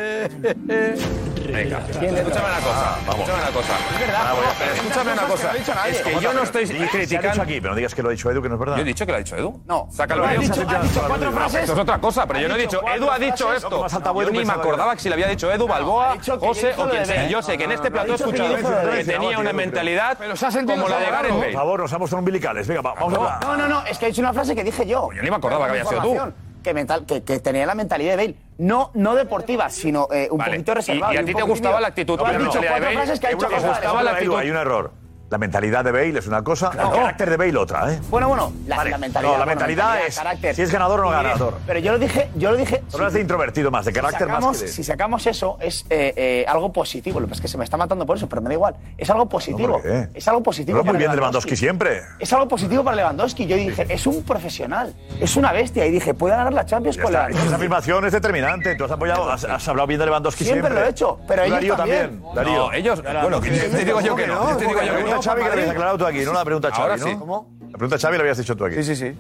[SPEAKER 8] Venga, escúchame una cosa. Escúchame una cosa. Ah, bueno, pero Escúchame una cosa. Es que yo no estoy criticando.
[SPEAKER 7] aquí, pero no digas que lo ha dicho Edu, que no es verdad. Yo he
[SPEAKER 8] dicho que lo ha dicho Edu.
[SPEAKER 7] No.
[SPEAKER 8] Sácalo
[SPEAKER 7] Ha
[SPEAKER 8] Edu.
[SPEAKER 7] dicho- ha dicho cuatro frases.
[SPEAKER 8] Esto es otra cosa, pero
[SPEAKER 7] Ha
[SPEAKER 8] yo no he
[SPEAKER 7] dicho
[SPEAKER 8] dicho.
[SPEAKER 7] cuatro
[SPEAKER 8] Edu ha dicho
[SPEAKER 7] frases. No,
[SPEAKER 8] esto.
[SPEAKER 7] me ha saltado
[SPEAKER 8] Yo
[SPEAKER 7] Edu,
[SPEAKER 8] ni me
[SPEAKER 7] pensaba que-
[SPEAKER 8] acordaba que si le había dicho Edu, Balboa,
[SPEAKER 1] dicho que
[SPEAKER 8] José
[SPEAKER 1] hizo
[SPEAKER 8] o
[SPEAKER 1] lo
[SPEAKER 8] quien
[SPEAKER 1] de
[SPEAKER 8] sea.
[SPEAKER 1] Bale.
[SPEAKER 8] Yo sé que en
[SPEAKER 1] No,
[SPEAKER 8] este
[SPEAKER 1] no,
[SPEAKER 8] plato
[SPEAKER 1] no,
[SPEAKER 8] he
[SPEAKER 1] ha dicho que
[SPEAKER 8] escuchado
[SPEAKER 1] hizo lo de
[SPEAKER 8] que
[SPEAKER 1] Bale.
[SPEAKER 8] tenía una mentalidad
[SPEAKER 1] Pero se ha sentido
[SPEAKER 8] como la de Gareth
[SPEAKER 1] sobrado,
[SPEAKER 7] Por
[SPEAKER 8] Bale.
[SPEAKER 7] favor, nos vamos umbilicales. Venga, va- vamos a hablar.
[SPEAKER 1] No, no, no, es que he dicho una frase que dije yo.
[SPEAKER 8] yo ni me acordaba que había sido tú.
[SPEAKER 1] Que, mental, que, que tenía la mentalidad de Bale. No, no deportiva, sino eh, un poquito reservada.
[SPEAKER 8] y a
[SPEAKER 1] un
[SPEAKER 8] ti te
[SPEAKER 1] poquito
[SPEAKER 8] gustaba
[SPEAKER 1] tímida.
[SPEAKER 8] la actitud,
[SPEAKER 1] Tú has
[SPEAKER 8] pero no.
[SPEAKER 1] dicho
[SPEAKER 8] La de
[SPEAKER 1] cuatro
[SPEAKER 8] Bale,
[SPEAKER 1] frases que ha
[SPEAKER 8] te
[SPEAKER 1] dicho
[SPEAKER 8] gustaba
[SPEAKER 1] González.
[SPEAKER 8] la
[SPEAKER 7] Edu,
[SPEAKER 8] actitud.
[SPEAKER 7] Hay un error. La mentalidad de Bale es una cosa, el carácter de Bale otra, ¿eh?
[SPEAKER 1] Bueno, bueno, la,
[SPEAKER 7] Vale.
[SPEAKER 1] la mentalidad.
[SPEAKER 7] No, la
[SPEAKER 1] bueno,
[SPEAKER 7] mentalidad es
[SPEAKER 1] carácter.
[SPEAKER 7] si es ganador o no
[SPEAKER 1] Y diré,
[SPEAKER 7] ganador.
[SPEAKER 1] Pero yo lo dije, yo lo dije.
[SPEAKER 7] Hablas de introvertido más, de carácter
[SPEAKER 1] si
[SPEAKER 7] más
[SPEAKER 1] sacamos,
[SPEAKER 7] que de-
[SPEAKER 1] Si sacamos eso, es eh, eh, algo positivo. Lo que pasa es que se me está matando por eso, pero me da igual. Es algo positivo.
[SPEAKER 7] qué?
[SPEAKER 1] es algo positivo.
[SPEAKER 7] Hablas muy
[SPEAKER 1] para
[SPEAKER 7] bien de Lewandowski siempre.
[SPEAKER 1] Es algo positivo para Lewandowski. Yo dije, es un profesional, es una bestia. Y dije, puede ganar la Champions
[SPEAKER 7] Pues Ya
[SPEAKER 1] con
[SPEAKER 7] está,
[SPEAKER 1] la.
[SPEAKER 7] Esa afirmación es determinante. Tú has apoyado, has, has hablado bien de Lewandowski siempre.
[SPEAKER 1] Siempre lo he hecho, pero ellos
[SPEAKER 7] Darío
[SPEAKER 1] también.
[SPEAKER 7] Darío.
[SPEAKER 8] No, ellos- bueno, que- te digo yo que no, yo te digo yo que
[SPEAKER 7] Pregunta
[SPEAKER 8] no.
[SPEAKER 7] a Xavi que le habías aclarado tú aquí, no la pregunta a Xavi,
[SPEAKER 8] Ahora
[SPEAKER 7] ¿no?
[SPEAKER 8] sí.
[SPEAKER 7] ¿Cómo? pregunta, Xavi, la habías dicho tú aquí.
[SPEAKER 2] Sí, sí, sí.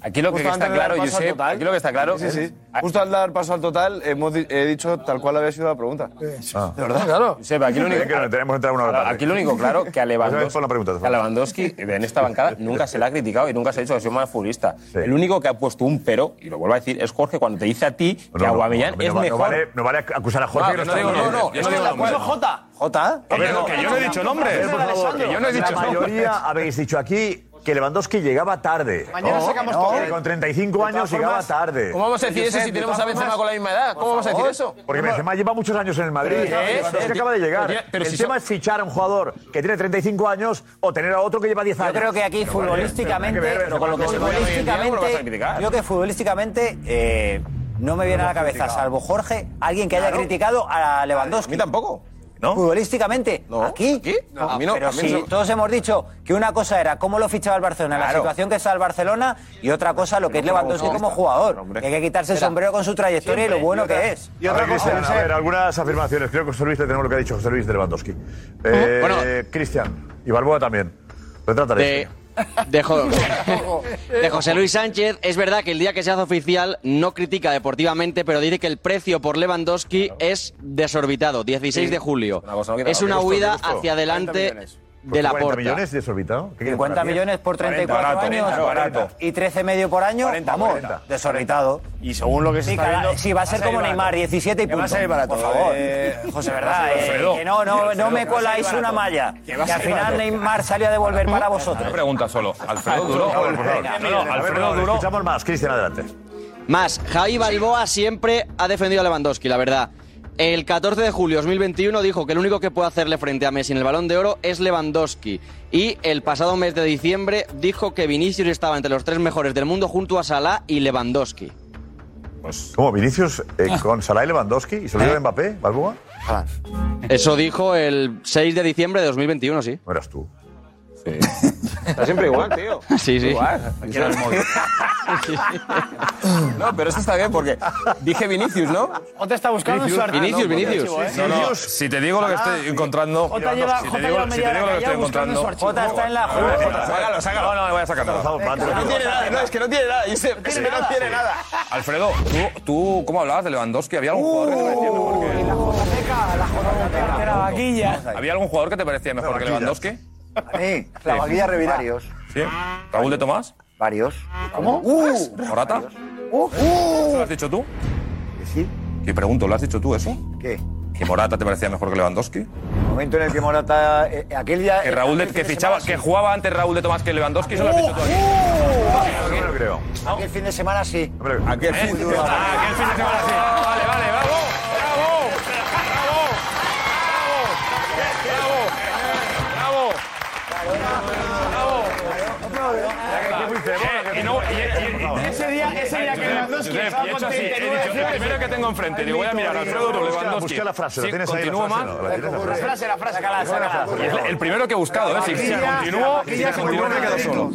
[SPEAKER 2] Aquí lo que
[SPEAKER 7] Justo
[SPEAKER 2] está
[SPEAKER 7] antes de dar
[SPEAKER 2] claro,
[SPEAKER 7] paso al
[SPEAKER 2] Josep,
[SPEAKER 7] total.
[SPEAKER 2] aquí lo que está claro
[SPEAKER 7] Sí, sí, sí.
[SPEAKER 2] es- Justo al dar paso al total, hemos di- he dicho tal cual había sido la pregunta.
[SPEAKER 7] Ah.
[SPEAKER 2] De verdad, claro.
[SPEAKER 8] Josep, aquí lo único-
[SPEAKER 7] Es que no, tenemos que entrar una hora tarde.
[SPEAKER 8] Aquí lo único claro que a
[SPEAKER 7] Pues,
[SPEAKER 8] Lewandowski,
[SPEAKER 7] pon la pregunta, por
[SPEAKER 8] que a Lewandowski en esta bancada nunca se le ha criticado y nunca se ha dicho que sea un mal futbolista. El único que ha puesto un pero, y lo vuelvo a decir, es Jorge cuando te dice a ti que
[SPEAKER 7] no,
[SPEAKER 8] Aguamellán
[SPEAKER 7] no, no,
[SPEAKER 8] es
[SPEAKER 7] no, no
[SPEAKER 8] mejor.
[SPEAKER 7] vale- no vale acusar a
[SPEAKER 8] No,
[SPEAKER 7] Jorge que no
[SPEAKER 8] no
[SPEAKER 7] está
[SPEAKER 8] digo-
[SPEAKER 7] bien.
[SPEAKER 8] no, no, yo no digo nombre.
[SPEAKER 11] Jota.
[SPEAKER 8] Jota.
[SPEAKER 7] A ver,
[SPEAKER 8] Que yo no he dicho nombres.
[SPEAKER 7] Por favor,
[SPEAKER 8] Que yo no he dicho
[SPEAKER 7] La mayoría habéis dicho aquí que Lewandowski llegaba tarde.
[SPEAKER 10] Mañana sacamos
[SPEAKER 7] que
[SPEAKER 10] todo.
[SPEAKER 7] que Con 35
[SPEAKER 10] De
[SPEAKER 7] años
[SPEAKER 10] todas
[SPEAKER 7] llegaba
[SPEAKER 10] formas,
[SPEAKER 7] tarde.
[SPEAKER 10] ¿cómo vamos a decir eso si
[SPEAKER 7] de
[SPEAKER 10] tenemos
[SPEAKER 7] todas
[SPEAKER 10] a Benzema
[SPEAKER 7] formas,
[SPEAKER 10] con la misma edad?
[SPEAKER 7] por
[SPEAKER 10] ¿Cómo vamos a decir
[SPEAKER 7] favor,
[SPEAKER 10] eso?
[SPEAKER 7] Porque
[SPEAKER 10] ¿Cómo?
[SPEAKER 7] Benzema lleva muchos años en el Madrid.
[SPEAKER 10] Pero es-
[SPEAKER 7] Lewandowski
[SPEAKER 10] pero-
[SPEAKER 7] acaba de llegar.
[SPEAKER 10] pero- pero
[SPEAKER 7] el
[SPEAKER 10] si
[SPEAKER 7] tema es fichar a un jugador que tiene 35 años o tener a otro que lleva 10
[SPEAKER 15] Yo
[SPEAKER 7] años.
[SPEAKER 15] creo que aquí
[SPEAKER 7] Pero vale,
[SPEAKER 15] futbolísticamente,
[SPEAKER 7] pero habrá que ver
[SPEAKER 15] pero con lo que
[SPEAKER 7] Benzema cómo llega hoy en día, ¿cómo lo vas a
[SPEAKER 15] futbolísticamente,
[SPEAKER 7] criticar?
[SPEAKER 15] yo que futbolísticamente eh, no me viene a la cabeza, salvo Jorge, alguien que haya
[SPEAKER 8] Claro.
[SPEAKER 15] criticado a Lewandowski. A mí
[SPEAKER 8] tampoco.
[SPEAKER 15] Futbolísticamente, aquí,
[SPEAKER 8] No, a mí no,
[SPEAKER 15] pero
[SPEAKER 8] a mí no
[SPEAKER 15] sí,
[SPEAKER 8] se-
[SPEAKER 15] todos hemos dicho que una cosa era cómo lo fichaba el Barcelona, la
[SPEAKER 8] Claro.
[SPEAKER 15] situación que está el Barcelona, y otra cosa lo que es Lewandowski como jugador. que hay que quitarse el
[SPEAKER 7] Espera.
[SPEAKER 15] sombrero con su trayectoria y lo bueno que es.
[SPEAKER 7] a ver, Cristian, a ver, algunas afirmaciones. Creo que José Luis le tenemos lo que ha dicho José Luis de Lewandowski. Eh, Cristian, y Balboa también. Retrátale. este.
[SPEAKER 22] De, de Jo- de José Luis Sánchez, es verdad que el día que se hace oficial no critica deportivamente, pero dice que el precio por Lewandowski es desorbitado, 16
[SPEAKER 7] Sí.
[SPEAKER 22] de julio.
[SPEAKER 7] Una cosa, ¿no?
[SPEAKER 22] es una
[SPEAKER 7] Me gustó,
[SPEAKER 22] huida
[SPEAKER 7] me gustó.
[SPEAKER 22] hacia
[SPEAKER 7] 40
[SPEAKER 22] adelante
[SPEAKER 7] millones.
[SPEAKER 22] de la
[SPEAKER 7] 40
[SPEAKER 22] porta.
[SPEAKER 7] Pues millones desorbitado? ¿Qué quieres,
[SPEAKER 15] 50
[SPEAKER 7] 40?
[SPEAKER 15] millones por 34
[SPEAKER 7] Barato,
[SPEAKER 15] años
[SPEAKER 7] barato.
[SPEAKER 15] y 13 medio por año, vamos,
[SPEAKER 7] 40.
[SPEAKER 15] desorbitado.
[SPEAKER 7] Y según lo que se
[SPEAKER 15] Sí,
[SPEAKER 7] está
[SPEAKER 15] cada-
[SPEAKER 7] viendo,
[SPEAKER 15] sí, va a ser como Neymar, 17 y
[SPEAKER 7] Que
[SPEAKER 15] punto.
[SPEAKER 7] va a salir barato,
[SPEAKER 15] Por favor,
[SPEAKER 7] eh,
[SPEAKER 15] José,
[SPEAKER 7] que va a
[SPEAKER 15] verdad,
[SPEAKER 7] salir
[SPEAKER 15] eh,
[SPEAKER 7] Alfredo.
[SPEAKER 15] que no, no,
[SPEAKER 7] Alfredo,
[SPEAKER 15] no
[SPEAKER 7] que
[SPEAKER 15] me
[SPEAKER 7] va a
[SPEAKER 15] coláis
[SPEAKER 7] salir
[SPEAKER 15] una
[SPEAKER 7] barato.
[SPEAKER 15] malla.
[SPEAKER 7] Que va a
[SPEAKER 15] que al
[SPEAKER 7] salir
[SPEAKER 15] final
[SPEAKER 7] barato.
[SPEAKER 15] Neymar salió a devolver para
[SPEAKER 8] Una
[SPEAKER 15] vosotros.
[SPEAKER 8] pregunta solo. Alfredo
[SPEAKER 22] Alfredo,
[SPEAKER 8] Duró.
[SPEAKER 22] por favor, por favor.
[SPEAKER 8] No, Ah, no, Alfredo Duró.
[SPEAKER 7] Escuchamos más. Cristian, adelante.
[SPEAKER 22] Más, Javi Balboa siempre ha defendido a Lewandowski, la verdad. El 14 de julio de 2021 dijo que el único que puede hacerle frente a Messi en el balón de oro es Lewandowski. Y el pasado mes de diciembre dijo que Vinicius estaba entre los tres mejores del mundo junto a Salah y Lewandowski.
[SPEAKER 7] ¿Cómo? ¿Vinicius eh, con Salah y Lewandowski? ¿Y se olvidó de Mbappé, Balboa?
[SPEAKER 22] Eso dijo el 6 de diciembre de 2021, sí.
[SPEAKER 7] No eras tú.
[SPEAKER 22] Sí.
[SPEAKER 8] Está siempre igual, tío.
[SPEAKER 22] Sí, sí.
[SPEAKER 8] Igual.
[SPEAKER 22] Aquí era el móvil.
[SPEAKER 8] No, pero eso está bien porque dije Vinicius, ¿no?
[SPEAKER 11] Jota está buscando
[SPEAKER 8] Vinicius,
[SPEAKER 11] su artículo.
[SPEAKER 8] Vinicius, ¿eh? Vinicius.
[SPEAKER 6] No, no, si te digo lo que estoy encontrando.
[SPEAKER 11] Jota lleva-
[SPEAKER 6] si
[SPEAKER 11] Jota
[SPEAKER 6] te digo,
[SPEAKER 11] lleva
[SPEAKER 6] si
[SPEAKER 11] media
[SPEAKER 6] te digo
[SPEAKER 11] hora
[SPEAKER 6] lo que estoy
[SPEAKER 11] callado
[SPEAKER 6] encontrando.
[SPEAKER 11] buscando su archivo. Jota está en la-
[SPEAKER 8] Sácalo, sácalo. No, no, voy a sacar nada.
[SPEAKER 6] No tiene nada, no, es que no tiene nada. Josep,
[SPEAKER 8] No tiene
[SPEAKER 6] es que no
[SPEAKER 8] nada.
[SPEAKER 6] tiene nada.
[SPEAKER 8] Alfredo, ¿tú, tú cómo hablabas de Lewandowski? ¿Había algún jugador que te parecía mejor que ¿Había algún jugador que te parecía mejor que Lewandowski?
[SPEAKER 6] Sí,
[SPEAKER 8] la vaquilla Revira.
[SPEAKER 6] Varios.
[SPEAKER 8] ¿Sí? ¿Raúl de Tomás?
[SPEAKER 6] Varios.
[SPEAKER 8] ¿Cómo? ¿Morata? ¿Eso lo has dicho tú? Sí. Y pregunto, ¿lo has dicho tú eso?
[SPEAKER 6] ¿Qué?
[SPEAKER 8] ¿Que Morata te parecía mejor que Lewandowski?
[SPEAKER 6] Momento en el que Morata. eh, aquel día.
[SPEAKER 8] Que Raúl de,
[SPEAKER 6] aquel fin
[SPEAKER 8] que
[SPEAKER 6] de
[SPEAKER 8] fichaba,
[SPEAKER 6] semana,
[SPEAKER 8] que jugaba antes Raúl de Tomás que Lewandowski, eso lo has dicho tú aquí.
[SPEAKER 6] sí.
[SPEAKER 7] No me lo creo. ¿Eh?
[SPEAKER 6] Aquel fin de semana sí.
[SPEAKER 8] Aquel
[SPEAKER 6] fin de
[SPEAKER 7] Ah,
[SPEAKER 6] semana.
[SPEAKER 8] ¡Bravo! ¡Bravo! Y no- y- y- y-
[SPEAKER 11] Ese día- ese día que
[SPEAKER 8] Josep,
[SPEAKER 11] Lewandowski
[SPEAKER 8] Josep,
[SPEAKER 11] estaba
[SPEAKER 8] y he hecho
[SPEAKER 11] con
[SPEAKER 8] así, he
[SPEAKER 11] 39
[SPEAKER 8] dicho, el primero que tengo enfrente, digo, voy a mirar a Alfredo
[SPEAKER 7] Busca-
[SPEAKER 8] Lewandowski.
[SPEAKER 7] busca la frase, la
[SPEAKER 8] Sí,
[SPEAKER 7] tienes ahí, la
[SPEAKER 8] continúo
[SPEAKER 7] frase,
[SPEAKER 8] más.
[SPEAKER 7] no, la tienes, la
[SPEAKER 11] La Pues frase, la frase. Sácala,
[SPEAKER 8] Y es el primero que he buscado, ¿eh? Si, si continúo, si continúo me quedo solo.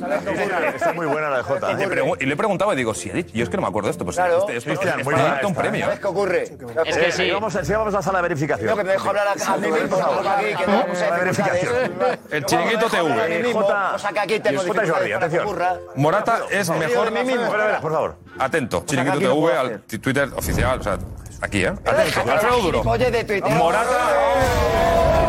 [SPEAKER 7] Está muy buena la de Jota. ¿eh?
[SPEAKER 8] Y le, pregun- y le he preguntado y digo, sí, he dicho- yo es que no me acuerdo de esto. Pues
[SPEAKER 6] Claro.
[SPEAKER 8] este, esto,
[SPEAKER 6] Cristian,
[SPEAKER 8] esto
[SPEAKER 6] muy
[SPEAKER 8] es
[SPEAKER 6] bien,
[SPEAKER 8] un
[SPEAKER 6] está.
[SPEAKER 8] premio. ¿eh?
[SPEAKER 6] ¿Sabes qué ocurre?
[SPEAKER 7] Es que sí. Vamos a, sí, vamos a Eh, la sala de verificación.
[SPEAKER 6] Creo que te dejo hablar a- a mí mismo, porque aquí, que no vamos a
[SPEAKER 7] Sala de
[SPEAKER 6] dificultar de
[SPEAKER 7] verificación.
[SPEAKER 8] El chiringuito
[SPEAKER 6] A mí mismo,
[SPEAKER 8] TV.
[SPEAKER 6] o sea que aquí tengo
[SPEAKER 7] Jota
[SPEAKER 6] dificultades
[SPEAKER 7] Jordi,
[SPEAKER 6] para que
[SPEAKER 7] atención.
[SPEAKER 6] ocurra.
[SPEAKER 8] Morata es
[SPEAKER 6] Rápido,
[SPEAKER 8] mejor.
[SPEAKER 6] de mí mismo. Espera, espera,
[SPEAKER 7] por favor.
[SPEAKER 8] Atento, chiringuito
[SPEAKER 6] aquí no
[SPEAKER 8] TV
[SPEAKER 6] puedo
[SPEAKER 8] al t- Twitter oficial, o sea, aquí, ¿eh? Atento, Alfredo Duro.
[SPEAKER 6] Oye, de Twitter.
[SPEAKER 8] Morata.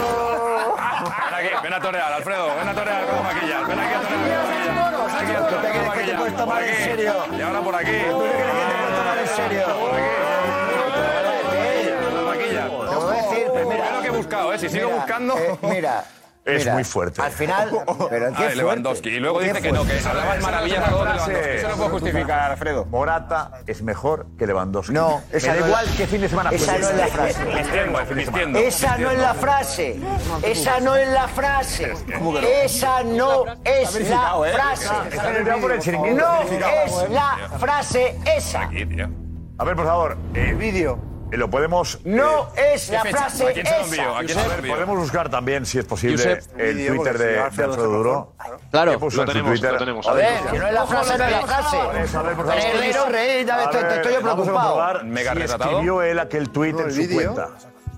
[SPEAKER 8] Ven aquí, ven a torear, Alfredo, ven a torear con maquillar. Ven aquí a torear con maquillar. Ven aquí a torear con maquillar. Por aquí. Y ahora por aquí. Primero que he buscado, ¿eh? Si sigo buscando.
[SPEAKER 6] Mira.
[SPEAKER 7] Es
[SPEAKER 6] mira,
[SPEAKER 7] muy fuerte.
[SPEAKER 6] Al final, pero
[SPEAKER 8] Ah,
[SPEAKER 6] qué
[SPEAKER 8] de Lewandowski.
[SPEAKER 6] fuerte.
[SPEAKER 8] Y luego
[SPEAKER 6] Qué
[SPEAKER 8] dice que no, que
[SPEAKER 6] fuerte.
[SPEAKER 8] hablaban maravillas a todos de Lewandowski. Eso no puedo justificar, Alfredo.
[SPEAKER 7] Morata es mejor que Lewandowski.
[SPEAKER 6] No,
[SPEAKER 7] me
[SPEAKER 6] esa
[SPEAKER 7] da
[SPEAKER 6] no es-
[SPEAKER 7] igual qué fin de semana
[SPEAKER 6] esa
[SPEAKER 7] fue.
[SPEAKER 6] no es la frase. Esa no es la frase. Esa no es la frase.
[SPEAKER 7] ¿Cómo que no?
[SPEAKER 6] Esa no es la
[SPEAKER 7] verificado, ¿eh?
[SPEAKER 6] frase.
[SPEAKER 7] Está verificado por el chiringuito.
[SPEAKER 6] No
[SPEAKER 7] Verificado.
[SPEAKER 6] es la frase esa.
[SPEAKER 7] A ver, por favor. eh,
[SPEAKER 6] Vídeo.
[SPEAKER 7] Lo podemos. eh,
[SPEAKER 6] No es la
[SPEAKER 7] Defensa.
[SPEAKER 6] frase
[SPEAKER 7] ¿A quién se lo envío?
[SPEAKER 6] esa.
[SPEAKER 7] ¿A quién se lo envío? Podemos buscar también, si es posible,
[SPEAKER 6] Josep.
[SPEAKER 7] el
[SPEAKER 6] Vídeo,
[SPEAKER 7] Twitter
[SPEAKER 6] porque
[SPEAKER 7] de
[SPEAKER 6] si
[SPEAKER 7] de
[SPEAKER 6] Alfredo
[SPEAKER 7] Alfredo Duro.
[SPEAKER 6] Claro.
[SPEAKER 7] ¿Qué puso
[SPEAKER 6] Lo
[SPEAKER 7] en su
[SPEAKER 6] tenemos,
[SPEAKER 7] Twitter?
[SPEAKER 6] lo tenemos.
[SPEAKER 7] A ver,
[SPEAKER 6] A ver,
[SPEAKER 7] Josep.
[SPEAKER 6] que no es la frase, es la frase.
[SPEAKER 7] A ver, por favor.
[SPEAKER 6] Herrero, Rey, ya estoy-
[SPEAKER 7] A ver,
[SPEAKER 6] estoy yo
[SPEAKER 7] vamos a
[SPEAKER 6] preocupado.
[SPEAKER 7] comprobar
[SPEAKER 6] Mega
[SPEAKER 7] si
[SPEAKER 6] retratado.
[SPEAKER 7] escribió él aquel tuit en su cuenta.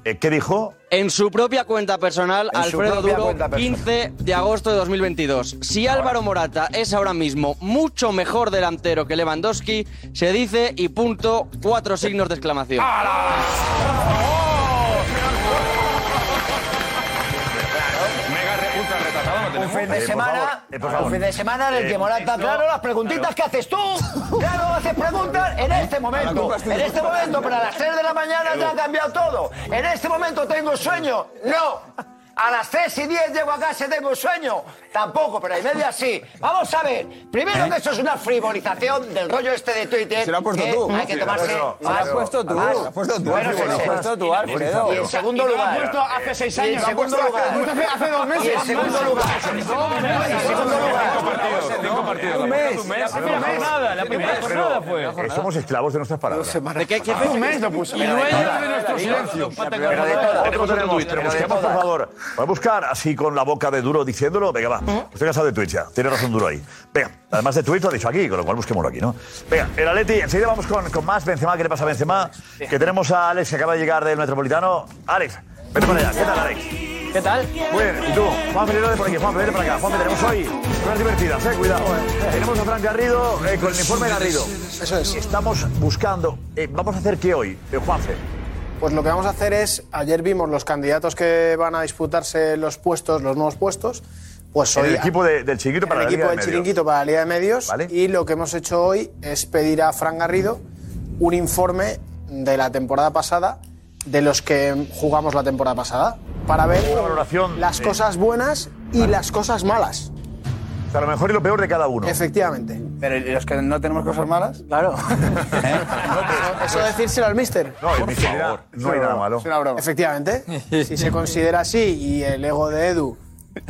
[SPEAKER 7] Eh, ¿Qué dijo?
[SPEAKER 22] En su propia cuenta personal,
[SPEAKER 7] En su
[SPEAKER 22] Alfredo
[SPEAKER 7] propia
[SPEAKER 22] Duro,
[SPEAKER 7] cuenta personal.
[SPEAKER 22] 15 de agosto de 2022. Si Álvaro Morata es ahora mismo mucho mejor delantero que Lewandowski, se dice y punto, cuatro signos de exclamación.
[SPEAKER 7] Ah,
[SPEAKER 6] Un fin de
[SPEAKER 22] Eh, por favor,
[SPEAKER 6] semana,
[SPEAKER 22] eh, por favor.
[SPEAKER 6] un fin de semana en el que
[SPEAKER 22] Eh,
[SPEAKER 6] Morata,
[SPEAKER 22] no,
[SPEAKER 6] claro, las preguntitas que haces tú, claro, haces preguntas en este momento, en este momento, pero a las 3 de la mañana ya ha cambiado todo, en este momento tengo sueño, no, a las 3 y 10 llego a casa y tengo sueño, tampoco, pero hay media sí. Vamos a ver, primero que eso es una frivolización del rollo este de Twitter,
[SPEAKER 11] ¿Eh? Se lo has puesto
[SPEAKER 6] que
[SPEAKER 11] tú.
[SPEAKER 6] hay que tomarse
[SPEAKER 11] Alfredo, se lo
[SPEAKER 6] más-
[SPEAKER 11] has puesto tú.
[SPEAKER 6] más-
[SPEAKER 11] Se lo has puesto tú,
[SPEAKER 6] Bueno,
[SPEAKER 11] Alfredo,
[SPEAKER 6] sí, sí.
[SPEAKER 11] se lo has puesto tú, Alfredo.
[SPEAKER 6] Y en segundo
[SPEAKER 11] Y lo has
[SPEAKER 6] lugar,
[SPEAKER 11] puesto hace seis
[SPEAKER 6] y en
[SPEAKER 11] años.
[SPEAKER 6] segundo
[SPEAKER 11] Lo has
[SPEAKER 6] lugar,
[SPEAKER 11] puesto hace- hace dos meses.
[SPEAKER 6] y en segundo lugar,
[SPEAKER 11] Un mes. La primera jornada, la primera jornada
[SPEAKER 7] Eh, somos esclavos de nuestras palabras.
[SPEAKER 11] ¿De qué? ¿Qué
[SPEAKER 7] Un mes lo
[SPEAKER 11] puso.
[SPEAKER 7] Y dueños de nuestro
[SPEAKER 11] silencio.
[SPEAKER 7] Pero de todas. Busquemos, por favor. Voy a buscar así con la boca de duro diciéndolo. Venga, va. Estoy cansado de Twitch ya. Tiene razón duro ahí. Venga, además de Twitch lo ha dicho aquí, con lo cual busquémoslo aquí, ¿no? Venga, el Atleti. Enseguida vamos con, con más. Benzema, ¿qué le pasa a Benzema? Que tenemos a Alex, que acaba de llegar del Metropolitano. Alex, vete para allá. ¿Qué tal, Alex?
[SPEAKER 11] ¿Qué tal?
[SPEAKER 7] Muy bien, ¿y tú? Juan, de por aquí. Juan, vete para acá. Juan, tenemos hoy unas divertidas, eh. Cuidado. Tenemos a Fran Garrido eh, con el uniforme Garrido. Eso es. Estamos buscando. eh, ¿Vamos a hacer qué hoy, eh, Juanfe?
[SPEAKER 9] Pues lo que vamos a hacer es, ayer vimos los candidatos que van a disputarse los puestos, los nuevos puestos, pues
[SPEAKER 7] En
[SPEAKER 9] hoy
[SPEAKER 7] el equipo de- del chiquito para
[SPEAKER 9] el
[SPEAKER 7] la
[SPEAKER 9] equipo
[SPEAKER 7] Liga
[SPEAKER 9] del
[SPEAKER 7] de Medios.
[SPEAKER 9] chiringuito para la Liga de Medios y lo que hemos hecho hoy es pedir a Fran Garrido un informe de la temporada pasada, de los que jugamos la temporada pasada, para ver
[SPEAKER 7] Una valoración
[SPEAKER 9] las
[SPEAKER 7] de-
[SPEAKER 9] cosas buenas y las cosas malas.
[SPEAKER 7] O sea, lo mejor y lo peor de cada uno. Pues
[SPEAKER 9] Efectivamente.
[SPEAKER 11] Pero ¿y los que no tenemos cosas malas? Claro.
[SPEAKER 9] Eso decírselo al mister.
[SPEAKER 7] No, el mister dirá, no hay nada malo.
[SPEAKER 9] Efectivamente. Si se considera así y el ego de Edu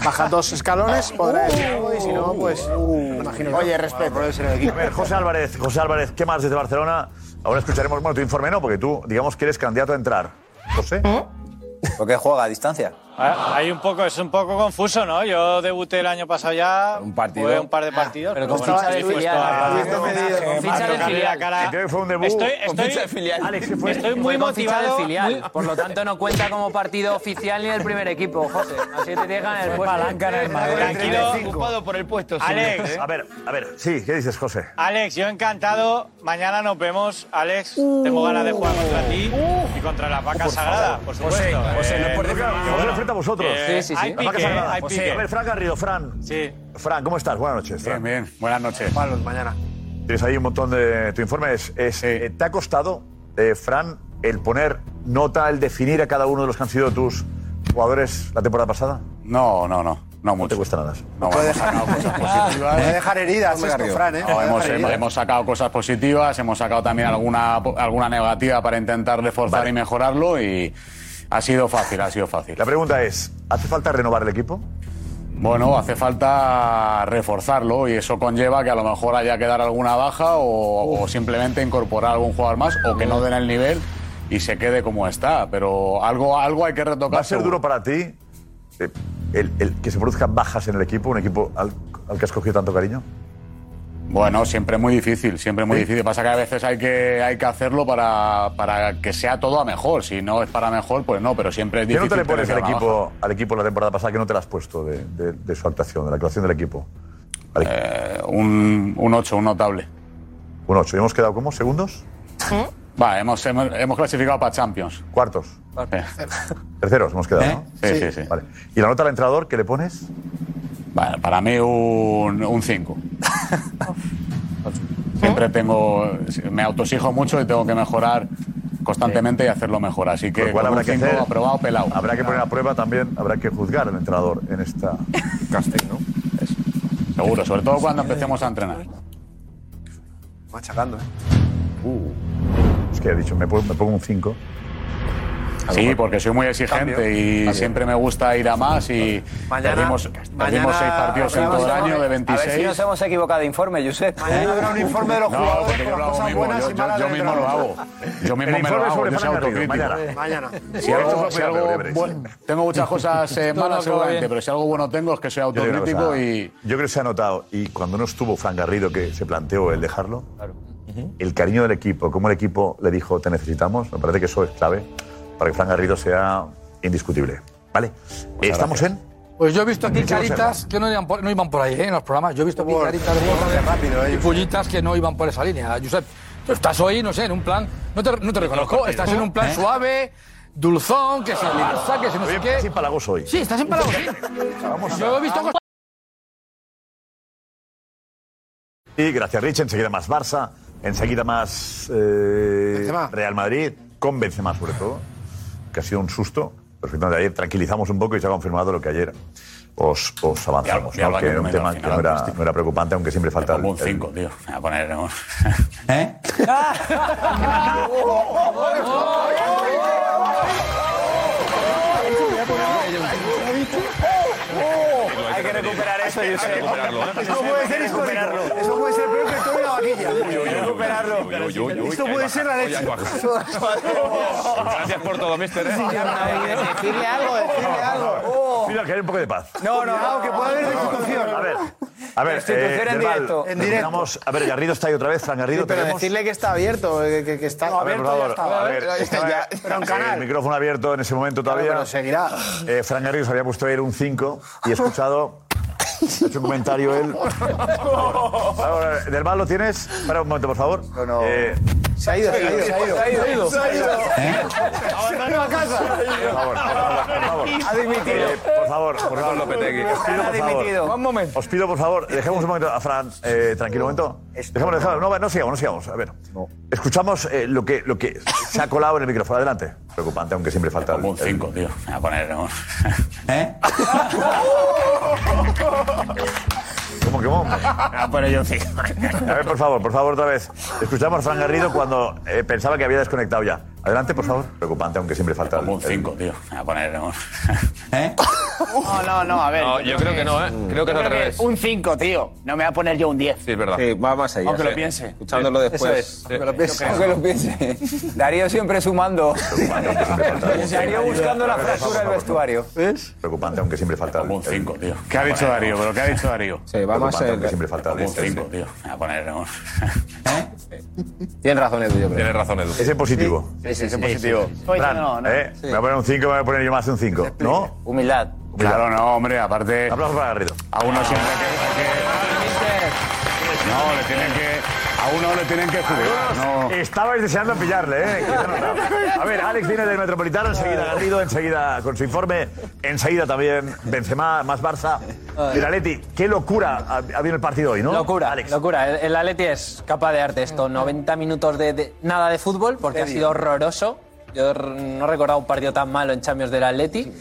[SPEAKER 9] baja dos escalones, podrá decir algo y si no, pues imagino que
[SPEAKER 7] Uh. Oye,
[SPEAKER 9] no.
[SPEAKER 7] respeto. A ver, José Álvarez, José Álvarez, ¿qué más desde Barcelona? Ahora escucharemos, bueno, tu informe no, porque tú, digamos que eres candidato a entrar. José.
[SPEAKER 11] ¿Por qué juega a distancia?
[SPEAKER 12] Ah, Hay un poco, es un poco confuso, ¿no? Yo debuté el año pasado ya. Un
[SPEAKER 11] partido.
[SPEAKER 12] un par de partidos.
[SPEAKER 11] pero con
[SPEAKER 12] bueno,
[SPEAKER 11] ficha de
[SPEAKER 12] estoy
[SPEAKER 11] filial,
[SPEAKER 12] dispuesto
[SPEAKER 11] con ficha
[SPEAKER 12] a-
[SPEAKER 11] de filial.
[SPEAKER 12] a
[SPEAKER 11] Con ficha de
[SPEAKER 12] tocarle
[SPEAKER 11] filial.
[SPEAKER 12] la cara.
[SPEAKER 11] Entonces fue un debut
[SPEAKER 12] Estoy,
[SPEAKER 11] con
[SPEAKER 12] estoy,
[SPEAKER 11] ficha de filial.
[SPEAKER 12] Alex, se fue. estoy muy
[SPEAKER 22] con ficha de
[SPEAKER 12] motivado.
[SPEAKER 22] filial,
[SPEAKER 12] muy-
[SPEAKER 22] por lo tanto no cuenta como partido oficial ni del primer equipo, José. Así te dejan el puesto.
[SPEAKER 12] Tranquilo.
[SPEAKER 28] Ocupado por el puesto.
[SPEAKER 12] sí.
[SPEAKER 11] ¿eh?
[SPEAKER 12] Alex.
[SPEAKER 7] A ver, a ver, sí, ¿qué dices, José?
[SPEAKER 12] Alex, yo encantado. Mañana nos vemos, Alex. Tengo ganas de jugar contra ti y contra la vaca sagrada, por supuesto.
[SPEAKER 7] José, no
[SPEAKER 12] Eh,
[SPEAKER 7] es por decir- que vosotros frente a vosotros.
[SPEAKER 12] Eh, Sí, sí, sí. hay
[SPEAKER 7] La vaca
[SPEAKER 12] pique,
[SPEAKER 7] sagrada.
[SPEAKER 12] hay
[SPEAKER 7] José,
[SPEAKER 12] pique.
[SPEAKER 7] A ver, Fran Garrido, Fran.
[SPEAKER 12] Sí.
[SPEAKER 7] Fran, ¿cómo estás? Buenas noches, Fran.
[SPEAKER 5] Bien, bien. Buenas noches.
[SPEAKER 7] Palos, mañana. Tienes ahí un montón de... Tu informe es... es, eh, ¿Te ha costado, eh, Fran, el poner nota, el definir a cada uno de los que han sido tus jugadores la temporada pasada?
[SPEAKER 5] No, no, no. No mucho. te cuesta
[SPEAKER 7] nada.
[SPEAKER 5] No, hemos sacado cosas positivas.
[SPEAKER 13] Voy a dejar heridas
[SPEAKER 5] Hombre,
[SPEAKER 13] esto,
[SPEAKER 5] Garrido.
[SPEAKER 13] Fran, ¿eh?
[SPEAKER 5] No,
[SPEAKER 13] Voy a
[SPEAKER 5] hemos,
[SPEAKER 13] dejar heridas.
[SPEAKER 5] hemos sacado cosas positivas, hemos sacado también alguna, alguna negativa para intentar reforzar y mejorarlo y ha sido fácil, ha sido fácil.
[SPEAKER 7] La pregunta es, ¿hace falta renovar el equipo?
[SPEAKER 5] Bueno, hace falta reforzarlo y eso conlleva que a lo mejor haya que dar alguna baja o, o simplemente incorporar algún jugador más o que no den el nivel y se quede como está. Pero algo, algo hay que retocar.
[SPEAKER 7] ¿Va a ser duro para ti eh, el, el que se produzcan bajas en el equipo, un equipo al, al que has cogido tanto cariño?
[SPEAKER 5] Bueno, siempre muy difícil, siempre muy difícil. Pasa que a veces hay que, hay que hacerlo para, para que sea todo a mejor. Si no es para mejor, pues no, pero siempre es
[SPEAKER 7] ¿Qué
[SPEAKER 5] difícil.
[SPEAKER 7] no te le pones al
[SPEAKER 5] tener una baja.
[SPEAKER 7] equipo, al equipo la temporada pasada que no te la has puesto de, de- de su actuación, de la actuación del equipo?
[SPEAKER 5] Eh, un, un 8, un notable.
[SPEAKER 7] Un 8. ¿Y hemos quedado como? ¿Segundos?
[SPEAKER 5] Va, hemos, hemos, hemos clasificado para Champions.
[SPEAKER 7] Cuartos.
[SPEAKER 5] Sí.
[SPEAKER 7] Terceros hemos quedado, ¿no?
[SPEAKER 5] Sí, sí, sí.
[SPEAKER 7] Vale. ¿Y la nota al entrenador que le pones?
[SPEAKER 5] Vale, para mí un 5. Siempre tengo. Me autosijo mucho y tengo que mejorar constantemente y hacerlo mejor. Así que
[SPEAKER 7] Lo cual
[SPEAKER 5] con
[SPEAKER 7] habrá
[SPEAKER 5] un
[SPEAKER 7] que
[SPEAKER 5] cinco
[SPEAKER 7] hacer.
[SPEAKER 5] aprobado, pelado.
[SPEAKER 7] Habrá que poner a prueba también, habrá que juzgar al entrenador en esta casting, ¿no?
[SPEAKER 5] Seguro, sobre todo cuando empecemos a entrenar.
[SPEAKER 7] Uh. Machacando, ¿eh? es que he dicho, me pongo, me pongo un 5.
[SPEAKER 5] Sí, porque soy muy exigente
[SPEAKER 29] Cambio.
[SPEAKER 5] y
[SPEAKER 29] Cambio.
[SPEAKER 5] siempre me gusta ir a más y
[SPEAKER 29] Mañana-
[SPEAKER 5] perdimos, perdimos seis partidos en todo el año de 26.
[SPEAKER 15] A ver si nos hemos equivocado de informe, Josep.
[SPEAKER 5] Mañana habrá un informe de los No, jugadores porque con yo las lo hago cosas mismo, buenas yo- y yo- malas yo del mismo lo entrenador. hago. Yo mismo
[SPEAKER 7] El
[SPEAKER 5] me lo
[SPEAKER 7] informe
[SPEAKER 5] hago,
[SPEAKER 7] sobre
[SPEAKER 5] yo soy
[SPEAKER 7] Fran
[SPEAKER 5] autocrítico.
[SPEAKER 7] Garrido,
[SPEAKER 9] Mañana.
[SPEAKER 5] Si algo, si algo bueno- tengo muchas cosas eh,
[SPEAKER 7] No, no,
[SPEAKER 5] malas
[SPEAKER 7] acaba
[SPEAKER 5] seguramente,
[SPEAKER 7] bien.
[SPEAKER 5] pero si algo bueno tengo es que soy
[SPEAKER 7] Yo digo una
[SPEAKER 5] autocrítico
[SPEAKER 7] cosa,
[SPEAKER 5] y
[SPEAKER 7] Yo creo que se ha notado, y cuando no estuvo Fran Garrido, que se planteó el dejarlo, el cariño del equipo, cómo el equipo le dijo te necesitamos, me parece que eso es clave para que Fran Garrido sea indiscutible. ¿Vale? Estamos en.
[SPEAKER 4] Pues yo he visto aquí
[SPEAKER 7] Muchas gracias.
[SPEAKER 4] caritas que no iban por, no iban por ahí, ¿eh? en los programas. Yo he visto aquí caritas
[SPEAKER 7] eh,
[SPEAKER 4] y fullitas que no iban por esa línea. Josep, tú estás hoy, no sé, en un plan... No te, no te reconozco,
[SPEAKER 7] partidos.
[SPEAKER 4] estás en un plan
[SPEAKER 7] ¿Eh?
[SPEAKER 4] suave, dulzón, que se Barça, que se no sé qué...
[SPEAKER 7] Sin palagos hoy.
[SPEAKER 4] Sí, estás en palabras, sí. Yo he visto cosas...
[SPEAKER 7] Y gracias, Rich. Enseguida más Barça, enseguida más eh, Real Madrid, con Benzema sobre todo, que ha sido un susto. Perfectamente, ayer tranquilizamos un poco y se ha confirmado lo que ayer os, os avanzamos,
[SPEAKER 5] Y al- y al
[SPEAKER 7] ¿no? que
[SPEAKER 5] baño
[SPEAKER 7] era
[SPEAKER 5] me
[SPEAKER 7] un
[SPEAKER 5] he ido
[SPEAKER 7] tema
[SPEAKER 5] al
[SPEAKER 7] que
[SPEAKER 5] final,
[SPEAKER 7] no era,
[SPEAKER 5] fantástico.
[SPEAKER 7] no era preocupante, aunque siempre falta... ¿Eh?
[SPEAKER 5] pongo un 5, tío. Me voy a poner... un-
[SPEAKER 6] Hay que recuperar eso, Josep.
[SPEAKER 11] Esto puede ser histórico. Eso puede ser peor que esto en la vaquilla. Esto puede ser la leche.
[SPEAKER 10] Gracias por todo, mister. ¿eh?
[SPEAKER 6] Decirle algo, decirle algo.
[SPEAKER 7] Mira, que hay un poco de paz.
[SPEAKER 6] No, no, no, que puede haber destitución.
[SPEAKER 7] A ver, a ver,
[SPEAKER 9] Restitución en
[SPEAKER 7] Del Val,
[SPEAKER 9] directo. En directo.
[SPEAKER 7] terminamos- A ver, Garrido está ahí otra vez, Fran Garrido,
[SPEAKER 9] Sí, pero
[SPEAKER 7] tenemos...
[SPEAKER 9] decirle que está abierto, eh, que, que está
[SPEAKER 7] A ver, por favor, a ver, estaba El Eh, micrófono abierto en ese momento todavía.
[SPEAKER 9] pero seguirá.
[SPEAKER 7] Eh, Fran Garrido se había puesto ayer un 5 y he escuchado... ha hecho un comentario él. Ahora, Del Val, ¿lo tienes? Para un momento, por favor. Eh, No, no.
[SPEAKER 9] Se ha ido, se ha ido, se ha ido.
[SPEAKER 6] Se ha ido. ¿Eh? a casa.
[SPEAKER 7] Por favor, por favor.
[SPEAKER 6] Ha dimitido.
[SPEAKER 7] Eh, por favor, por favor, Lopetegui. Os pido, por favor. Un momento. Os pido, por favor, dejemos un momento a Fran, eh, tranquilo un momento. Dejémoslo, dejémoslo. No, va, no sigamos, no sigamos. A ver. Escuchamos eh, lo, que, lo que se ha colado en el micrófono. Adelante. Preocupante, aunque siempre falta. ¿Eh? Un 5,
[SPEAKER 5] tío. Me voy a poner un...
[SPEAKER 11] Oh.
[SPEAKER 7] ¿Cómo que cómo?
[SPEAKER 5] Ah,
[SPEAKER 7] A ver, por favor, por favor, otra vez. Escuchamos a Fran Garrido cuando eh, pensaba que había desconectado ya. Adelante, por favor. Preocupante, aunque siempre falta. Un
[SPEAKER 5] 5, tío. Me voy a poner un...
[SPEAKER 1] No, no, no, a ver.
[SPEAKER 10] No, yo creo que no, ¿eh? Creo que es al revés.
[SPEAKER 1] Un 5, tío. No me voy a poner yo un 10.
[SPEAKER 10] Sí, es verdad.
[SPEAKER 1] Sí,
[SPEAKER 10] va más
[SPEAKER 1] allá. Aunque lo piense.
[SPEAKER 10] Escuchándolo
[SPEAKER 1] Eso
[SPEAKER 10] después.
[SPEAKER 1] es.
[SPEAKER 10] Sí.
[SPEAKER 1] Aunque lo
[SPEAKER 15] piense. Aunque lo piense. Darío siempre sumando.
[SPEAKER 23] Pues
[SPEAKER 15] Darío buscando la frasura del vestuario.
[SPEAKER 7] ¿Ves? Preocupante, aunque siempre falta. Un
[SPEAKER 5] 5, tío.
[SPEAKER 7] ¿Qué ha dicho Darío? ¿Pero qué ha dicho
[SPEAKER 5] Darío?
[SPEAKER 7] Sí, va más el... siempre falta. este.
[SPEAKER 5] Un 5, tío. Me voy a poner un...
[SPEAKER 7] Tienes razón, Edu, yo creo.
[SPEAKER 10] Tienes razón, Edu.
[SPEAKER 7] Ese positivo.
[SPEAKER 5] Sí, sí, sí,
[SPEAKER 7] Ese
[SPEAKER 5] sí,
[SPEAKER 7] positivo.
[SPEAKER 5] sí, sí.
[SPEAKER 7] Fran,
[SPEAKER 5] Oye, no, no.
[SPEAKER 7] ¿eh? Me voy a poner un 5, me voy a poner yo más de un 5. ¿No?
[SPEAKER 15] Humildad.
[SPEAKER 5] Claro, no, hombre, aparte...
[SPEAKER 7] Aplausos para Garrido.
[SPEAKER 5] A uno siempre que... que- No, le tienen que... A uno le tienen que jugar, no...
[SPEAKER 7] Estabais deseando pillarle, ¿eh? Que se nota. A ver, Alex viene del Metropolitano, enseguida Garrido, enseguida con su informe, enseguida también Benzema, más Barça. Mira, Leti, qué locura ha ha habido en el partido hoy, ¿no? Mm.
[SPEAKER 23] Locura, locura. El, el Atleti es capaz de darte esto. 90 minutos de, de- nada de fútbol porque ha sido horroroso. Yo r- no recordaba un partido tan malo en Champions del Atleti.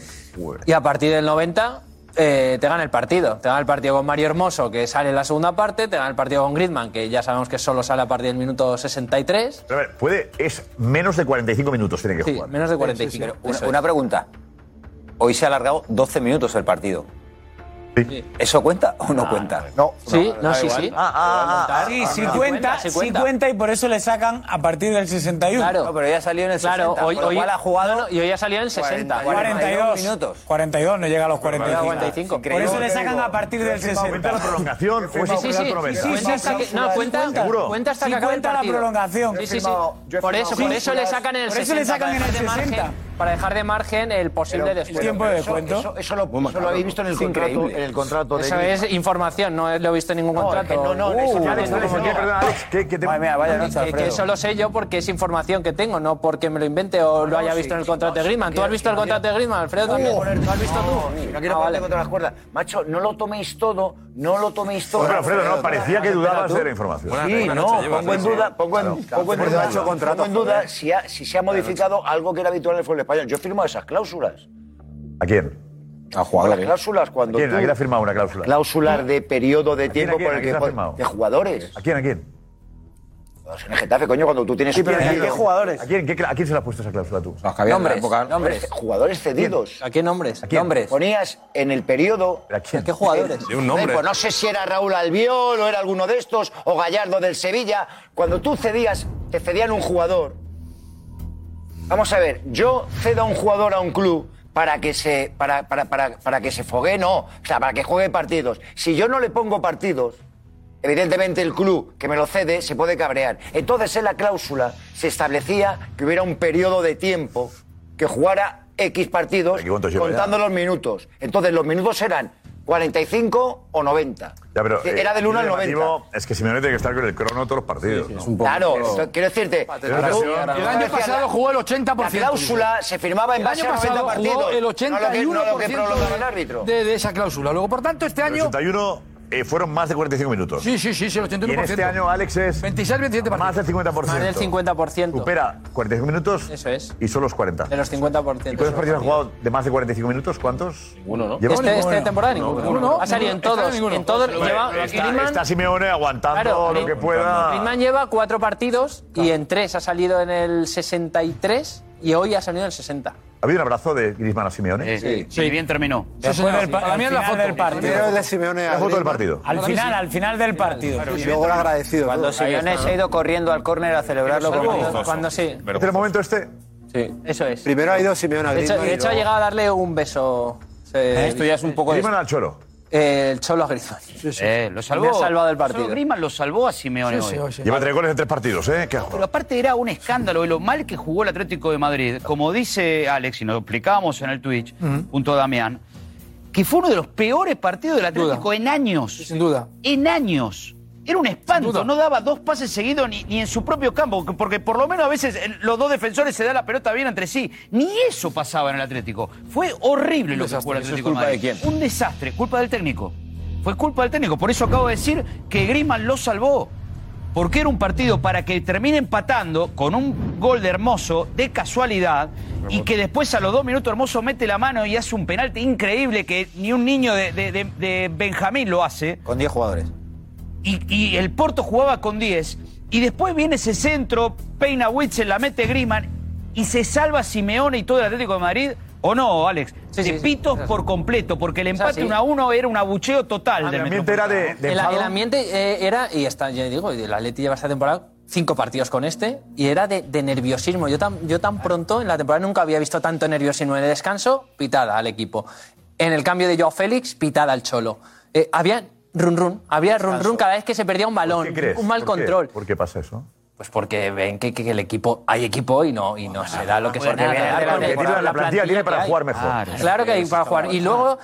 [SPEAKER 23] Y a partir del 90 eh, te gana el partido. Te gana el partido con Mario Hermoso, que sale en la segunda parte. Te gana el partido con Griezmann, que ya sabemos que solo sale a partir del minuto 63.
[SPEAKER 7] Pero a ver, puede, es menos de 45 minutos tiene que
[SPEAKER 23] Sí,
[SPEAKER 7] jugar.
[SPEAKER 23] menos de 45.
[SPEAKER 7] Pero
[SPEAKER 23] Eso
[SPEAKER 7] una-
[SPEAKER 23] es.
[SPEAKER 15] Una pregunta.
[SPEAKER 23] Hoy se ha alargado 12 minutos el partido. ¿Eso cuenta o no cuenta? Ah, No. Ah,
[SPEAKER 15] Sí, no, sí, sí.
[SPEAKER 21] Sí, Ah, sí cuenta, sí cuenta y por eso le sacan a partir del 61.
[SPEAKER 23] Claro. No, pero ya salió en el
[SPEAKER 21] Claro,
[SPEAKER 23] 60,
[SPEAKER 21] hoy-
[SPEAKER 23] con lo
[SPEAKER 21] hoy-
[SPEAKER 23] cual ha jugado...
[SPEAKER 21] no, no, y hoy ha salido en el 60.
[SPEAKER 23] 42 minutos.
[SPEAKER 21] 42, no llega a los 45.
[SPEAKER 23] 45.
[SPEAKER 21] Por eso le sacan a partir del
[SPEAKER 7] Encima
[SPEAKER 21] 60.
[SPEAKER 7] aumenta la prolongación, o es
[SPEAKER 21] Sí, sí,
[SPEAKER 7] una
[SPEAKER 21] sí.
[SPEAKER 7] promesa.
[SPEAKER 21] Sí, sí,
[SPEAKER 7] Cuenta
[SPEAKER 21] sí, sí.
[SPEAKER 7] la
[SPEAKER 21] No, cuenta,
[SPEAKER 7] prolongación. ¿Seguro?
[SPEAKER 21] cuenta hasta Sí, que acabe el cuenta la partido. prolongación. Sí, sí, sí. Firmado, yo he Por eso, firmado. por eso Sí, le sí, sacan en el por 60. eso le sacan para en el dejar de 60. margen- Para dejar de margen el posible descuento.
[SPEAKER 6] Eso, eso lo, eso lo habéis visto en el
[SPEAKER 21] Es
[SPEAKER 6] contrato,
[SPEAKER 21] increíble.
[SPEAKER 6] en el contrato de
[SPEAKER 21] Eso es información, no lo he visto en ningún contrato.
[SPEAKER 6] no, no, eso ya
[SPEAKER 11] Oh.
[SPEAKER 6] lo sabemos, ¿qué? Perdona, Alex,
[SPEAKER 21] Madre mía,
[SPEAKER 23] vaya noche,
[SPEAKER 21] que,
[SPEAKER 23] Alfredo.
[SPEAKER 21] que eso lo sé yo porque es información que tengo, no porque me lo invente o lo haya visto en el contrato de Griezmann. ¿Tú has visto el contrato de Griezmann, Alfredo, también?
[SPEAKER 6] ¿Lo has visto tú? No quiero ponerte contra las cuerdas. Macho, no lo toméis todo, no lo toméis todo.
[SPEAKER 7] Bueno, Alfredo, no, parecía que dudabas de la información.
[SPEAKER 6] Sí,
[SPEAKER 7] Buena- buena
[SPEAKER 6] no,
[SPEAKER 7] noche,
[SPEAKER 6] pongo en
[SPEAKER 7] llevas,
[SPEAKER 6] duda,
[SPEAKER 7] sí.
[SPEAKER 6] pongo en,
[SPEAKER 7] Claro.
[SPEAKER 6] pongo en
[SPEAKER 7] Porque
[SPEAKER 6] duda,
[SPEAKER 7] ha hecho contrato,
[SPEAKER 6] pongo en duda si, ha- si se ha modificado algo que era habitual en el fútbol español. Yo firmo esas cláusulas.
[SPEAKER 7] ¿A quién? A
[SPEAKER 6] Las cláusulas cuando
[SPEAKER 7] ¿A quién?
[SPEAKER 6] tú-
[SPEAKER 7] ¿A quién ha firmado una cláusula?
[SPEAKER 6] Cláusulas de periodo de
[SPEAKER 7] quién,
[SPEAKER 6] tiempo
[SPEAKER 7] a quién?
[SPEAKER 6] por
[SPEAKER 7] ¿A
[SPEAKER 6] el
[SPEAKER 7] quién
[SPEAKER 6] que
[SPEAKER 7] la ha
[SPEAKER 6] po-
[SPEAKER 7] firmado?
[SPEAKER 6] de jugadores.
[SPEAKER 7] ¿A quién? ¿A quién?
[SPEAKER 6] En el Getafe, coño, cuando tú tienes...
[SPEAKER 7] Sí, pero
[SPEAKER 6] pies-
[SPEAKER 7] ¿a qué jugadores? ¿A quién, qué cla- a quién se le has puesto esa cláusula tú?
[SPEAKER 6] Nombres, nombres, jugadores cedidos.
[SPEAKER 23] ¿A qué nombres?
[SPEAKER 6] ¿A quién?
[SPEAKER 23] Nombres.
[SPEAKER 6] Ponías en el periodo.
[SPEAKER 7] ¿A quién?
[SPEAKER 23] qué jugadores?
[SPEAKER 7] De un nombre.
[SPEAKER 6] Eh, pues no sé si era Raúl Albiol o era alguno de estos, o Gallardo del Sevilla. Cuando tú cedías, te cedían un jugador. Vamos a ver, yo cedo a un jugador a un club para que se, para, para, para, para que se fogue, no. O sea, para que juegue partidos. Si yo no le pongo partidos, Evidentemente el club que me lo cede se puede cabrear. Entonces en la cláusula se establecía que hubiera un periodo de tiempo que jugara X partidos
[SPEAKER 7] cuántos lleva
[SPEAKER 6] contando los minutos. Entonces los minutos eran 45 o 90.
[SPEAKER 7] Ya, pero, eh,
[SPEAKER 6] Era del 1 al
[SPEAKER 7] el
[SPEAKER 6] 90.
[SPEAKER 7] relativo Es que Simeone tiene que estar con el crono todos los partidos. ¿no?
[SPEAKER 6] Claro, esto- quiero decirte,
[SPEAKER 7] Pero ahora sí, ahora
[SPEAKER 4] El año pasado jugó el 80%.
[SPEAKER 6] La cláusula se firmaba en
[SPEAKER 4] El
[SPEAKER 6] base
[SPEAKER 4] año
[SPEAKER 6] a 90
[SPEAKER 4] pasado jugó
[SPEAKER 6] partidos.
[SPEAKER 4] el
[SPEAKER 6] no lo que,
[SPEAKER 4] 81%
[SPEAKER 6] no lo que prorrogaba el árbitro.
[SPEAKER 4] de, de esa cláusula. Luego, por tanto, este
[SPEAKER 7] El
[SPEAKER 4] año...
[SPEAKER 7] 81 eh, fueron más de 45 minutos.
[SPEAKER 4] Sí, sí, sí, sí, el 81%.
[SPEAKER 7] Y en este año, Alex, es
[SPEAKER 4] 26, 27
[SPEAKER 7] Más del 50%.
[SPEAKER 4] Más del
[SPEAKER 7] 50%. Supera 45 minutos Eso es. y son los 40.
[SPEAKER 23] De los 50%.
[SPEAKER 7] ¿Y cuántos partidos han jugado de más de 45 minutos? ¿Cuántos? Ninguno, ¿no?
[SPEAKER 23] Este- esta temporada ninguno.
[SPEAKER 7] No, Pues,
[SPEAKER 23] Ha salido
[SPEAKER 4] Este
[SPEAKER 23] en todos, en todos, lleva-
[SPEAKER 7] está,
[SPEAKER 23] Griezmann-
[SPEAKER 7] está Simeone aguantando
[SPEAKER 23] Claro,
[SPEAKER 7] lo que pueda.
[SPEAKER 23] Griezmann
[SPEAKER 30] lleva cuatro partidos y en tres ha salido en el 63 y hoy ha salido en el 60.
[SPEAKER 7] ¿Ha habido un abrazo de Griezmann a Simeone?
[SPEAKER 17] Sí.
[SPEAKER 7] sí.
[SPEAKER 17] bien terminó.
[SPEAKER 4] Para mí es la foto.
[SPEAKER 17] del partido. Primero
[SPEAKER 7] de Simeone La foto del partido.
[SPEAKER 21] Al final, al final del partido. Luego lo agradecido.
[SPEAKER 23] Cuando Simeone se ha ido corriendo al córner a celebrarlo.
[SPEAKER 21] Pero
[SPEAKER 23] porque-
[SPEAKER 21] salvo-
[SPEAKER 23] Cuando sí.
[SPEAKER 7] ¿Este el momento este?
[SPEAKER 23] Sí. Eso es.
[SPEAKER 11] Primero ha ido Simeone a
[SPEAKER 23] De hecho,
[SPEAKER 11] Griezmann
[SPEAKER 23] de
[SPEAKER 11] y
[SPEAKER 23] hecho ha
[SPEAKER 11] luego-
[SPEAKER 23] llegado a darle un beso. Se-
[SPEAKER 11] Esto ya es un poco de- Griezmann
[SPEAKER 7] al Cholo.
[SPEAKER 23] El Cholo a Griezmann.
[SPEAKER 17] Eh, lo salvó.
[SPEAKER 23] Le ha salvado el partido.
[SPEAKER 17] Solo Griezmann lo salvó a Simeone
[SPEAKER 23] Sí, sí,
[SPEAKER 17] hoy.
[SPEAKER 7] Lleva tres goles en tres partidos, ¿eh? ¿Qué ha jugado?
[SPEAKER 17] Pero aparte era un escándalo de lo mal que jugó el Atlético de Madrid. Como dice Alex, y nos lo explicábamos en el Twitch,
[SPEAKER 4] Ujú.
[SPEAKER 17] junto a Damián, que fue uno de los peores partidos del Atlético en años. Sin
[SPEAKER 4] duda.
[SPEAKER 17] En años. Era un espanto, no daba dos pases seguidos ni, ni en su propio campo, porque por lo menos a veces eh, los dos defensores se da la pelota bien entre sí. Ni eso pasaba en el Atlético. Fue horrible lo que jugó el
[SPEAKER 15] ¿Eso es
[SPEAKER 17] Atlético
[SPEAKER 15] culpa
[SPEAKER 17] Madrid.
[SPEAKER 15] de quién?
[SPEAKER 17] Un desastre, culpa del técnico. Fue culpa del técnico, por eso acabo de decir que Griezmann lo salvó. Porque era un partido para que termine empatando con un gol de Hermoso de casualidad y que después a los dos minutos Hermoso mete la mano y hace un penalti increíble que ni un niño de, de- de- de Benjamín lo hace.
[SPEAKER 23] Con 10 jugadores.
[SPEAKER 17] Y, y el Porto jugaba con 10 y después viene ese centro, peina Witzel, la mete Griezmann y se salva Simeone y todo el Atlético de Madrid. ¿O no, Alex? de pitos por completo, porque el empate
[SPEAKER 23] así.
[SPEAKER 17] 1 a 1 era un abucheo
[SPEAKER 23] Ah,
[SPEAKER 17] total. del Metropolitano.
[SPEAKER 23] el, el ambiente eh, era, y está, ya digo, el Atleti lleva esta temporada cinco partidos con este, y era de, de nerviosismo. Yo tan, yo tan pronto en la temporada nunca había visto tanto nerviosismo en el descanso, pitada al equipo. En el cambio de Joao Félix, pitada al Cholo. Eh, había run run, había run run cada vez que se perdía un balón,
[SPEAKER 7] ¿Qué crees?
[SPEAKER 23] un mal
[SPEAKER 7] ¿Por qué?
[SPEAKER 23] control.
[SPEAKER 7] ¿Por qué pasa eso?
[SPEAKER 23] Pues porque ven que, que el equipo, hay equipo y no, y no se da lo que se
[SPEAKER 7] Porque
[SPEAKER 23] da.
[SPEAKER 7] tiene-
[SPEAKER 23] Claro,
[SPEAKER 7] porque
[SPEAKER 23] que
[SPEAKER 7] tiene- la plantilla tiene
[SPEAKER 23] que
[SPEAKER 7] para
[SPEAKER 23] hay.
[SPEAKER 7] jugar mejor.
[SPEAKER 23] Claro, que hay para jugar. Y luego,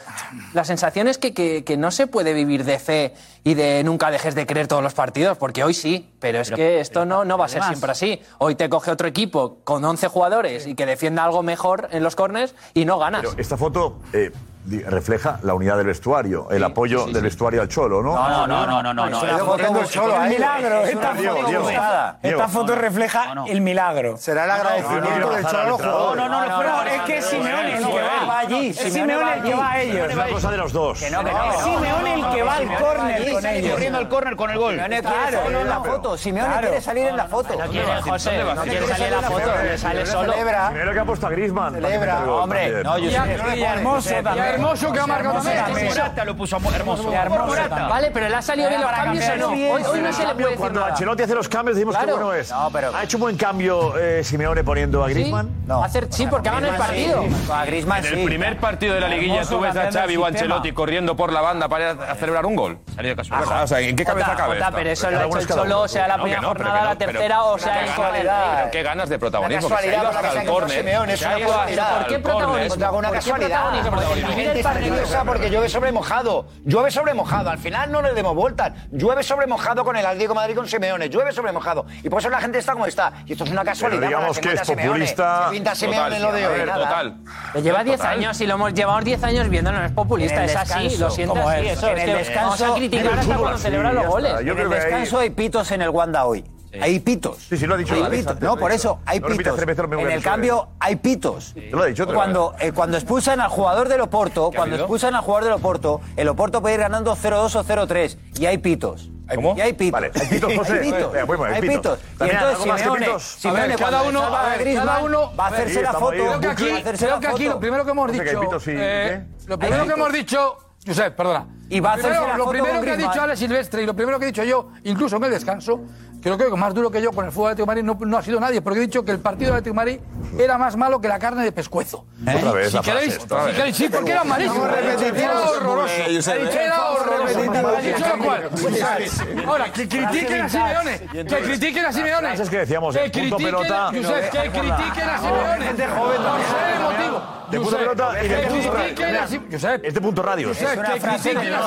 [SPEAKER 23] la sensación es que, que, que no se puede vivir de fe y de nunca dejes de creer todos los partidos, porque hoy sí, pero es que esto no, no va a ser
[SPEAKER 30] además-
[SPEAKER 23] siempre así. Hoy te coge otro equipo con 11 jugadores y que defienda algo mejor en los corners y no ganas.
[SPEAKER 7] Pero esta foto eh, di- refleja la unidad del vestuario, el apoyo del vestuario al Cholo, ¿no?
[SPEAKER 17] No, no, no, no, no, no, no.
[SPEAKER 7] Está votando el Cholo
[SPEAKER 21] el
[SPEAKER 7] ahí.
[SPEAKER 21] milagro.
[SPEAKER 7] Es
[SPEAKER 21] Esta
[SPEAKER 7] una- Diego,
[SPEAKER 21] foto,
[SPEAKER 7] Diego,
[SPEAKER 21] esta
[SPEAKER 7] Diego.
[SPEAKER 21] foto refleja el milagro.
[SPEAKER 11] Será el
[SPEAKER 21] agradecimiento
[SPEAKER 11] del Cholo a los jugadores.
[SPEAKER 21] No, no, no, no, es que es Simeone el que va allí. Es Simeone el que va a ellos.
[SPEAKER 7] Es una cosa de los dos.
[SPEAKER 21] no, que no. Es Simeone el que va al córner con ellos.
[SPEAKER 17] Corriendo al córner con el gol.
[SPEAKER 23] Simeone quiere salir en la foto. Simeone quiere salir en la foto. No quiere, José. No quiere salir en la foto. Sale solo.
[SPEAKER 7] Primero que ha puesto a Griezmann.
[SPEAKER 23] Celebra. Hombre, no, yo
[SPEAKER 17] Y a Hermoso también.
[SPEAKER 4] Hermoso que ha marcado
[SPEAKER 17] Hermoso
[SPEAKER 4] también.
[SPEAKER 17] Morata lo puso a- hermoso.
[SPEAKER 23] Vale, pero le ha salido bien los cambios o no. Hoy, hoy no se le puede decir
[SPEAKER 7] Cuando
[SPEAKER 23] nada.
[SPEAKER 7] Ancelotti hace los cambios decimos que
[SPEAKER 23] Claro.
[SPEAKER 7] bueno es.
[SPEAKER 23] No, pero-
[SPEAKER 7] ¿Ha hecho un buen cambio eh, Simeone poniendo a
[SPEAKER 23] ¿Sí?
[SPEAKER 7] Griezmann?
[SPEAKER 23] No. Hacer, sí, porque ha ganado el partido. A Griezmann
[SPEAKER 8] En el primer partido de la liguilla
[SPEAKER 23] Hermoso
[SPEAKER 8] tú ves a
[SPEAKER 23] cambiando el
[SPEAKER 8] Xavi o a
[SPEAKER 23] sistema.
[SPEAKER 8] Ancelotti corriendo por la banda para ir a celebrar un gol. Salió de
[SPEAKER 23] Ah,
[SPEAKER 8] casualidad. O sea, ¿en qué
[SPEAKER 23] Jota,
[SPEAKER 8] cabeza cabe
[SPEAKER 23] Jota,
[SPEAKER 8] esto?
[SPEAKER 23] pero eso lo
[SPEAKER 8] Cada
[SPEAKER 23] ha hecho
[SPEAKER 8] uno es
[SPEAKER 23] el
[SPEAKER 8] cada uno.
[SPEAKER 23] Cholo, sea la
[SPEAKER 8] No,
[SPEAKER 23] primera
[SPEAKER 8] que no, pero
[SPEAKER 23] jornada,
[SPEAKER 8] que no,
[SPEAKER 23] la
[SPEAKER 8] pero-
[SPEAKER 23] tercera o sea
[SPEAKER 8] pero
[SPEAKER 23] el
[SPEAKER 8] qué
[SPEAKER 23] corner.
[SPEAKER 8] ganas- pero Qué ganas de protagonismo.
[SPEAKER 23] Una
[SPEAKER 8] que se ha ido
[SPEAKER 23] casualidad,
[SPEAKER 8] hasta
[SPEAKER 23] la que
[SPEAKER 8] el
[SPEAKER 23] se ha quedado
[SPEAKER 8] córner.
[SPEAKER 23] Simeone, es
[SPEAKER 8] Se
[SPEAKER 23] una
[SPEAKER 8] ha ido hasta
[SPEAKER 23] casualidad.
[SPEAKER 8] el
[SPEAKER 23] ¿Por qué
[SPEAKER 8] córner.
[SPEAKER 23] protagonismo?
[SPEAKER 8] Hago una
[SPEAKER 23] ¿Por qué
[SPEAKER 8] casualidad.
[SPEAKER 23] protagonismo?
[SPEAKER 8] Protagonismo.
[SPEAKER 6] La gente está nerviosa porque llueve sobre mojado. Llueve sobre mojado. Al final no le demos vueltas. Llueve sobre mojado con el Atlético de Madrid con Simeone. Llueve sobre mojado. Y por eso la gente está como está. Y esto es una casualidad.
[SPEAKER 7] Pero digamos
[SPEAKER 6] para
[SPEAKER 7] que
[SPEAKER 6] meta
[SPEAKER 7] es
[SPEAKER 6] Simeone.
[SPEAKER 7] populista.
[SPEAKER 6] Se pinta Simeone
[SPEAKER 7] Total,
[SPEAKER 6] lo de hoy.
[SPEAKER 7] Simeone,
[SPEAKER 6] nada.
[SPEAKER 7] total.
[SPEAKER 23] Lo lleva 10
[SPEAKER 7] Total.
[SPEAKER 23] años y lo hemos llevado 10 años viéndolo, no es populista,
[SPEAKER 7] En el
[SPEAKER 23] es así,
[SPEAKER 7] descanso,
[SPEAKER 23] lo siento
[SPEAKER 7] como
[SPEAKER 23] así,
[SPEAKER 7] es.
[SPEAKER 23] eso,
[SPEAKER 7] En
[SPEAKER 23] es
[SPEAKER 7] el
[SPEAKER 23] que
[SPEAKER 7] descanso,
[SPEAKER 23] vamos a
[SPEAKER 7] en
[SPEAKER 23] criticar
[SPEAKER 7] el
[SPEAKER 23] hasta
[SPEAKER 7] fútbol
[SPEAKER 23] cuando
[SPEAKER 7] así,
[SPEAKER 23] celebran los
[SPEAKER 7] ya está.
[SPEAKER 23] goles.
[SPEAKER 7] Yo
[SPEAKER 23] En
[SPEAKER 7] creo
[SPEAKER 23] el
[SPEAKER 7] que ahí-
[SPEAKER 23] descanso-
[SPEAKER 15] hay pitos en el Wanda hoy. Hay pitos.
[SPEAKER 7] Sí, sí, lo ha dicho
[SPEAKER 15] Hay
[SPEAKER 7] Alex
[SPEAKER 15] pitos.
[SPEAKER 7] antes, lo
[SPEAKER 15] No,
[SPEAKER 7] ha
[SPEAKER 15] por
[SPEAKER 7] dicho.
[SPEAKER 15] eso hay
[SPEAKER 7] No repitas
[SPEAKER 15] pitos.
[SPEAKER 7] tres veces lo mismo
[SPEAKER 15] En
[SPEAKER 7] que ha
[SPEAKER 15] el
[SPEAKER 7] dicho,
[SPEAKER 15] cambio hay pitos.
[SPEAKER 7] Te lo he dicho otra
[SPEAKER 15] Cuando, eh, cuando expulsan al jugador del Oporto,
[SPEAKER 7] ha
[SPEAKER 15] cuando
[SPEAKER 7] habido?
[SPEAKER 15] expulsan al jugador del Oporto, el Oporto puede ir ganando 0-2 o 0-3 y hay pitos.
[SPEAKER 31] ¿Cómo?
[SPEAKER 15] Y hay pitos.
[SPEAKER 7] Vale, hay pitos, José.
[SPEAKER 15] Hay pitos.
[SPEAKER 7] Venga, voy a poner
[SPEAKER 15] Hay
[SPEAKER 7] pitos.
[SPEAKER 15] pitos. Y
[SPEAKER 7] También,
[SPEAKER 15] entonces
[SPEAKER 7] ¿algo más que
[SPEAKER 15] Simeone,
[SPEAKER 7] pitos?
[SPEAKER 15] Simeone
[SPEAKER 7] A ver,
[SPEAKER 15] cuando
[SPEAKER 7] cada uno-
[SPEAKER 15] salga
[SPEAKER 7] a ver,
[SPEAKER 15] Griezmann,
[SPEAKER 7] cada uno-
[SPEAKER 15] va a
[SPEAKER 7] Sí,
[SPEAKER 15] hacerse la
[SPEAKER 7] estamos
[SPEAKER 15] foto.
[SPEAKER 7] ahí. Creo
[SPEAKER 15] Va a
[SPEAKER 7] que aquí-
[SPEAKER 15] hacerse
[SPEAKER 7] creo
[SPEAKER 15] la
[SPEAKER 7] que aquí
[SPEAKER 15] foto.
[SPEAKER 7] lo primero
[SPEAKER 4] que hemos
[SPEAKER 7] No sé qué
[SPEAKER 4] dicho.
[SPEAKER 7] pitos y
[SPEAKER 4] eh,
[SPEAKER 7] qué.
[SPEAKER 4] lo primero
[SPEAKER 7] Hay
[SPEAKER 4] que hemos
[SPEAKER 7] pitos.
[SPEAKER 4] dicho, Josep, perdona.
[SPEAKER 7] Y va a
[SPEAKER 4] Lo
[SPEAKER 7] hacerse
[SPEAKER 4] primero-
[SPEAKER 7] la
[SPEAKER 4] Lo
[SPEAKER 7] foto
[SPEAKER 4] primero
[SPEAKER 7] con
[SPEAKER 4] que ha
[SPEAKER 7] Griezmann.
[SPEAKER 4] dicho Ale Silvestre y lo primero que he dicho yo, incluso en el descanso, creo que más duro que yo con el fútbol de Atlético de Madrid no, no ha sido nadie, porque he dicho que el partido de Atlético de Madrid era más malo que la carne de pescuezo. ¿Eh?
[SPEAKER 7] Otra vez
[SPEAKER 4] Si
[SPEAKER 7] la
[SPEAKER 4] queréis,
[SPEAKER 7] frase, otra
[SPEAKER 4] si
[SPEAKER 7] vez.
[SPEAKER 4] queréis, sí, porque era malísimo.
[SPEAKER 7] Estamos repetitivos.
[SPEAKER 4] Era horroroso.
[SPEAKER 7] Eh, Josep,
[SPEAKER 4] Ha dicho,
[SPEAKER 7] eh.
[SPEAKER 4] era horroroso.
[SPEAKER 7] Repetitivos.
[SPEAKER 4] Ha dicho lo cual.
[SPEAKER 7] Repetitivos.
[SPEAKER 4] Ahora, que critiquen a Simeone, que critiquen a Simeone.
[SPEAKER 7] Las frases que decíamos, el punto
[SPEAKER 4] critiquen-
[SPEAKER 7] pelota.
[SPEAKER 4] Josep, que critiquen a Simeone. Por ser emotivo.
[SPEAKER 7] De punto
[SPEAKER 4] Josep,
[SPEAKER 7] pelota y de
[SPEAKER 4] que
[SPEAKER 7] punto
[SPEAKER 4] critiquen a Simeone.
[SPEAKER 7] radio. Este punto radio.
[SPEAKER 4] Josep, que critiquen a Simeone.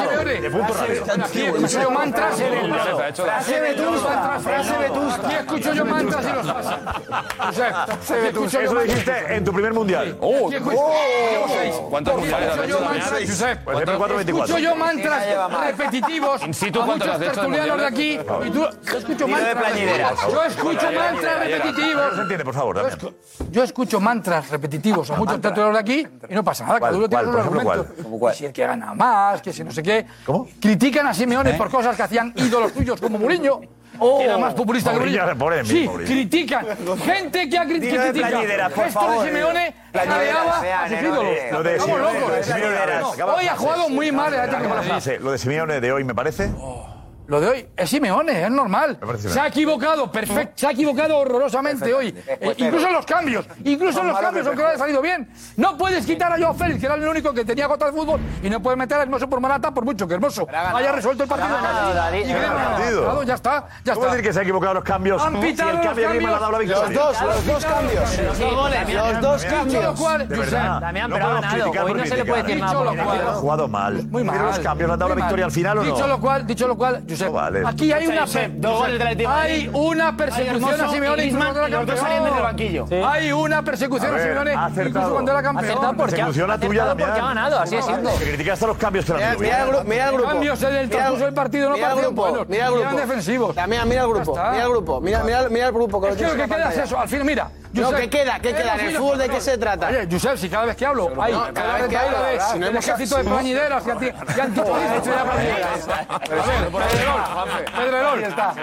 [SPEAKER 7] De punto radio.
[SPEAKER 4] Aquí escucho yo mantras y los paso.
[SPEAKER 11] Frase vetusta, frase vetusta.
[SPEAKER 4] Aquí escucho yo mantras y los paso. Josep, aquí escucho yo
[SPEAKER 7] Eso lo
[SPEAKER 4] mantras.
[SPEAKER 7] dijiste en tu primer mundial. ¡Oh!
[SPEAKER 4] Aquí escucho- Llevo seis.
[SPEAKER 7] ¿Cuántos
[SPEAKER 4] Porque
[SPEAKER 7] mundiales
[SPEAKER 4] escucho
[SPEAKER 7] has
[SPEAKER 4] yo
[SPEAKER 7] hecho?
[SPEAKER 4] mantras,
[SPEAKER 7] Seis.
[SPEAKER 4] Josep.
[SPEAKER 7] Pues de cuatro, veinticuatro.
[SPEAKER 4] Escucho yo
[SPEAKER 7] Sí, la lleva
[SPEAKER 4] mantras
[SPEAKER 7] mal.
[SPEAKER 4] repetitivos
[SPEAKER 7] In situ,
[SPEAKER 4] a
[SPEAKER 7] ¿cuántos
[SPEAKER 4] muchos
[SPEAKER 7] has hecho en
[SPEAKER 4] tertulianos de aquí
[SPEAKER 7] mundiales?
[SPEAKER 4] y tú yo escucho
[SPEAKER 7] Y lo de
[SPEAKER 4] mantras.
[SPEAKER 7] plañidera.
[SPEAKER 4] Yo escucho
[SPEAKER 7] Bueno, ya, ya,
[SPEAKER 4] mantras
[SPEAKER 7] ya, ya. No se
[SPEAKER 4] repetitivos.
[SPEAKER 7] entiende, por favor, Damián.
[SPEAKER 4] Yo escucho mantras repetitivos a muchos tertulianos de aquí y no pasa nada, cada
[SPEAKER 7] ¿Cuál,
[SPEAKER 4] uno tiene
[SPEAKER 7] cuál,
[SPEAKER 4] sus
[SPEAKER 7] por ejemplo,
[SPEAKER 4] argumentos.
[SPEAKER 7] cuál?
[SPEAKER 4] Que si el que gana más, que si no sé qué. ¿Cómo? Critican a
[SPEAKER 7] ¿Eh?
[SPEAKER 4] Simeone por cosas que hacían ídolos tuyos como Mourinho. que era más populista
[SPEAKER 7] Oh. Mourinho,
[SPEAKER 4] que Mourinho.
[SPEAKER 7] pobre de mí,
[SPEAKER 4] sí,
[SPEAKER 7] Mourinho.
[SPEAKER 4] critican. Gente que ha cri-
[SPEAKER 7] Dilo
[SPEAKER 4] que
[SPEAKER 7] de
[SPEAKER 4] critica.
[SPEAKER 7] Plañidera, por
[SPEAKER 4] Esto
[SPEAKER 7] favor.
[SPEAKER 4] de Simeone
[SPEAKER 7] Plañidera,
[SPEAKER 4] aleaba
[SPEAKER 7] vean,
[SPEAKER 4] a sus
[SPEAKER 7] eh, no
[SPEAKER 4] ídolos.
[SPEAKER 7] digas. Lo de
[SPEAKER 4] Estamos
[SPEAKER 7] Simeone,
[SPEAKER 4] locos.
[SPEAKER 7] lo de Simeone, acaba
[SPEAKER 4] Hoy
[SPEAKER 7] la
[SPEAKER 4] ha
[SPEAKER 7] frase.
[SPEAKER 4] jugado muy mal el Atlético de
[SPEAKER 7] Acaba la
[SPEAKER 4] Madrid.
[SPEAKER 7] frase. Lo de Simeone de hoy, ¿me parece?
[SPEAKER 4] Lo de hoy es Simeone, es normal.
[SPEAKER 7] parece
[SPEAKER 4] Se ha equivocado, perfecto, se ha equivocado horrorosamente hoy. Eh, incluso en los cambios, incluso en los cambios, aunque no haya salido bien. No puedes quitar a Joao Félix, que era el único que tenía gota de fútbol, y no puedes meter a Hermoso por Morata, por mucho que Hermoso haya resuelto el partido.
[SPEAKER 7] Pero ha ganado, David.
[SPEAKER 4] Y Griezmann
[SPEAKER 7] Pero ha
[SPEAKER 4] ha
[SPEAKER 7] ganado.
[SPEAKER 4] ganado, Ya está, ya
[SPEAKER 7] ¿Cómo
[SPEAKER 4] está.
[SPEAKER 7] decir que se ha equivocado los cambios?
[SPEAKER 4] Han
[SPEAKER 7] Si
[SPEAKER 4] pitado
[SPEAKER 7] el
[SPEAKER 4] los
[SPEAKER 7] cambio de Griezmann
[SPEAKER 4] cambios.
[SPEAKER 7] ha dado la victoria.
[SPEAKER 4] Los dos, los dos cambios. Los dos goles. Los dos cambios.
[SPEAKER 7] De verdad.
[SPEAKER 4] Damián,
[SPEAKER 7] no
[SPEAKER 4] pero ha
[SPEAKER 7] podemos
[SPEAKER 4] ganado.
[SPEAKER 7] criticar
[SPEAKER 4] Hoy
[SPEAKER 7] por
[SPEAKER 4] no se le
[SPEAKER 7] criticar.
[SPEAKER 4] puede decir nada, porque
[SPEAKER 7] Griezmann
[SPEAKER 4] no.
[SPEAKER 7] ha jugado mal.
[SPEAKER 4] Muy mal.
[SPEAKER 7] Mira los cambios, le han dado la
[SPEAKER 4] Muy
[SPEAKER 7] victoria
[SPEAKER 4] mal.
[SPEAKER 7] al final o no.
[SPEAKER 4] Dicho lo cual, dicho lo cual, Josep,
[SPEAKER 7] No vale.
[SPEAKER 4] aquí hay
[SPEAKER 7] Escucha,
[SPEAKER 4] una,
[SPEAKER 7] Josep,
[SPEAKER 4] per-
[SPEAKER 7] dos
[SPEAKER 4] Josep,
[SPEAKER 7] goles del Atlético de Madrid.
[SPEAKER 4] hay una persecución a
[SPEAKER 7] Hermoso
[SPEAKER 4] Simeone
[SPEAKER 7] y
[SPEAKER 4] incluso
[SPEAKER 7] Griezmann,
[SPEAKER 4] cuando era
[SPEAKER 7] y los dos
[SPEAKER 4] campeón.
[SPEAKER 7] saliendo del banquillo. Sí.
[SPEAKER 4] Hay una
[SPEAKER 7] A
[SPEAKER 4] persecución a,
[SPEAKER 7] ver,
[SPEAKER 4] Simeone
[SPEAKER 7] ha
[SPEAKER 4] incluso
[SPEAKER 7] acertado.
[SPEAKER 4] cuando era campeón.
[SPEAKER 7] Acertado porque ha- Persecución la tuya, acertado porque Damián. ha ganado, así es siendo. Que criticaste a los cambios que le han dado.
[SPEAKER 4] Mira el gru- mira el grupo.
[SPEAKER 9] Cambios en el
[SPEAKER 4] Mira-
[SPEAKER 9] transcurso del partido, no
[SPEAKER 4] mira el
[SPEAKER 9] partidos
[SPEAKER 4] grupo,
[SPEAKER 9] buenos.
[SPEAKER 4] mira el
[SPEAKER 9] Eran
[SPEAKER 4] grupo.
[SPEAKER 9] defensivos.
[SPEAKER 4] Ya, mira, mira el grupo,
[SPEAKER 9] Ya está.
[SPEAKER 4] mira el grupo, mira- mira- mira el grupo que lo
[SPEAKER 9] Es que lo
[SPEAKER 4] tienes
[SPEAKER 9] que
[SPEAKER 4] en la
[SPEAKER 9] queda es
[SPEAKER 4] pantalla.
[SPEAKER 9] eso, al fin, mira.
[SPEAKER 4] No,
[SPEAKER 9] Josep,
[SPEAKER 4] ¿qué queda? ¿Qué
[SPEAKER 9] eh,
[SPEAKER 4] queda?
[SPEAKER 9] al
[SPEAKER 4] ¿En el
[SPEAKER 9] fin,
[SPEAKER 4] fútbol
[SPEAKER 9] no,
[SPEAKER 4] de qué
[SPEAKER 9] no,
[SPEAKER 4] se trata?
[SPEAKER 9] Oye,
[SPEAKER 4] Josep, si cada vez que hablo, hay
[SPEAKER 9] No, cada vez que
[SPEAKER 4] cada
[SPEAKER 9] hablo,
[SPEAKER 4] vez
[SPEAKER 9] si no
[SPEAKER 4] el
[SPEAKER 9] hemos-
[SPEAKER 4] ejército de
[SPEAKER 9] si-
[SPEAKER 4] plañideras y anti- y antipolistas. Pedro Herol,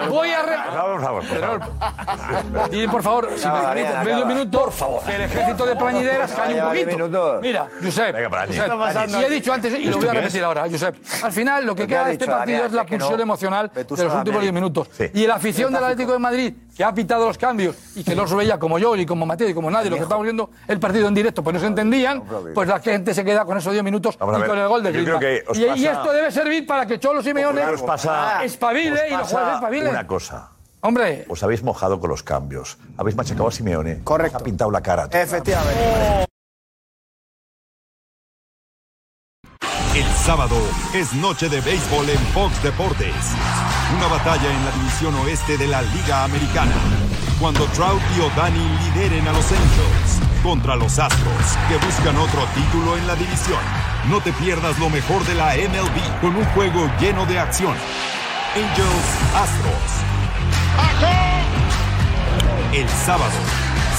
[SPEAKER 4] voy a... re-
[SPEAKER 7] Por favor, por favor.
[SPEAKER 4] Y por favor, si me
[SPEAKER 7] Damián,
[SPEAKER 4] permiten, medio
[SPEAKER 7] acaba.
[SPEAKER 4] minuto, por favor. Que el ejército de plañideras calle un
[SPEAKER 7] Vaya, vaya
[SPEAKER 4] poquito. Mira, Josep,
[SPEAKER 7] Brañi.
[SPEAKER 4] Josep,
[SPEAKER 7] Está pasando.
[SPEAKER 4] y he dicho antes, y
[SPEAKER 7] ¿Esto
[SPEAKER 4] lo voy a
[SPEAKER 7] qué es?
[SPEAKER 4] repetir ahora, Josep. Al final, lo que
[SPEAKER 7] ¿Qué ha
[SPEAKER 4] queda de este
[SPEAKER 7] dicho
[SPEAKER 4] partido
[SPEAKER 7] Damián?
[SPEAKER 4] es la
[SPEAKER 7] Es que no.
[SPEAKER 4] pulsión emocional de
[SPEAKER 7] Vetusta
[SPEAKER 4] los últimos
[SPEAKER 7] Damián.
[SPEAKER 4] 10 minutos.
[SPEAKER 7] Sí.
[SPEAKER 4] Y la afición del Atlético de Madrid, que ha pitado los cambios y que los veía como yo y como Mateo y como nadie, lo que estamos viendo el partido en directo, pues no se entendían, pues la gente se queda con esos 10 minutos
[SPEAKER 7] Vamos a
[SPEAKER 4] y
[SPEAKER 7] ver,
[SPEAKER 4] con el gol de
[SPEAKER 7] yo creo
[SPEAKER 4] Griezmann.
[SPEAKER 7] que os
[SPEAKER 4] Y- Y
[SPEAKER 7] pasa-
[SPEAKER 4] esto debe servir para que Cholo Simeone
[SPEAKER 7] Os
[SPEAKER 21] Ah,
[SPEAKER 7] pasa, os
[SPEAKER 4] espabile y los
[SPEAKER 7] pasa
[SPEAKER 4] jugadores espabilen.
[SPEAKER 7] Una cosa.
[SPEAKER 4] Hombre.
[SPEAKER 7] Os habéis mojado con los cambios. Habéis machacado a Simeone. Correcto. Ha pintado la cara.
[SPEAKER 13] Efectivamente.
[SPEAKER 19] El sábado es noche de béisbol en Fox Deportes. Una batalla en la división oeste de la Liga Americana. Cuando Trout y O'Dani lideren a los Angels contra los Astros, que buscan otro título en la división. No te pierdas lo mejor de la MLB con un juego lleno de acción. Angels Astros. El sábado,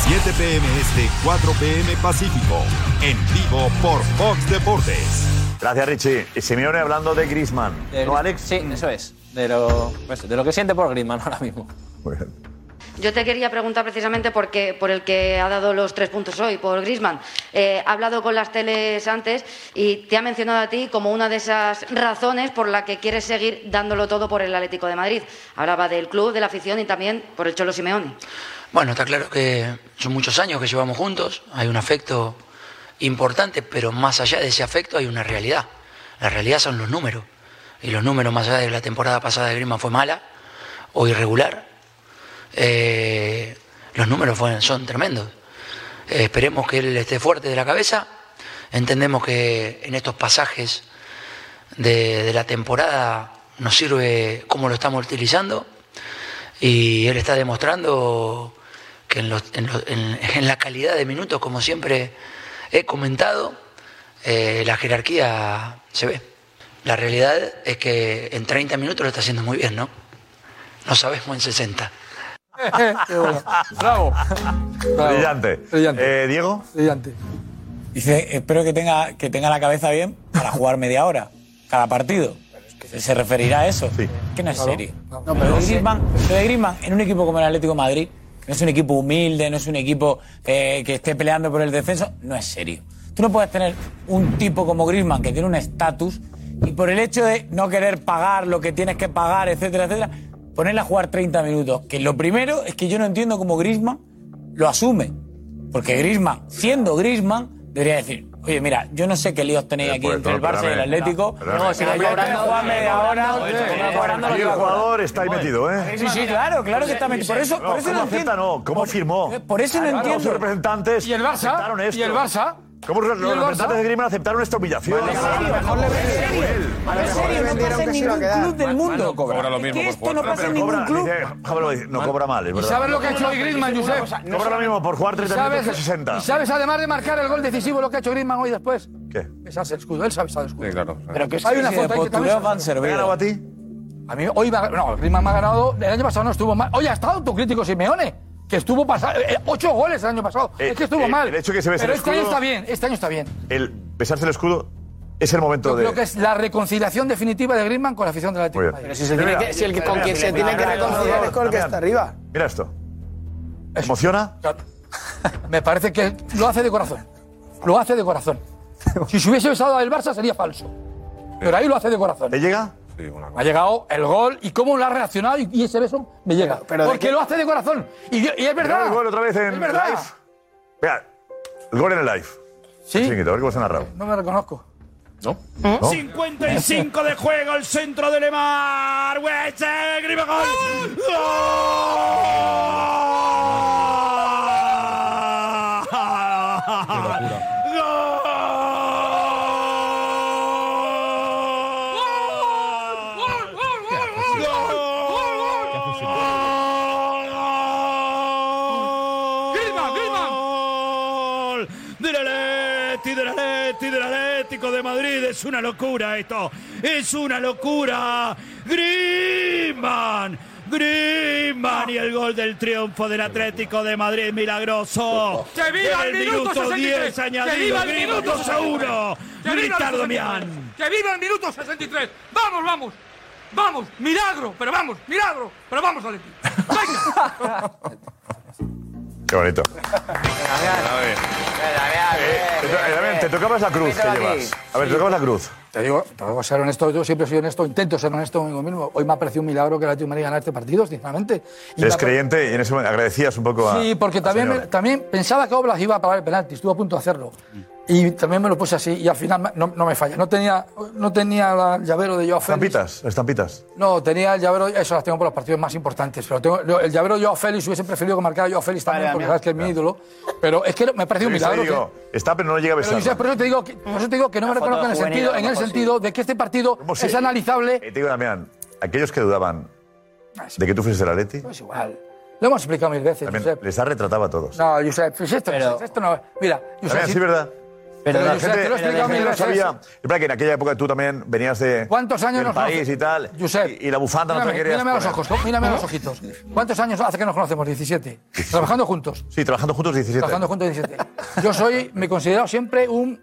[SPEAKER 19] 7 p.m. este, 4 p.m. Pacífico. En vivo por Fox Deportes.
[SPEAKER 7] Gracias, Richie. Y Simeone hablando de Griezmann.
[SPEAKER 23] ¿No, Alex? Sí, eso es. De lo, pues, de lo que siente por Griezmann ahora mismo.
[SPEAKER 32] Yo te quería preguntar precisamente por, qué- por el que ha dado los tres puntos hoy, por Grisman. he hablado con las teles antes y te ha mencionado a ti como una de esas razones por la que quieres seguir dándolo todo por el Atlético de Madrid. Hablaba del club, de la afición y también por el Cholo Simeone.
[SPEAKER 14] Bueno, está claro que son muchos años que llevamos juntos, hay un afecto importante, pero más allá de ese afecto hay una realidad. La realidad son los números. Y los números, más allá de que la temporada pasada de Grima fue mala o irregular, eh, los números fueron- son tremendos. Eh, esperemos que él esté fuerte de la cabeza. Entendemos que en estos pasajes de, de la temporada nos sirve cómo lo estamos utilizando y él está demostrando que en, los- en los- en- en la calidad de minutos, como siempre he comentado, eh, la jerarquía se ve. La realidad es que en 30 minutos lo está haciendo muy bien, ¿no? No sabemos en 60.
[SPEAKER 4] Bravo.
[SPEAKER 7] Brillante. Brillante. Diego.
[SPEAKER 4] Brillante.
[SPEAKER 21] Dice, espero que tenga, que tenga la cabeza bien para jugar media hora cada partido. ¿Se referirá a eso? Sí. Que no es
[SPEAKER 9] Claro.
[SPEAKER 21] serio.
[SPEAKER 9] No,
[SPEAKER 21] Lo
[SPEAKER 9] pero
[SPEAKER 21] de
[SPEAKER 9] sí.
[SPEAKER 21] Griezmann- lo de Griezmann, en un equipo como el Atlético de Madrid, que no es un equipo humilde, no es un equipo eh, que esté peleando por el descenso, no es serio. Tú no puedes tener un tipo como Griezmann que tiene un estatus y por el hecho de no querer pagar lo que tienes que pagar, etcétera, etcétera, ponerle a jugar 30 minutos. Que lo primero es que yo no entiendo cómo Griezmann lo asume. Porque Griezmann, siendo Griezmann, debería decir, oye, mira, yo no sé qué líos tenéis aquí entre el Barça y el Atlético.
[SPEAKER 7] pues, Perdóname.
[SPEAKER 21] Pero yo tengo que jugar media hora,
[SPEAKER 7] Eh,
[SPEAKER 21] cobrando lo que
[SPEAKER 7] aquí el
[SPEAKER 21] va a cobrar.
[SPEAKER 7] jugador está ahí metido, ¿eh?
[SPEAKER 21] Sí, sí, claro, claro que está metido. Por eso,
[SPEAKER 7] No,
[SPEAKER 21] por eso
[SPEAKER 7] ¿cómo
[SPEAKER 21] no
[SPEAKER 7] acepta,
[SPEAKER 21] entiendo.
[SPEAKER 7] no? ¿Cómo firmó?
[SPEAKER 21] por eso no
[SPEAKER 7] Claro,
[SPEAKER 21] entiendo.
[SPEAKER 7] Sus representantes
[SPEAKER 4] ¿Y el Barça?
[SPEAKER 7] aceptaron esto.
[SPEAKER 4] ¿Y el Barça?
[SPEAKER 7] ¿Cómo los
[SPEAKER 4] ¿Y el Barça?
[SPEAKER 7] representantes de Griezmann aceptaron esta humillación?
[SPEAKER 21] En serio, no pasa en ningún club del mundo.
[SPEAKER 7] Cobra lo mismo. Esto no pasa en ningún club. No cobra mal, es
[SPEAKER 4] ¿Y
[SPEAKER 7] verdad.
[SPEAKER 4] sabes lo que ha hecho hoy Griezmann,
[SPEAKER 7] Una
[SPEAKER 4] Josep?
[SPEAKER 7] cosa, Cobra lo mismo por jugar 30 minutos que 60.
[SPEAKER 4] ¿Y sabes, además de marcar el gol decisivo, lo que ha hecho Griezmann hoy después?
[SPEAKER 7] ¿Qué?
[SPEAKER 4] Besarse el escudo, él sabe besar el escudo.
[SPEAKER 7] claro.
[SPEAKER 4] Pero que es
[SPEAKER 21] Hay
[SPEAKER 4] que
[SPEAKER 21] una
[SPEAKER 4] si
[SPEAKER 21] foto
[SPEAKER 4] de
[SPEAKER 21] ahí que también
[SPEAKER 4] postureo
[SPEAKER 21] se-
[SPEAKER 4] van
[SPEAKER 21] ¿Te
[SPEAKER 4] servidos.
[SPEAKER 21] ha ganado a
[SPEAKER 7] ti?
[SPEAKER 4] A mí hoy me ha, no, Griezmann me ha ganado, el año pasado no estuvo mal. Oye, ha estado autocrítico Simeone, que estuvo pasado, ocho goles el año pasado.
[SPEAKER 7] Eh,
[SPEAKER 4] es que estuvo
[SPEAKER 7] eh,
[SPEAKER 4] mal.
[SPEAKER 7] el hecho que se bese
[SPEAKER 4] Pero
[SPEAKER 7] el
[SPEAKER 4] este año
[SPEAKER 7] escudo-
[SPEAKER 4] está bien, este año está bien.
[SPEAKER 7] El besarse el escudo es el momento
[SPEAKER 4] Yo
[SPEAKER 7] de.
[SPEAKER 4] creo que es la reconciliación definitiva de Griezmann con la afición del Atlético. de Madrid.
[SPEAKER 7] Pero si se tiene que- si el que- con quien se tiene que reconciliar es con el que está arriba. Mira esto. ¿Emociona?
[SPEAKER 4] Me parece que lo hace de corazón. Lo hace de corazón. Si se hubiese besado al Barça sería falso. Pero ahí lo hace de corazón.
[SPEAKER 7] ¿Te llega?
[SPEAKER 4] Ha llegado el gol y cómo lo ha reaccionado y, y ese beso me llega.
[SPEAKER 7] pero ¿de
[SPEAKER 4] Porque
[SPEAKER 7] qué?
[SPEAKER 4] lo hace de corazón. Y, y es verdad.
[SPEAKER 7] Mira el gol otra vez en
[SPEAKER 4] es verdad.
[SPEAKER 7] live. Vea, el gol en el live. Sí. a ver cómo se ha narrado.
[SPEAKER 4] No me reconozco.
[SPEAKER 7] ¿No?
[SPEAKER 4] ¿No?
[SPEAKER 16] 55 de juego, el centro de Lemar. West, eh, Griezmann, gol.
[SPEAKER 20] Griezmann, Griezmann.
[SPEAKER 16] ¡Gol! ¡Del Atleti, del Atleti, del Atlético de Madrid! ¡Es una locura esto! ¡Es una locura! ¡Griezmann! Griezmann y el gol del triunfo del Atlético de Madrid, milagroso.
[SPEAKER 20] ¡Que viva el
[SPEAKER 16] En
[SPEAKER 20] minuto 63!
[SPEAKER 16] 10
[SPEAKER 20] ¡Que
[SPEAKER 16] añadido,
[SPEAKER 20] viva el
[SPEAKER 16] Griezmann,
[SPEAKER 20] minuto
[SPEAKER 16] 2 a 1.
[SPEAKER 20] 63! ¡Que viva
[SPEAKER 16] Grita
[SPEAKER 20] el
[SPEAKER 16] Damián.
[SPEAKER 20] 63! ¡Que viva el minuto 63! ¡Vamos, vamos! ¡Vamos! ¡Milagro! ¡Pero vamos! ¡Milagro! ¡Pero vamos, Aleti! ¡Venga!
[SPEAKER 7] Qué bonito. Eh, eh, Damián, te tocabas la cruz que
[SPEAKER 4] Mételo aquí.
[SPEAKER 7] llevas. A ver, te tocabas la cruz.
[SPEAKER 4] Te digo, te voy a ser honesto, yo siempre soy honesto, intento ser honesto conmigo mismo. Hoy me ha parecido un milagro que el Atlético de Madrid ganara este partido, sinceramente. Y
[SPEAKER 7] Eres
[SPEAKER 4] me ha-
[SPEAKER 7] creyente y en ese momento agradecías un poco a.
[SPEAKER 4] Sí, porque
[SPEAKER 7] al
[SPEAKER 4] también, me-
[SPEAKER 7] señor.
[SPEAKER 4] también pensaba que Oblas iba a parar el penalti, estuvo a punto de hacerlo. Y también me lo puse así y al final me- no, no me falla. No tenía, no tenía la- el llavero de Joao Félix.
[SPEAKER 7] Estampitas, estampitas.
[SPEAKER 4] No, tenía el llavero, eso las tengo por los partidos más importantes. Pero tengo, lo- el llavero de Joao Félix hubiese preferido que marcara Joao Félix también,
[SPEAKER 7] Vale,
[SPEAKER 4] porque
[SPEAKER 7] Damián.
[SPEAKER 4] sabes que es mi ídolo. Pero es que me parece un
[SPEAKER 7] Yo
[SPEAKER 4] milagro. que-
[SPEAKER 7] digo, está, pero no llega a
[SPEAKER 4] pero,
[SPEAKER 7] besar.
[SPEAKER 4] Josep, por eso te digo que, por eso te digo que no me
[SPEAKER 7] Una foto
[SPEAKER 4] reconozco en el
[SPEAKER 7] juvenil,
[SPEAKER 4] sentido,
[SPEAKER 7] a lo
[SPEAKER 4] en el
[SPEAKER 7] mejor sí.
[SPEAKER 4] sentido de que este partido
[SPEAKER 7] Pues sí.
[SPEAKER 4] es analizable. Ah,
[SPEAKER 7] Eh, te digo, Damián, aquellos que dudaban de que tú fueses el Atleti,
[SPEAKER 4] Es Pues igual. Lo hemos explicado mil veces,
[SPEAKER 7] también
[SPEAKER 4] Josep.
[SPEAKER 7] les ha retratado a todos.
[SPEAKER 4] No, Josep, pues esto, no es- esto no es- Mira, Josep,
[SPEAKER 7] También,
[SPEAKER 4] si-
[SPEAKER 7] sí, verdad.
[SPEAKER 4] Pero
[SPEAKER 7] la
[SPEAKER 4] Josep,
[SPEAKER 7] gente,
[SPEAKER 4] te lo he
[SPEAKER 7] la
[SPEAKER 4] explicado
[SPEAKER 7] gente
[SPEAKER 4] mil
[SPEAKER 7] no
[SPEAKER 4] veces.
[SPEAKER 7] sabía. Es verdad que en aquella época tú también venías de.
[SPEAKER 4] ¿Cuántos años
[SPEAKER 7] del
[SPEAKER 4] nos
[SPEAKER 7] país y tal. y, y la bufanda no te
[SPEAKER 4] Mírame,
[SPEAKER 7] querías.
[SPEAKER 4] mírame a los
[SPEAKER 7] poner.
[SPEAKER 4] ojos, ¿no? mírame a los ojitos. ¿Cuántos años hace que nos conocemos? 17. Trabajando juntos.
[SPEAKER 7] Sí, trabajando juntos 17.
[SPEAKER 4] Trabajando juntos 17. Yo soy, me he considerado siempre un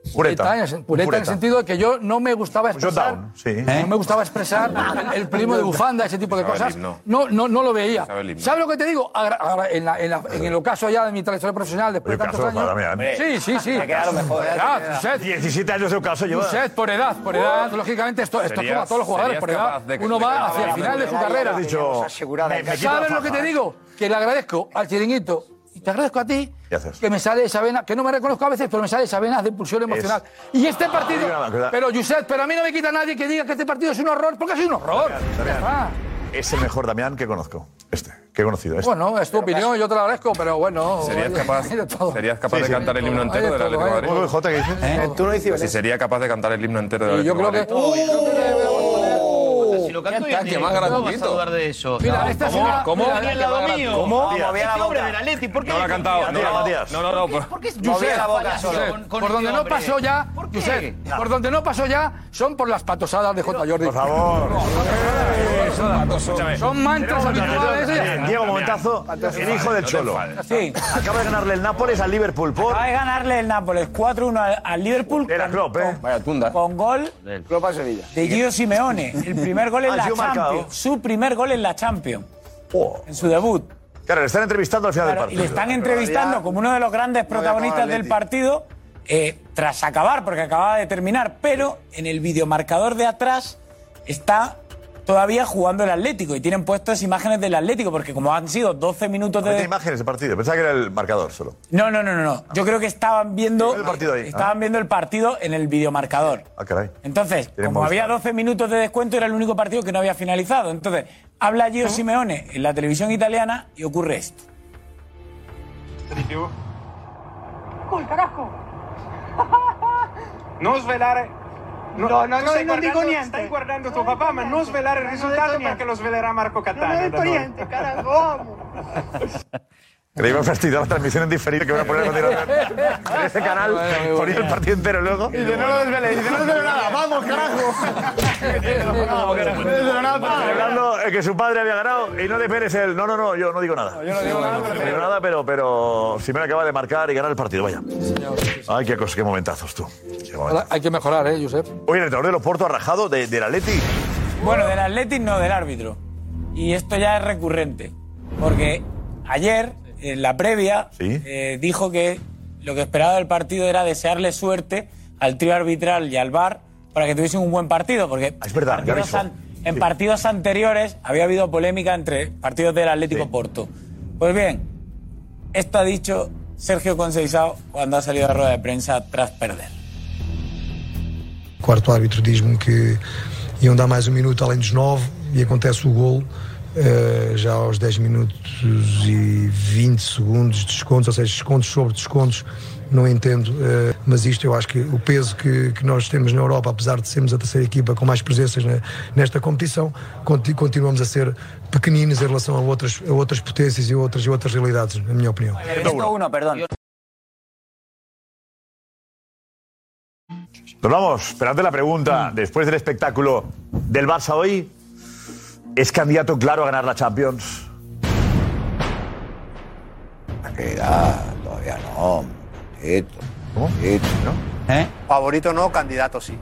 [SPEAKER 7] Pureta.
[SPEAKER 4] pureta, en el, sen-
[SPEAKER 7] Un
[SPEAKER 4] pureta en el
[SPEAKER 7] pureta. Pues
[SPEAKER 4] sentido de que yo no me gustaba expresar.
[SPEAKER 7] sí.
[SPEAKER 4] No me gustaba expresar el, el primo de bufanda, ese tipo de
[SPEAKER 7] Sabe el
[SPEAKER 4] cosas.
[SPEAKER 7] himno.
[SPEAKER 4] No, no, no lo veía.
[SPEAKER 7] Sabe el himno.
[SPEAKER 4] ¿Sabes lo que te digo? Agra- agra- en, la- en la- en el ocaso ya de mi trayectoria profesional, después de
[SPEAKER 7] Oye,
[SPEAKER 4] tantos
[SPEAKER 7] ocaso para
[SPEAKER 4] años.
[SPEAKER 7] Damián.
[SPEAKER 4] Sí, sí, sí.
[SPEAKER 7] Te queda lo mejor, ¿eh? ya te
[SPEAKER 4] Ah,
[SPEAKER 7] queda.
[SPEAKER 4] Josep.
[SPEAKER 7] 17 años de ocaso lleva.
[SPEAKER 4] Josep, por edad, por edad. Lógicamente, esto, esto
[SPEAKER 7] Serías-
[SPEAKER 4] toma a todos los jugadores
[SPEAKER 7] serías
[SPEAKER 4] por edad.
[SPEAKER 7] capaz de que-
[SPEAKER 4] Uno va
[SPEAKER 7] de-
[SPEAKER 4] hacia el
[SPEAKER 7] de-
[SPEAKER 4] final de su
[SPEAKER 7] de-
[SPEAKER 4] carrera.
[SPEAKER 7] has dicho, me- me quito la
[SPEAKER 4] ¿Sabes lo
[SPEAKER 7] faja.
[SPEAKER 4] que te digo? Que le agradezco al chiringuito y te agradezco a ti
[SPEAKER 7] ¿Qué haces?
[SPEAKER 4] que me sale esa vena, que no me reconozco a veces, pero me sale esa vena de impulsión emocional. Y este partido.
[SPEAKER 7] digo una cosa.
[SPEAKER 4] Pero, Josep, pero a mí no me quita nadie que diga que este partido es un horror, porque ha sido un horror. Ya está.
[SPEAKER 7] Es el mejor Damián que conozco. Este, que he conocido. Este.
[SPEAKER 4] Bueno, es tu opinión, yo te la agradezco, pero bueno.
[SPEAKER 11] ¿Serías
[SPEAKER 4] oye,
[SPEAKER 11] capaz,
[SPEAKER 4] hay de todo.
[SPEAKER 11] ¿Serías capaz
[SPEAKER 7] Sí,
[SPEAKER 11] de
[SPEAKER 7] sí.
[SPEAKER 11] cantar el himno
[SPEAKER 7] Hay
[SPEAKER 11] entero
[SPEAKER 7] de
[SPEAKER 11] del
[SPEAKER 7] todo,
[SPEAKER 11] Atlético de
[SPEAKER 7] hay de
[SPEAKER 11] Madrid?
[SPEAKER 7] todo. Jota, ¿qué dices?
[SPEAKER 4] Tú no
[SPEAKER 11] Que Si sería capaz de cantar el himno entero del Atlético de Madrid.
[SPEAKER 17] Si lo canto
[SPEAKER 11] Ya está,
[SPEAKER 17] yo,
[SPEAKER 11] que más
[SPEAKER 17] ¿cómo vas a
[SPEAKER 11] grandito.
[SPEAKER 17] dudar de eso?
[SPEAKER 11] Mira, esta es una-
[SPEAKER 17] ¿Cómo?
[SPEAKER 11] mira,
[SPEAKER 17] Aquí al
[SPEAKER 11] la
[SPEAKER 17] lado
[SPEAKER 11] boca.
[SPEAKER 17] mío.
[SPEAKER 11] ¿Cómo?
[SPEAKER 17] Mira,
[SPEAKER 11] Movía la
[SPEAKER 17] este hombre
[SPEAKER 11] boca.
[SPEAKER 17] del Atleti, ¿por qué
[SPEAKER 11] No lo ha
[SPEAKER 17] le-
[SPEAKER 11] cantado. No,
[SPEAKER 17] Matías, Matías.
[SPEAKER 11] no, no, no. por-
[SPEAKER 17] ¿Por qué es
[SPEAKER 4] Josep,
[SPEAKER 17] Josep?
[SPEAKER 4] Josep,
[SPEAKER 17] Con- con
[SPEAKER 4] por
[SPEAKER 17] este
[SPEAKER 4] donde no
[SPEAKER 17] hombre.
[SPEAKER 4] pasó ya,
[SPEAKER 17] ¿Por qué?
[SPEAKER 4] Josep, por donde no pasó ya son por las patosadas de J. Jordi. Por
[SPEAKER 7] favor.
[SPEAKER 4] No, no, no, no, no, no, no, no, Son mantras habituales.
[SPEAKER 7] Bien, Diego, momentazo. El hijo del Cholo.
[SPEAKER 21] Sí.
[SPEAKER 7] Acaba de ganarle el Nápoles al Liverpool por...
[SPEAKER 21] Acaba de ganarle el Nápoles 4-1 al, al Liverpool.
[SPEAKER 7] Era Klopp, ¿eh?
[SPEAKER 21] Vaya tunda. Con gol
[SPEAKER 7] Klopp Sevilla. Ah,
[SPEAKER 21] de Gio Simeone. El primer gol en
[SPEAKER 7] Ha
[SPEAKER 21] la
[SPEAKER 7] sido marcado.
[SPEAKER 21] Champions. Su primer gol en la Champions. En su debut.
[SPEAKER 7] Oh. Claro, le están entrevistando al final
[SPEAKER 21] Claro, y
[SPEAKER 7] del partido.
[SPEAKER 21] le están entrevistando como uno de los grandes
[SPEAKER 7] había acabado
[SPEAKER 21] protagonistas
[SPEAKER 7] Atleti.
[SPEAKER 21] del partido eh, tras acabar, porque acababa de terminar, pero en el videomarcador de atrás está todavía jugando el Atlético y tienen puestas imágenes del Atlético, porque como han sido 12 minutos
[SPEAKER 7] ¿Tiene
[SPEAKER 21] de...
[SPEAKER 7] imágenes de partido? Pensaba que era el marcador solo.
[SPEAKER 21] No, no, no, no, no. Yo creo que estaban viendo
[SPEAKER 7] el partido ahí.
[SPEAKER 21] estaban viendo el partido en el videomarcador.
[SPEAKER 7] Ah, caray.
[SPEAKER 21] Entonces,
[SPEAKER 7] Tienen
[SPEAKER 21] como
[SPEAKER 7] Movistar.
[SPEAKER 21] había 12 minutos de descuento, era el único partido que no había finalizado. Entonces, habla Gio Simeone en la televisión italiana y ocurre esto.
[SPEAKER 33] Col carajo.
[SPEAKER 19] No svelare.
[SPEAKER 33] No, no,
[SPEAKER 19] tu
[SPEAKER 33] no,
[SPEAKER 19] stai
[SPEAKER 33] non dico
[SPEAKER 19] guardando-
[SPEAKER 33] niente.
[SPEAKER 19] Stai guardando tuo papà, ma non svelare il
[SPEAKER 33] Non ho
[SPEAKER 19] risultato
[SPEAKER 33] detto
[SPEAKER 19] perché lo svelerà Marco Catania.
[SPEAKER 33] No he
[SPEAKER 19] da
[SPEAKER 33] visto
[SPEAKER 19] noi.
[SPEAKER 33] niente, carajo, vamos.
[SPEAKER 7] Le iba a fastidiar la transmisión en diferido que van a poner a continuación. En ese canal ponía el partido entero luego. Y
[SPEAKER 13] Dice, no lo desvele, dice, no desvele nada, vamos, carajo.
[SPEAKER 7] Hablando eh, que su padre había ganado y no desveles el. No, no, no, yo no digo nada. Yo no digo nada, pero. nada, pero, pero Simeone acaba de marcar y ganar el partido, vaya. Ay, qué, cosa, qué momentazos tú.
[SPEAKER 4] Ahora Hay que mejorar, ¿eh, Josep?
[SPEAKER 7] Oye, el entrenador de los Porto ha rajado de- del Atleti.
[SPEAKER 21] Bueno, del Atlético no, del árbitro. Y esto ya es recurrente. Porque ayer, en la previa, eh, dijo que lo que esperaba del partido era desearle suerte al trío arbitral y al VAR para que tuviesen un buen partido. Porque en
[SPEAKER 7] ya
[SPEAKER 21] partidos
[SPEAKER 7] avisó.
[SPEAKER 21] an- en partidos anteriores había habido polémica entre partidos del Atlético Porto. Pues bien, esto ha dicho Sergio Conceizao cuando ha salido a la rueda de prensa tras perder.
[SPEAKER 34] O quarto árbitro diz-me que iam dar mais um minuto além dos nove e acontece o golo eh, já aos 10 minutos e 20 segundos de descontos, ou seja, descontos sobre descontos, não entendo. eh, mas isto eu acho que o peso que, que nós temos na Europa, apesar de sermos a terceira equipa com mais presenças na- nesta competição, conti- continuamos a ser pequeninos em relação a outras, a outras potências e outras, e outras realidades, na minha opinião.
[SPEAKER 10] Esto uno, perdón.
[SPEAKER 7] Nos vamos, pero antes la pregunta, después del espectáculo del Barça hoy, ¿es candidato claro a ganar la Champions?
[SPEAKER 13] todavía no. Favorito no, candidato sí.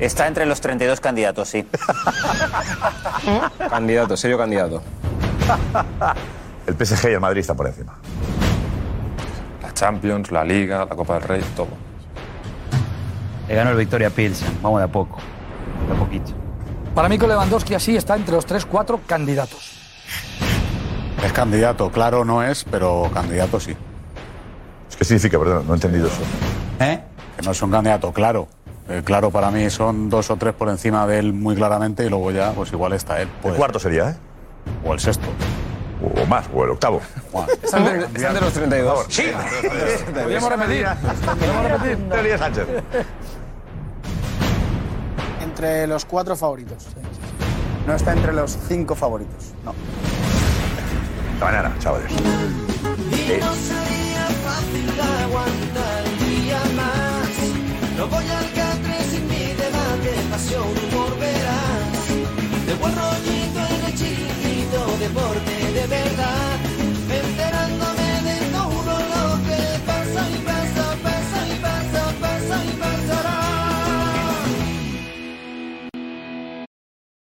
[SPEAKER 10] Está entre los 32 candidatos, sí.
[SPEAKER 35] Candidato, serio candidato.
[SPEAKER 7] El PSG y el Madrid están por encima.
[SPEAKER 8] La Champions, la Liga, la Copa del Rey, todo.
[SPEAKER 36] Le ganó el Victoria Pilsen. Vamos de a poco. De a poquito.
[SPEAKER 4] Para mí, con Lewandowski así está entre los 3-4 candidatos.
[SPEAKER 5] Es candidato, claro no es, pero candidato sí.
[SPEAKER 7] ¿Qué significa? Perdón, no he entendido eso.
[SPEAKER 5] ¿Eh? Que no es un candidato, claro. Eh, claro, para mí son dos o tres por encima de él muy claramente y luego ya, pues igual está él.
[SPEAKER 7] El cuarto sería, ¿eh?
[SPEAKER 5] O el sexto.
[SPEAKER 7] O más, o el octavo.
[SPEAKER 35] Están de, están de los 32. Sí.
[SPEAKER 4] Podríamos repetir.
[SPEAKER 7] Teoría Sánchez.
[SPEAKER 1] Entre los cuatro favoritos.
[SPEAKER 37] No está entre los cinco favoritos. No.
[SPEAKER 7] Hasta mañana, chavales. Eh,
[SPEAKER 11] fácil aguantar un día más. No voy al catre sin mi debate, pasión, humor verás. De buen rollito en el chiquito, deporte de verdad.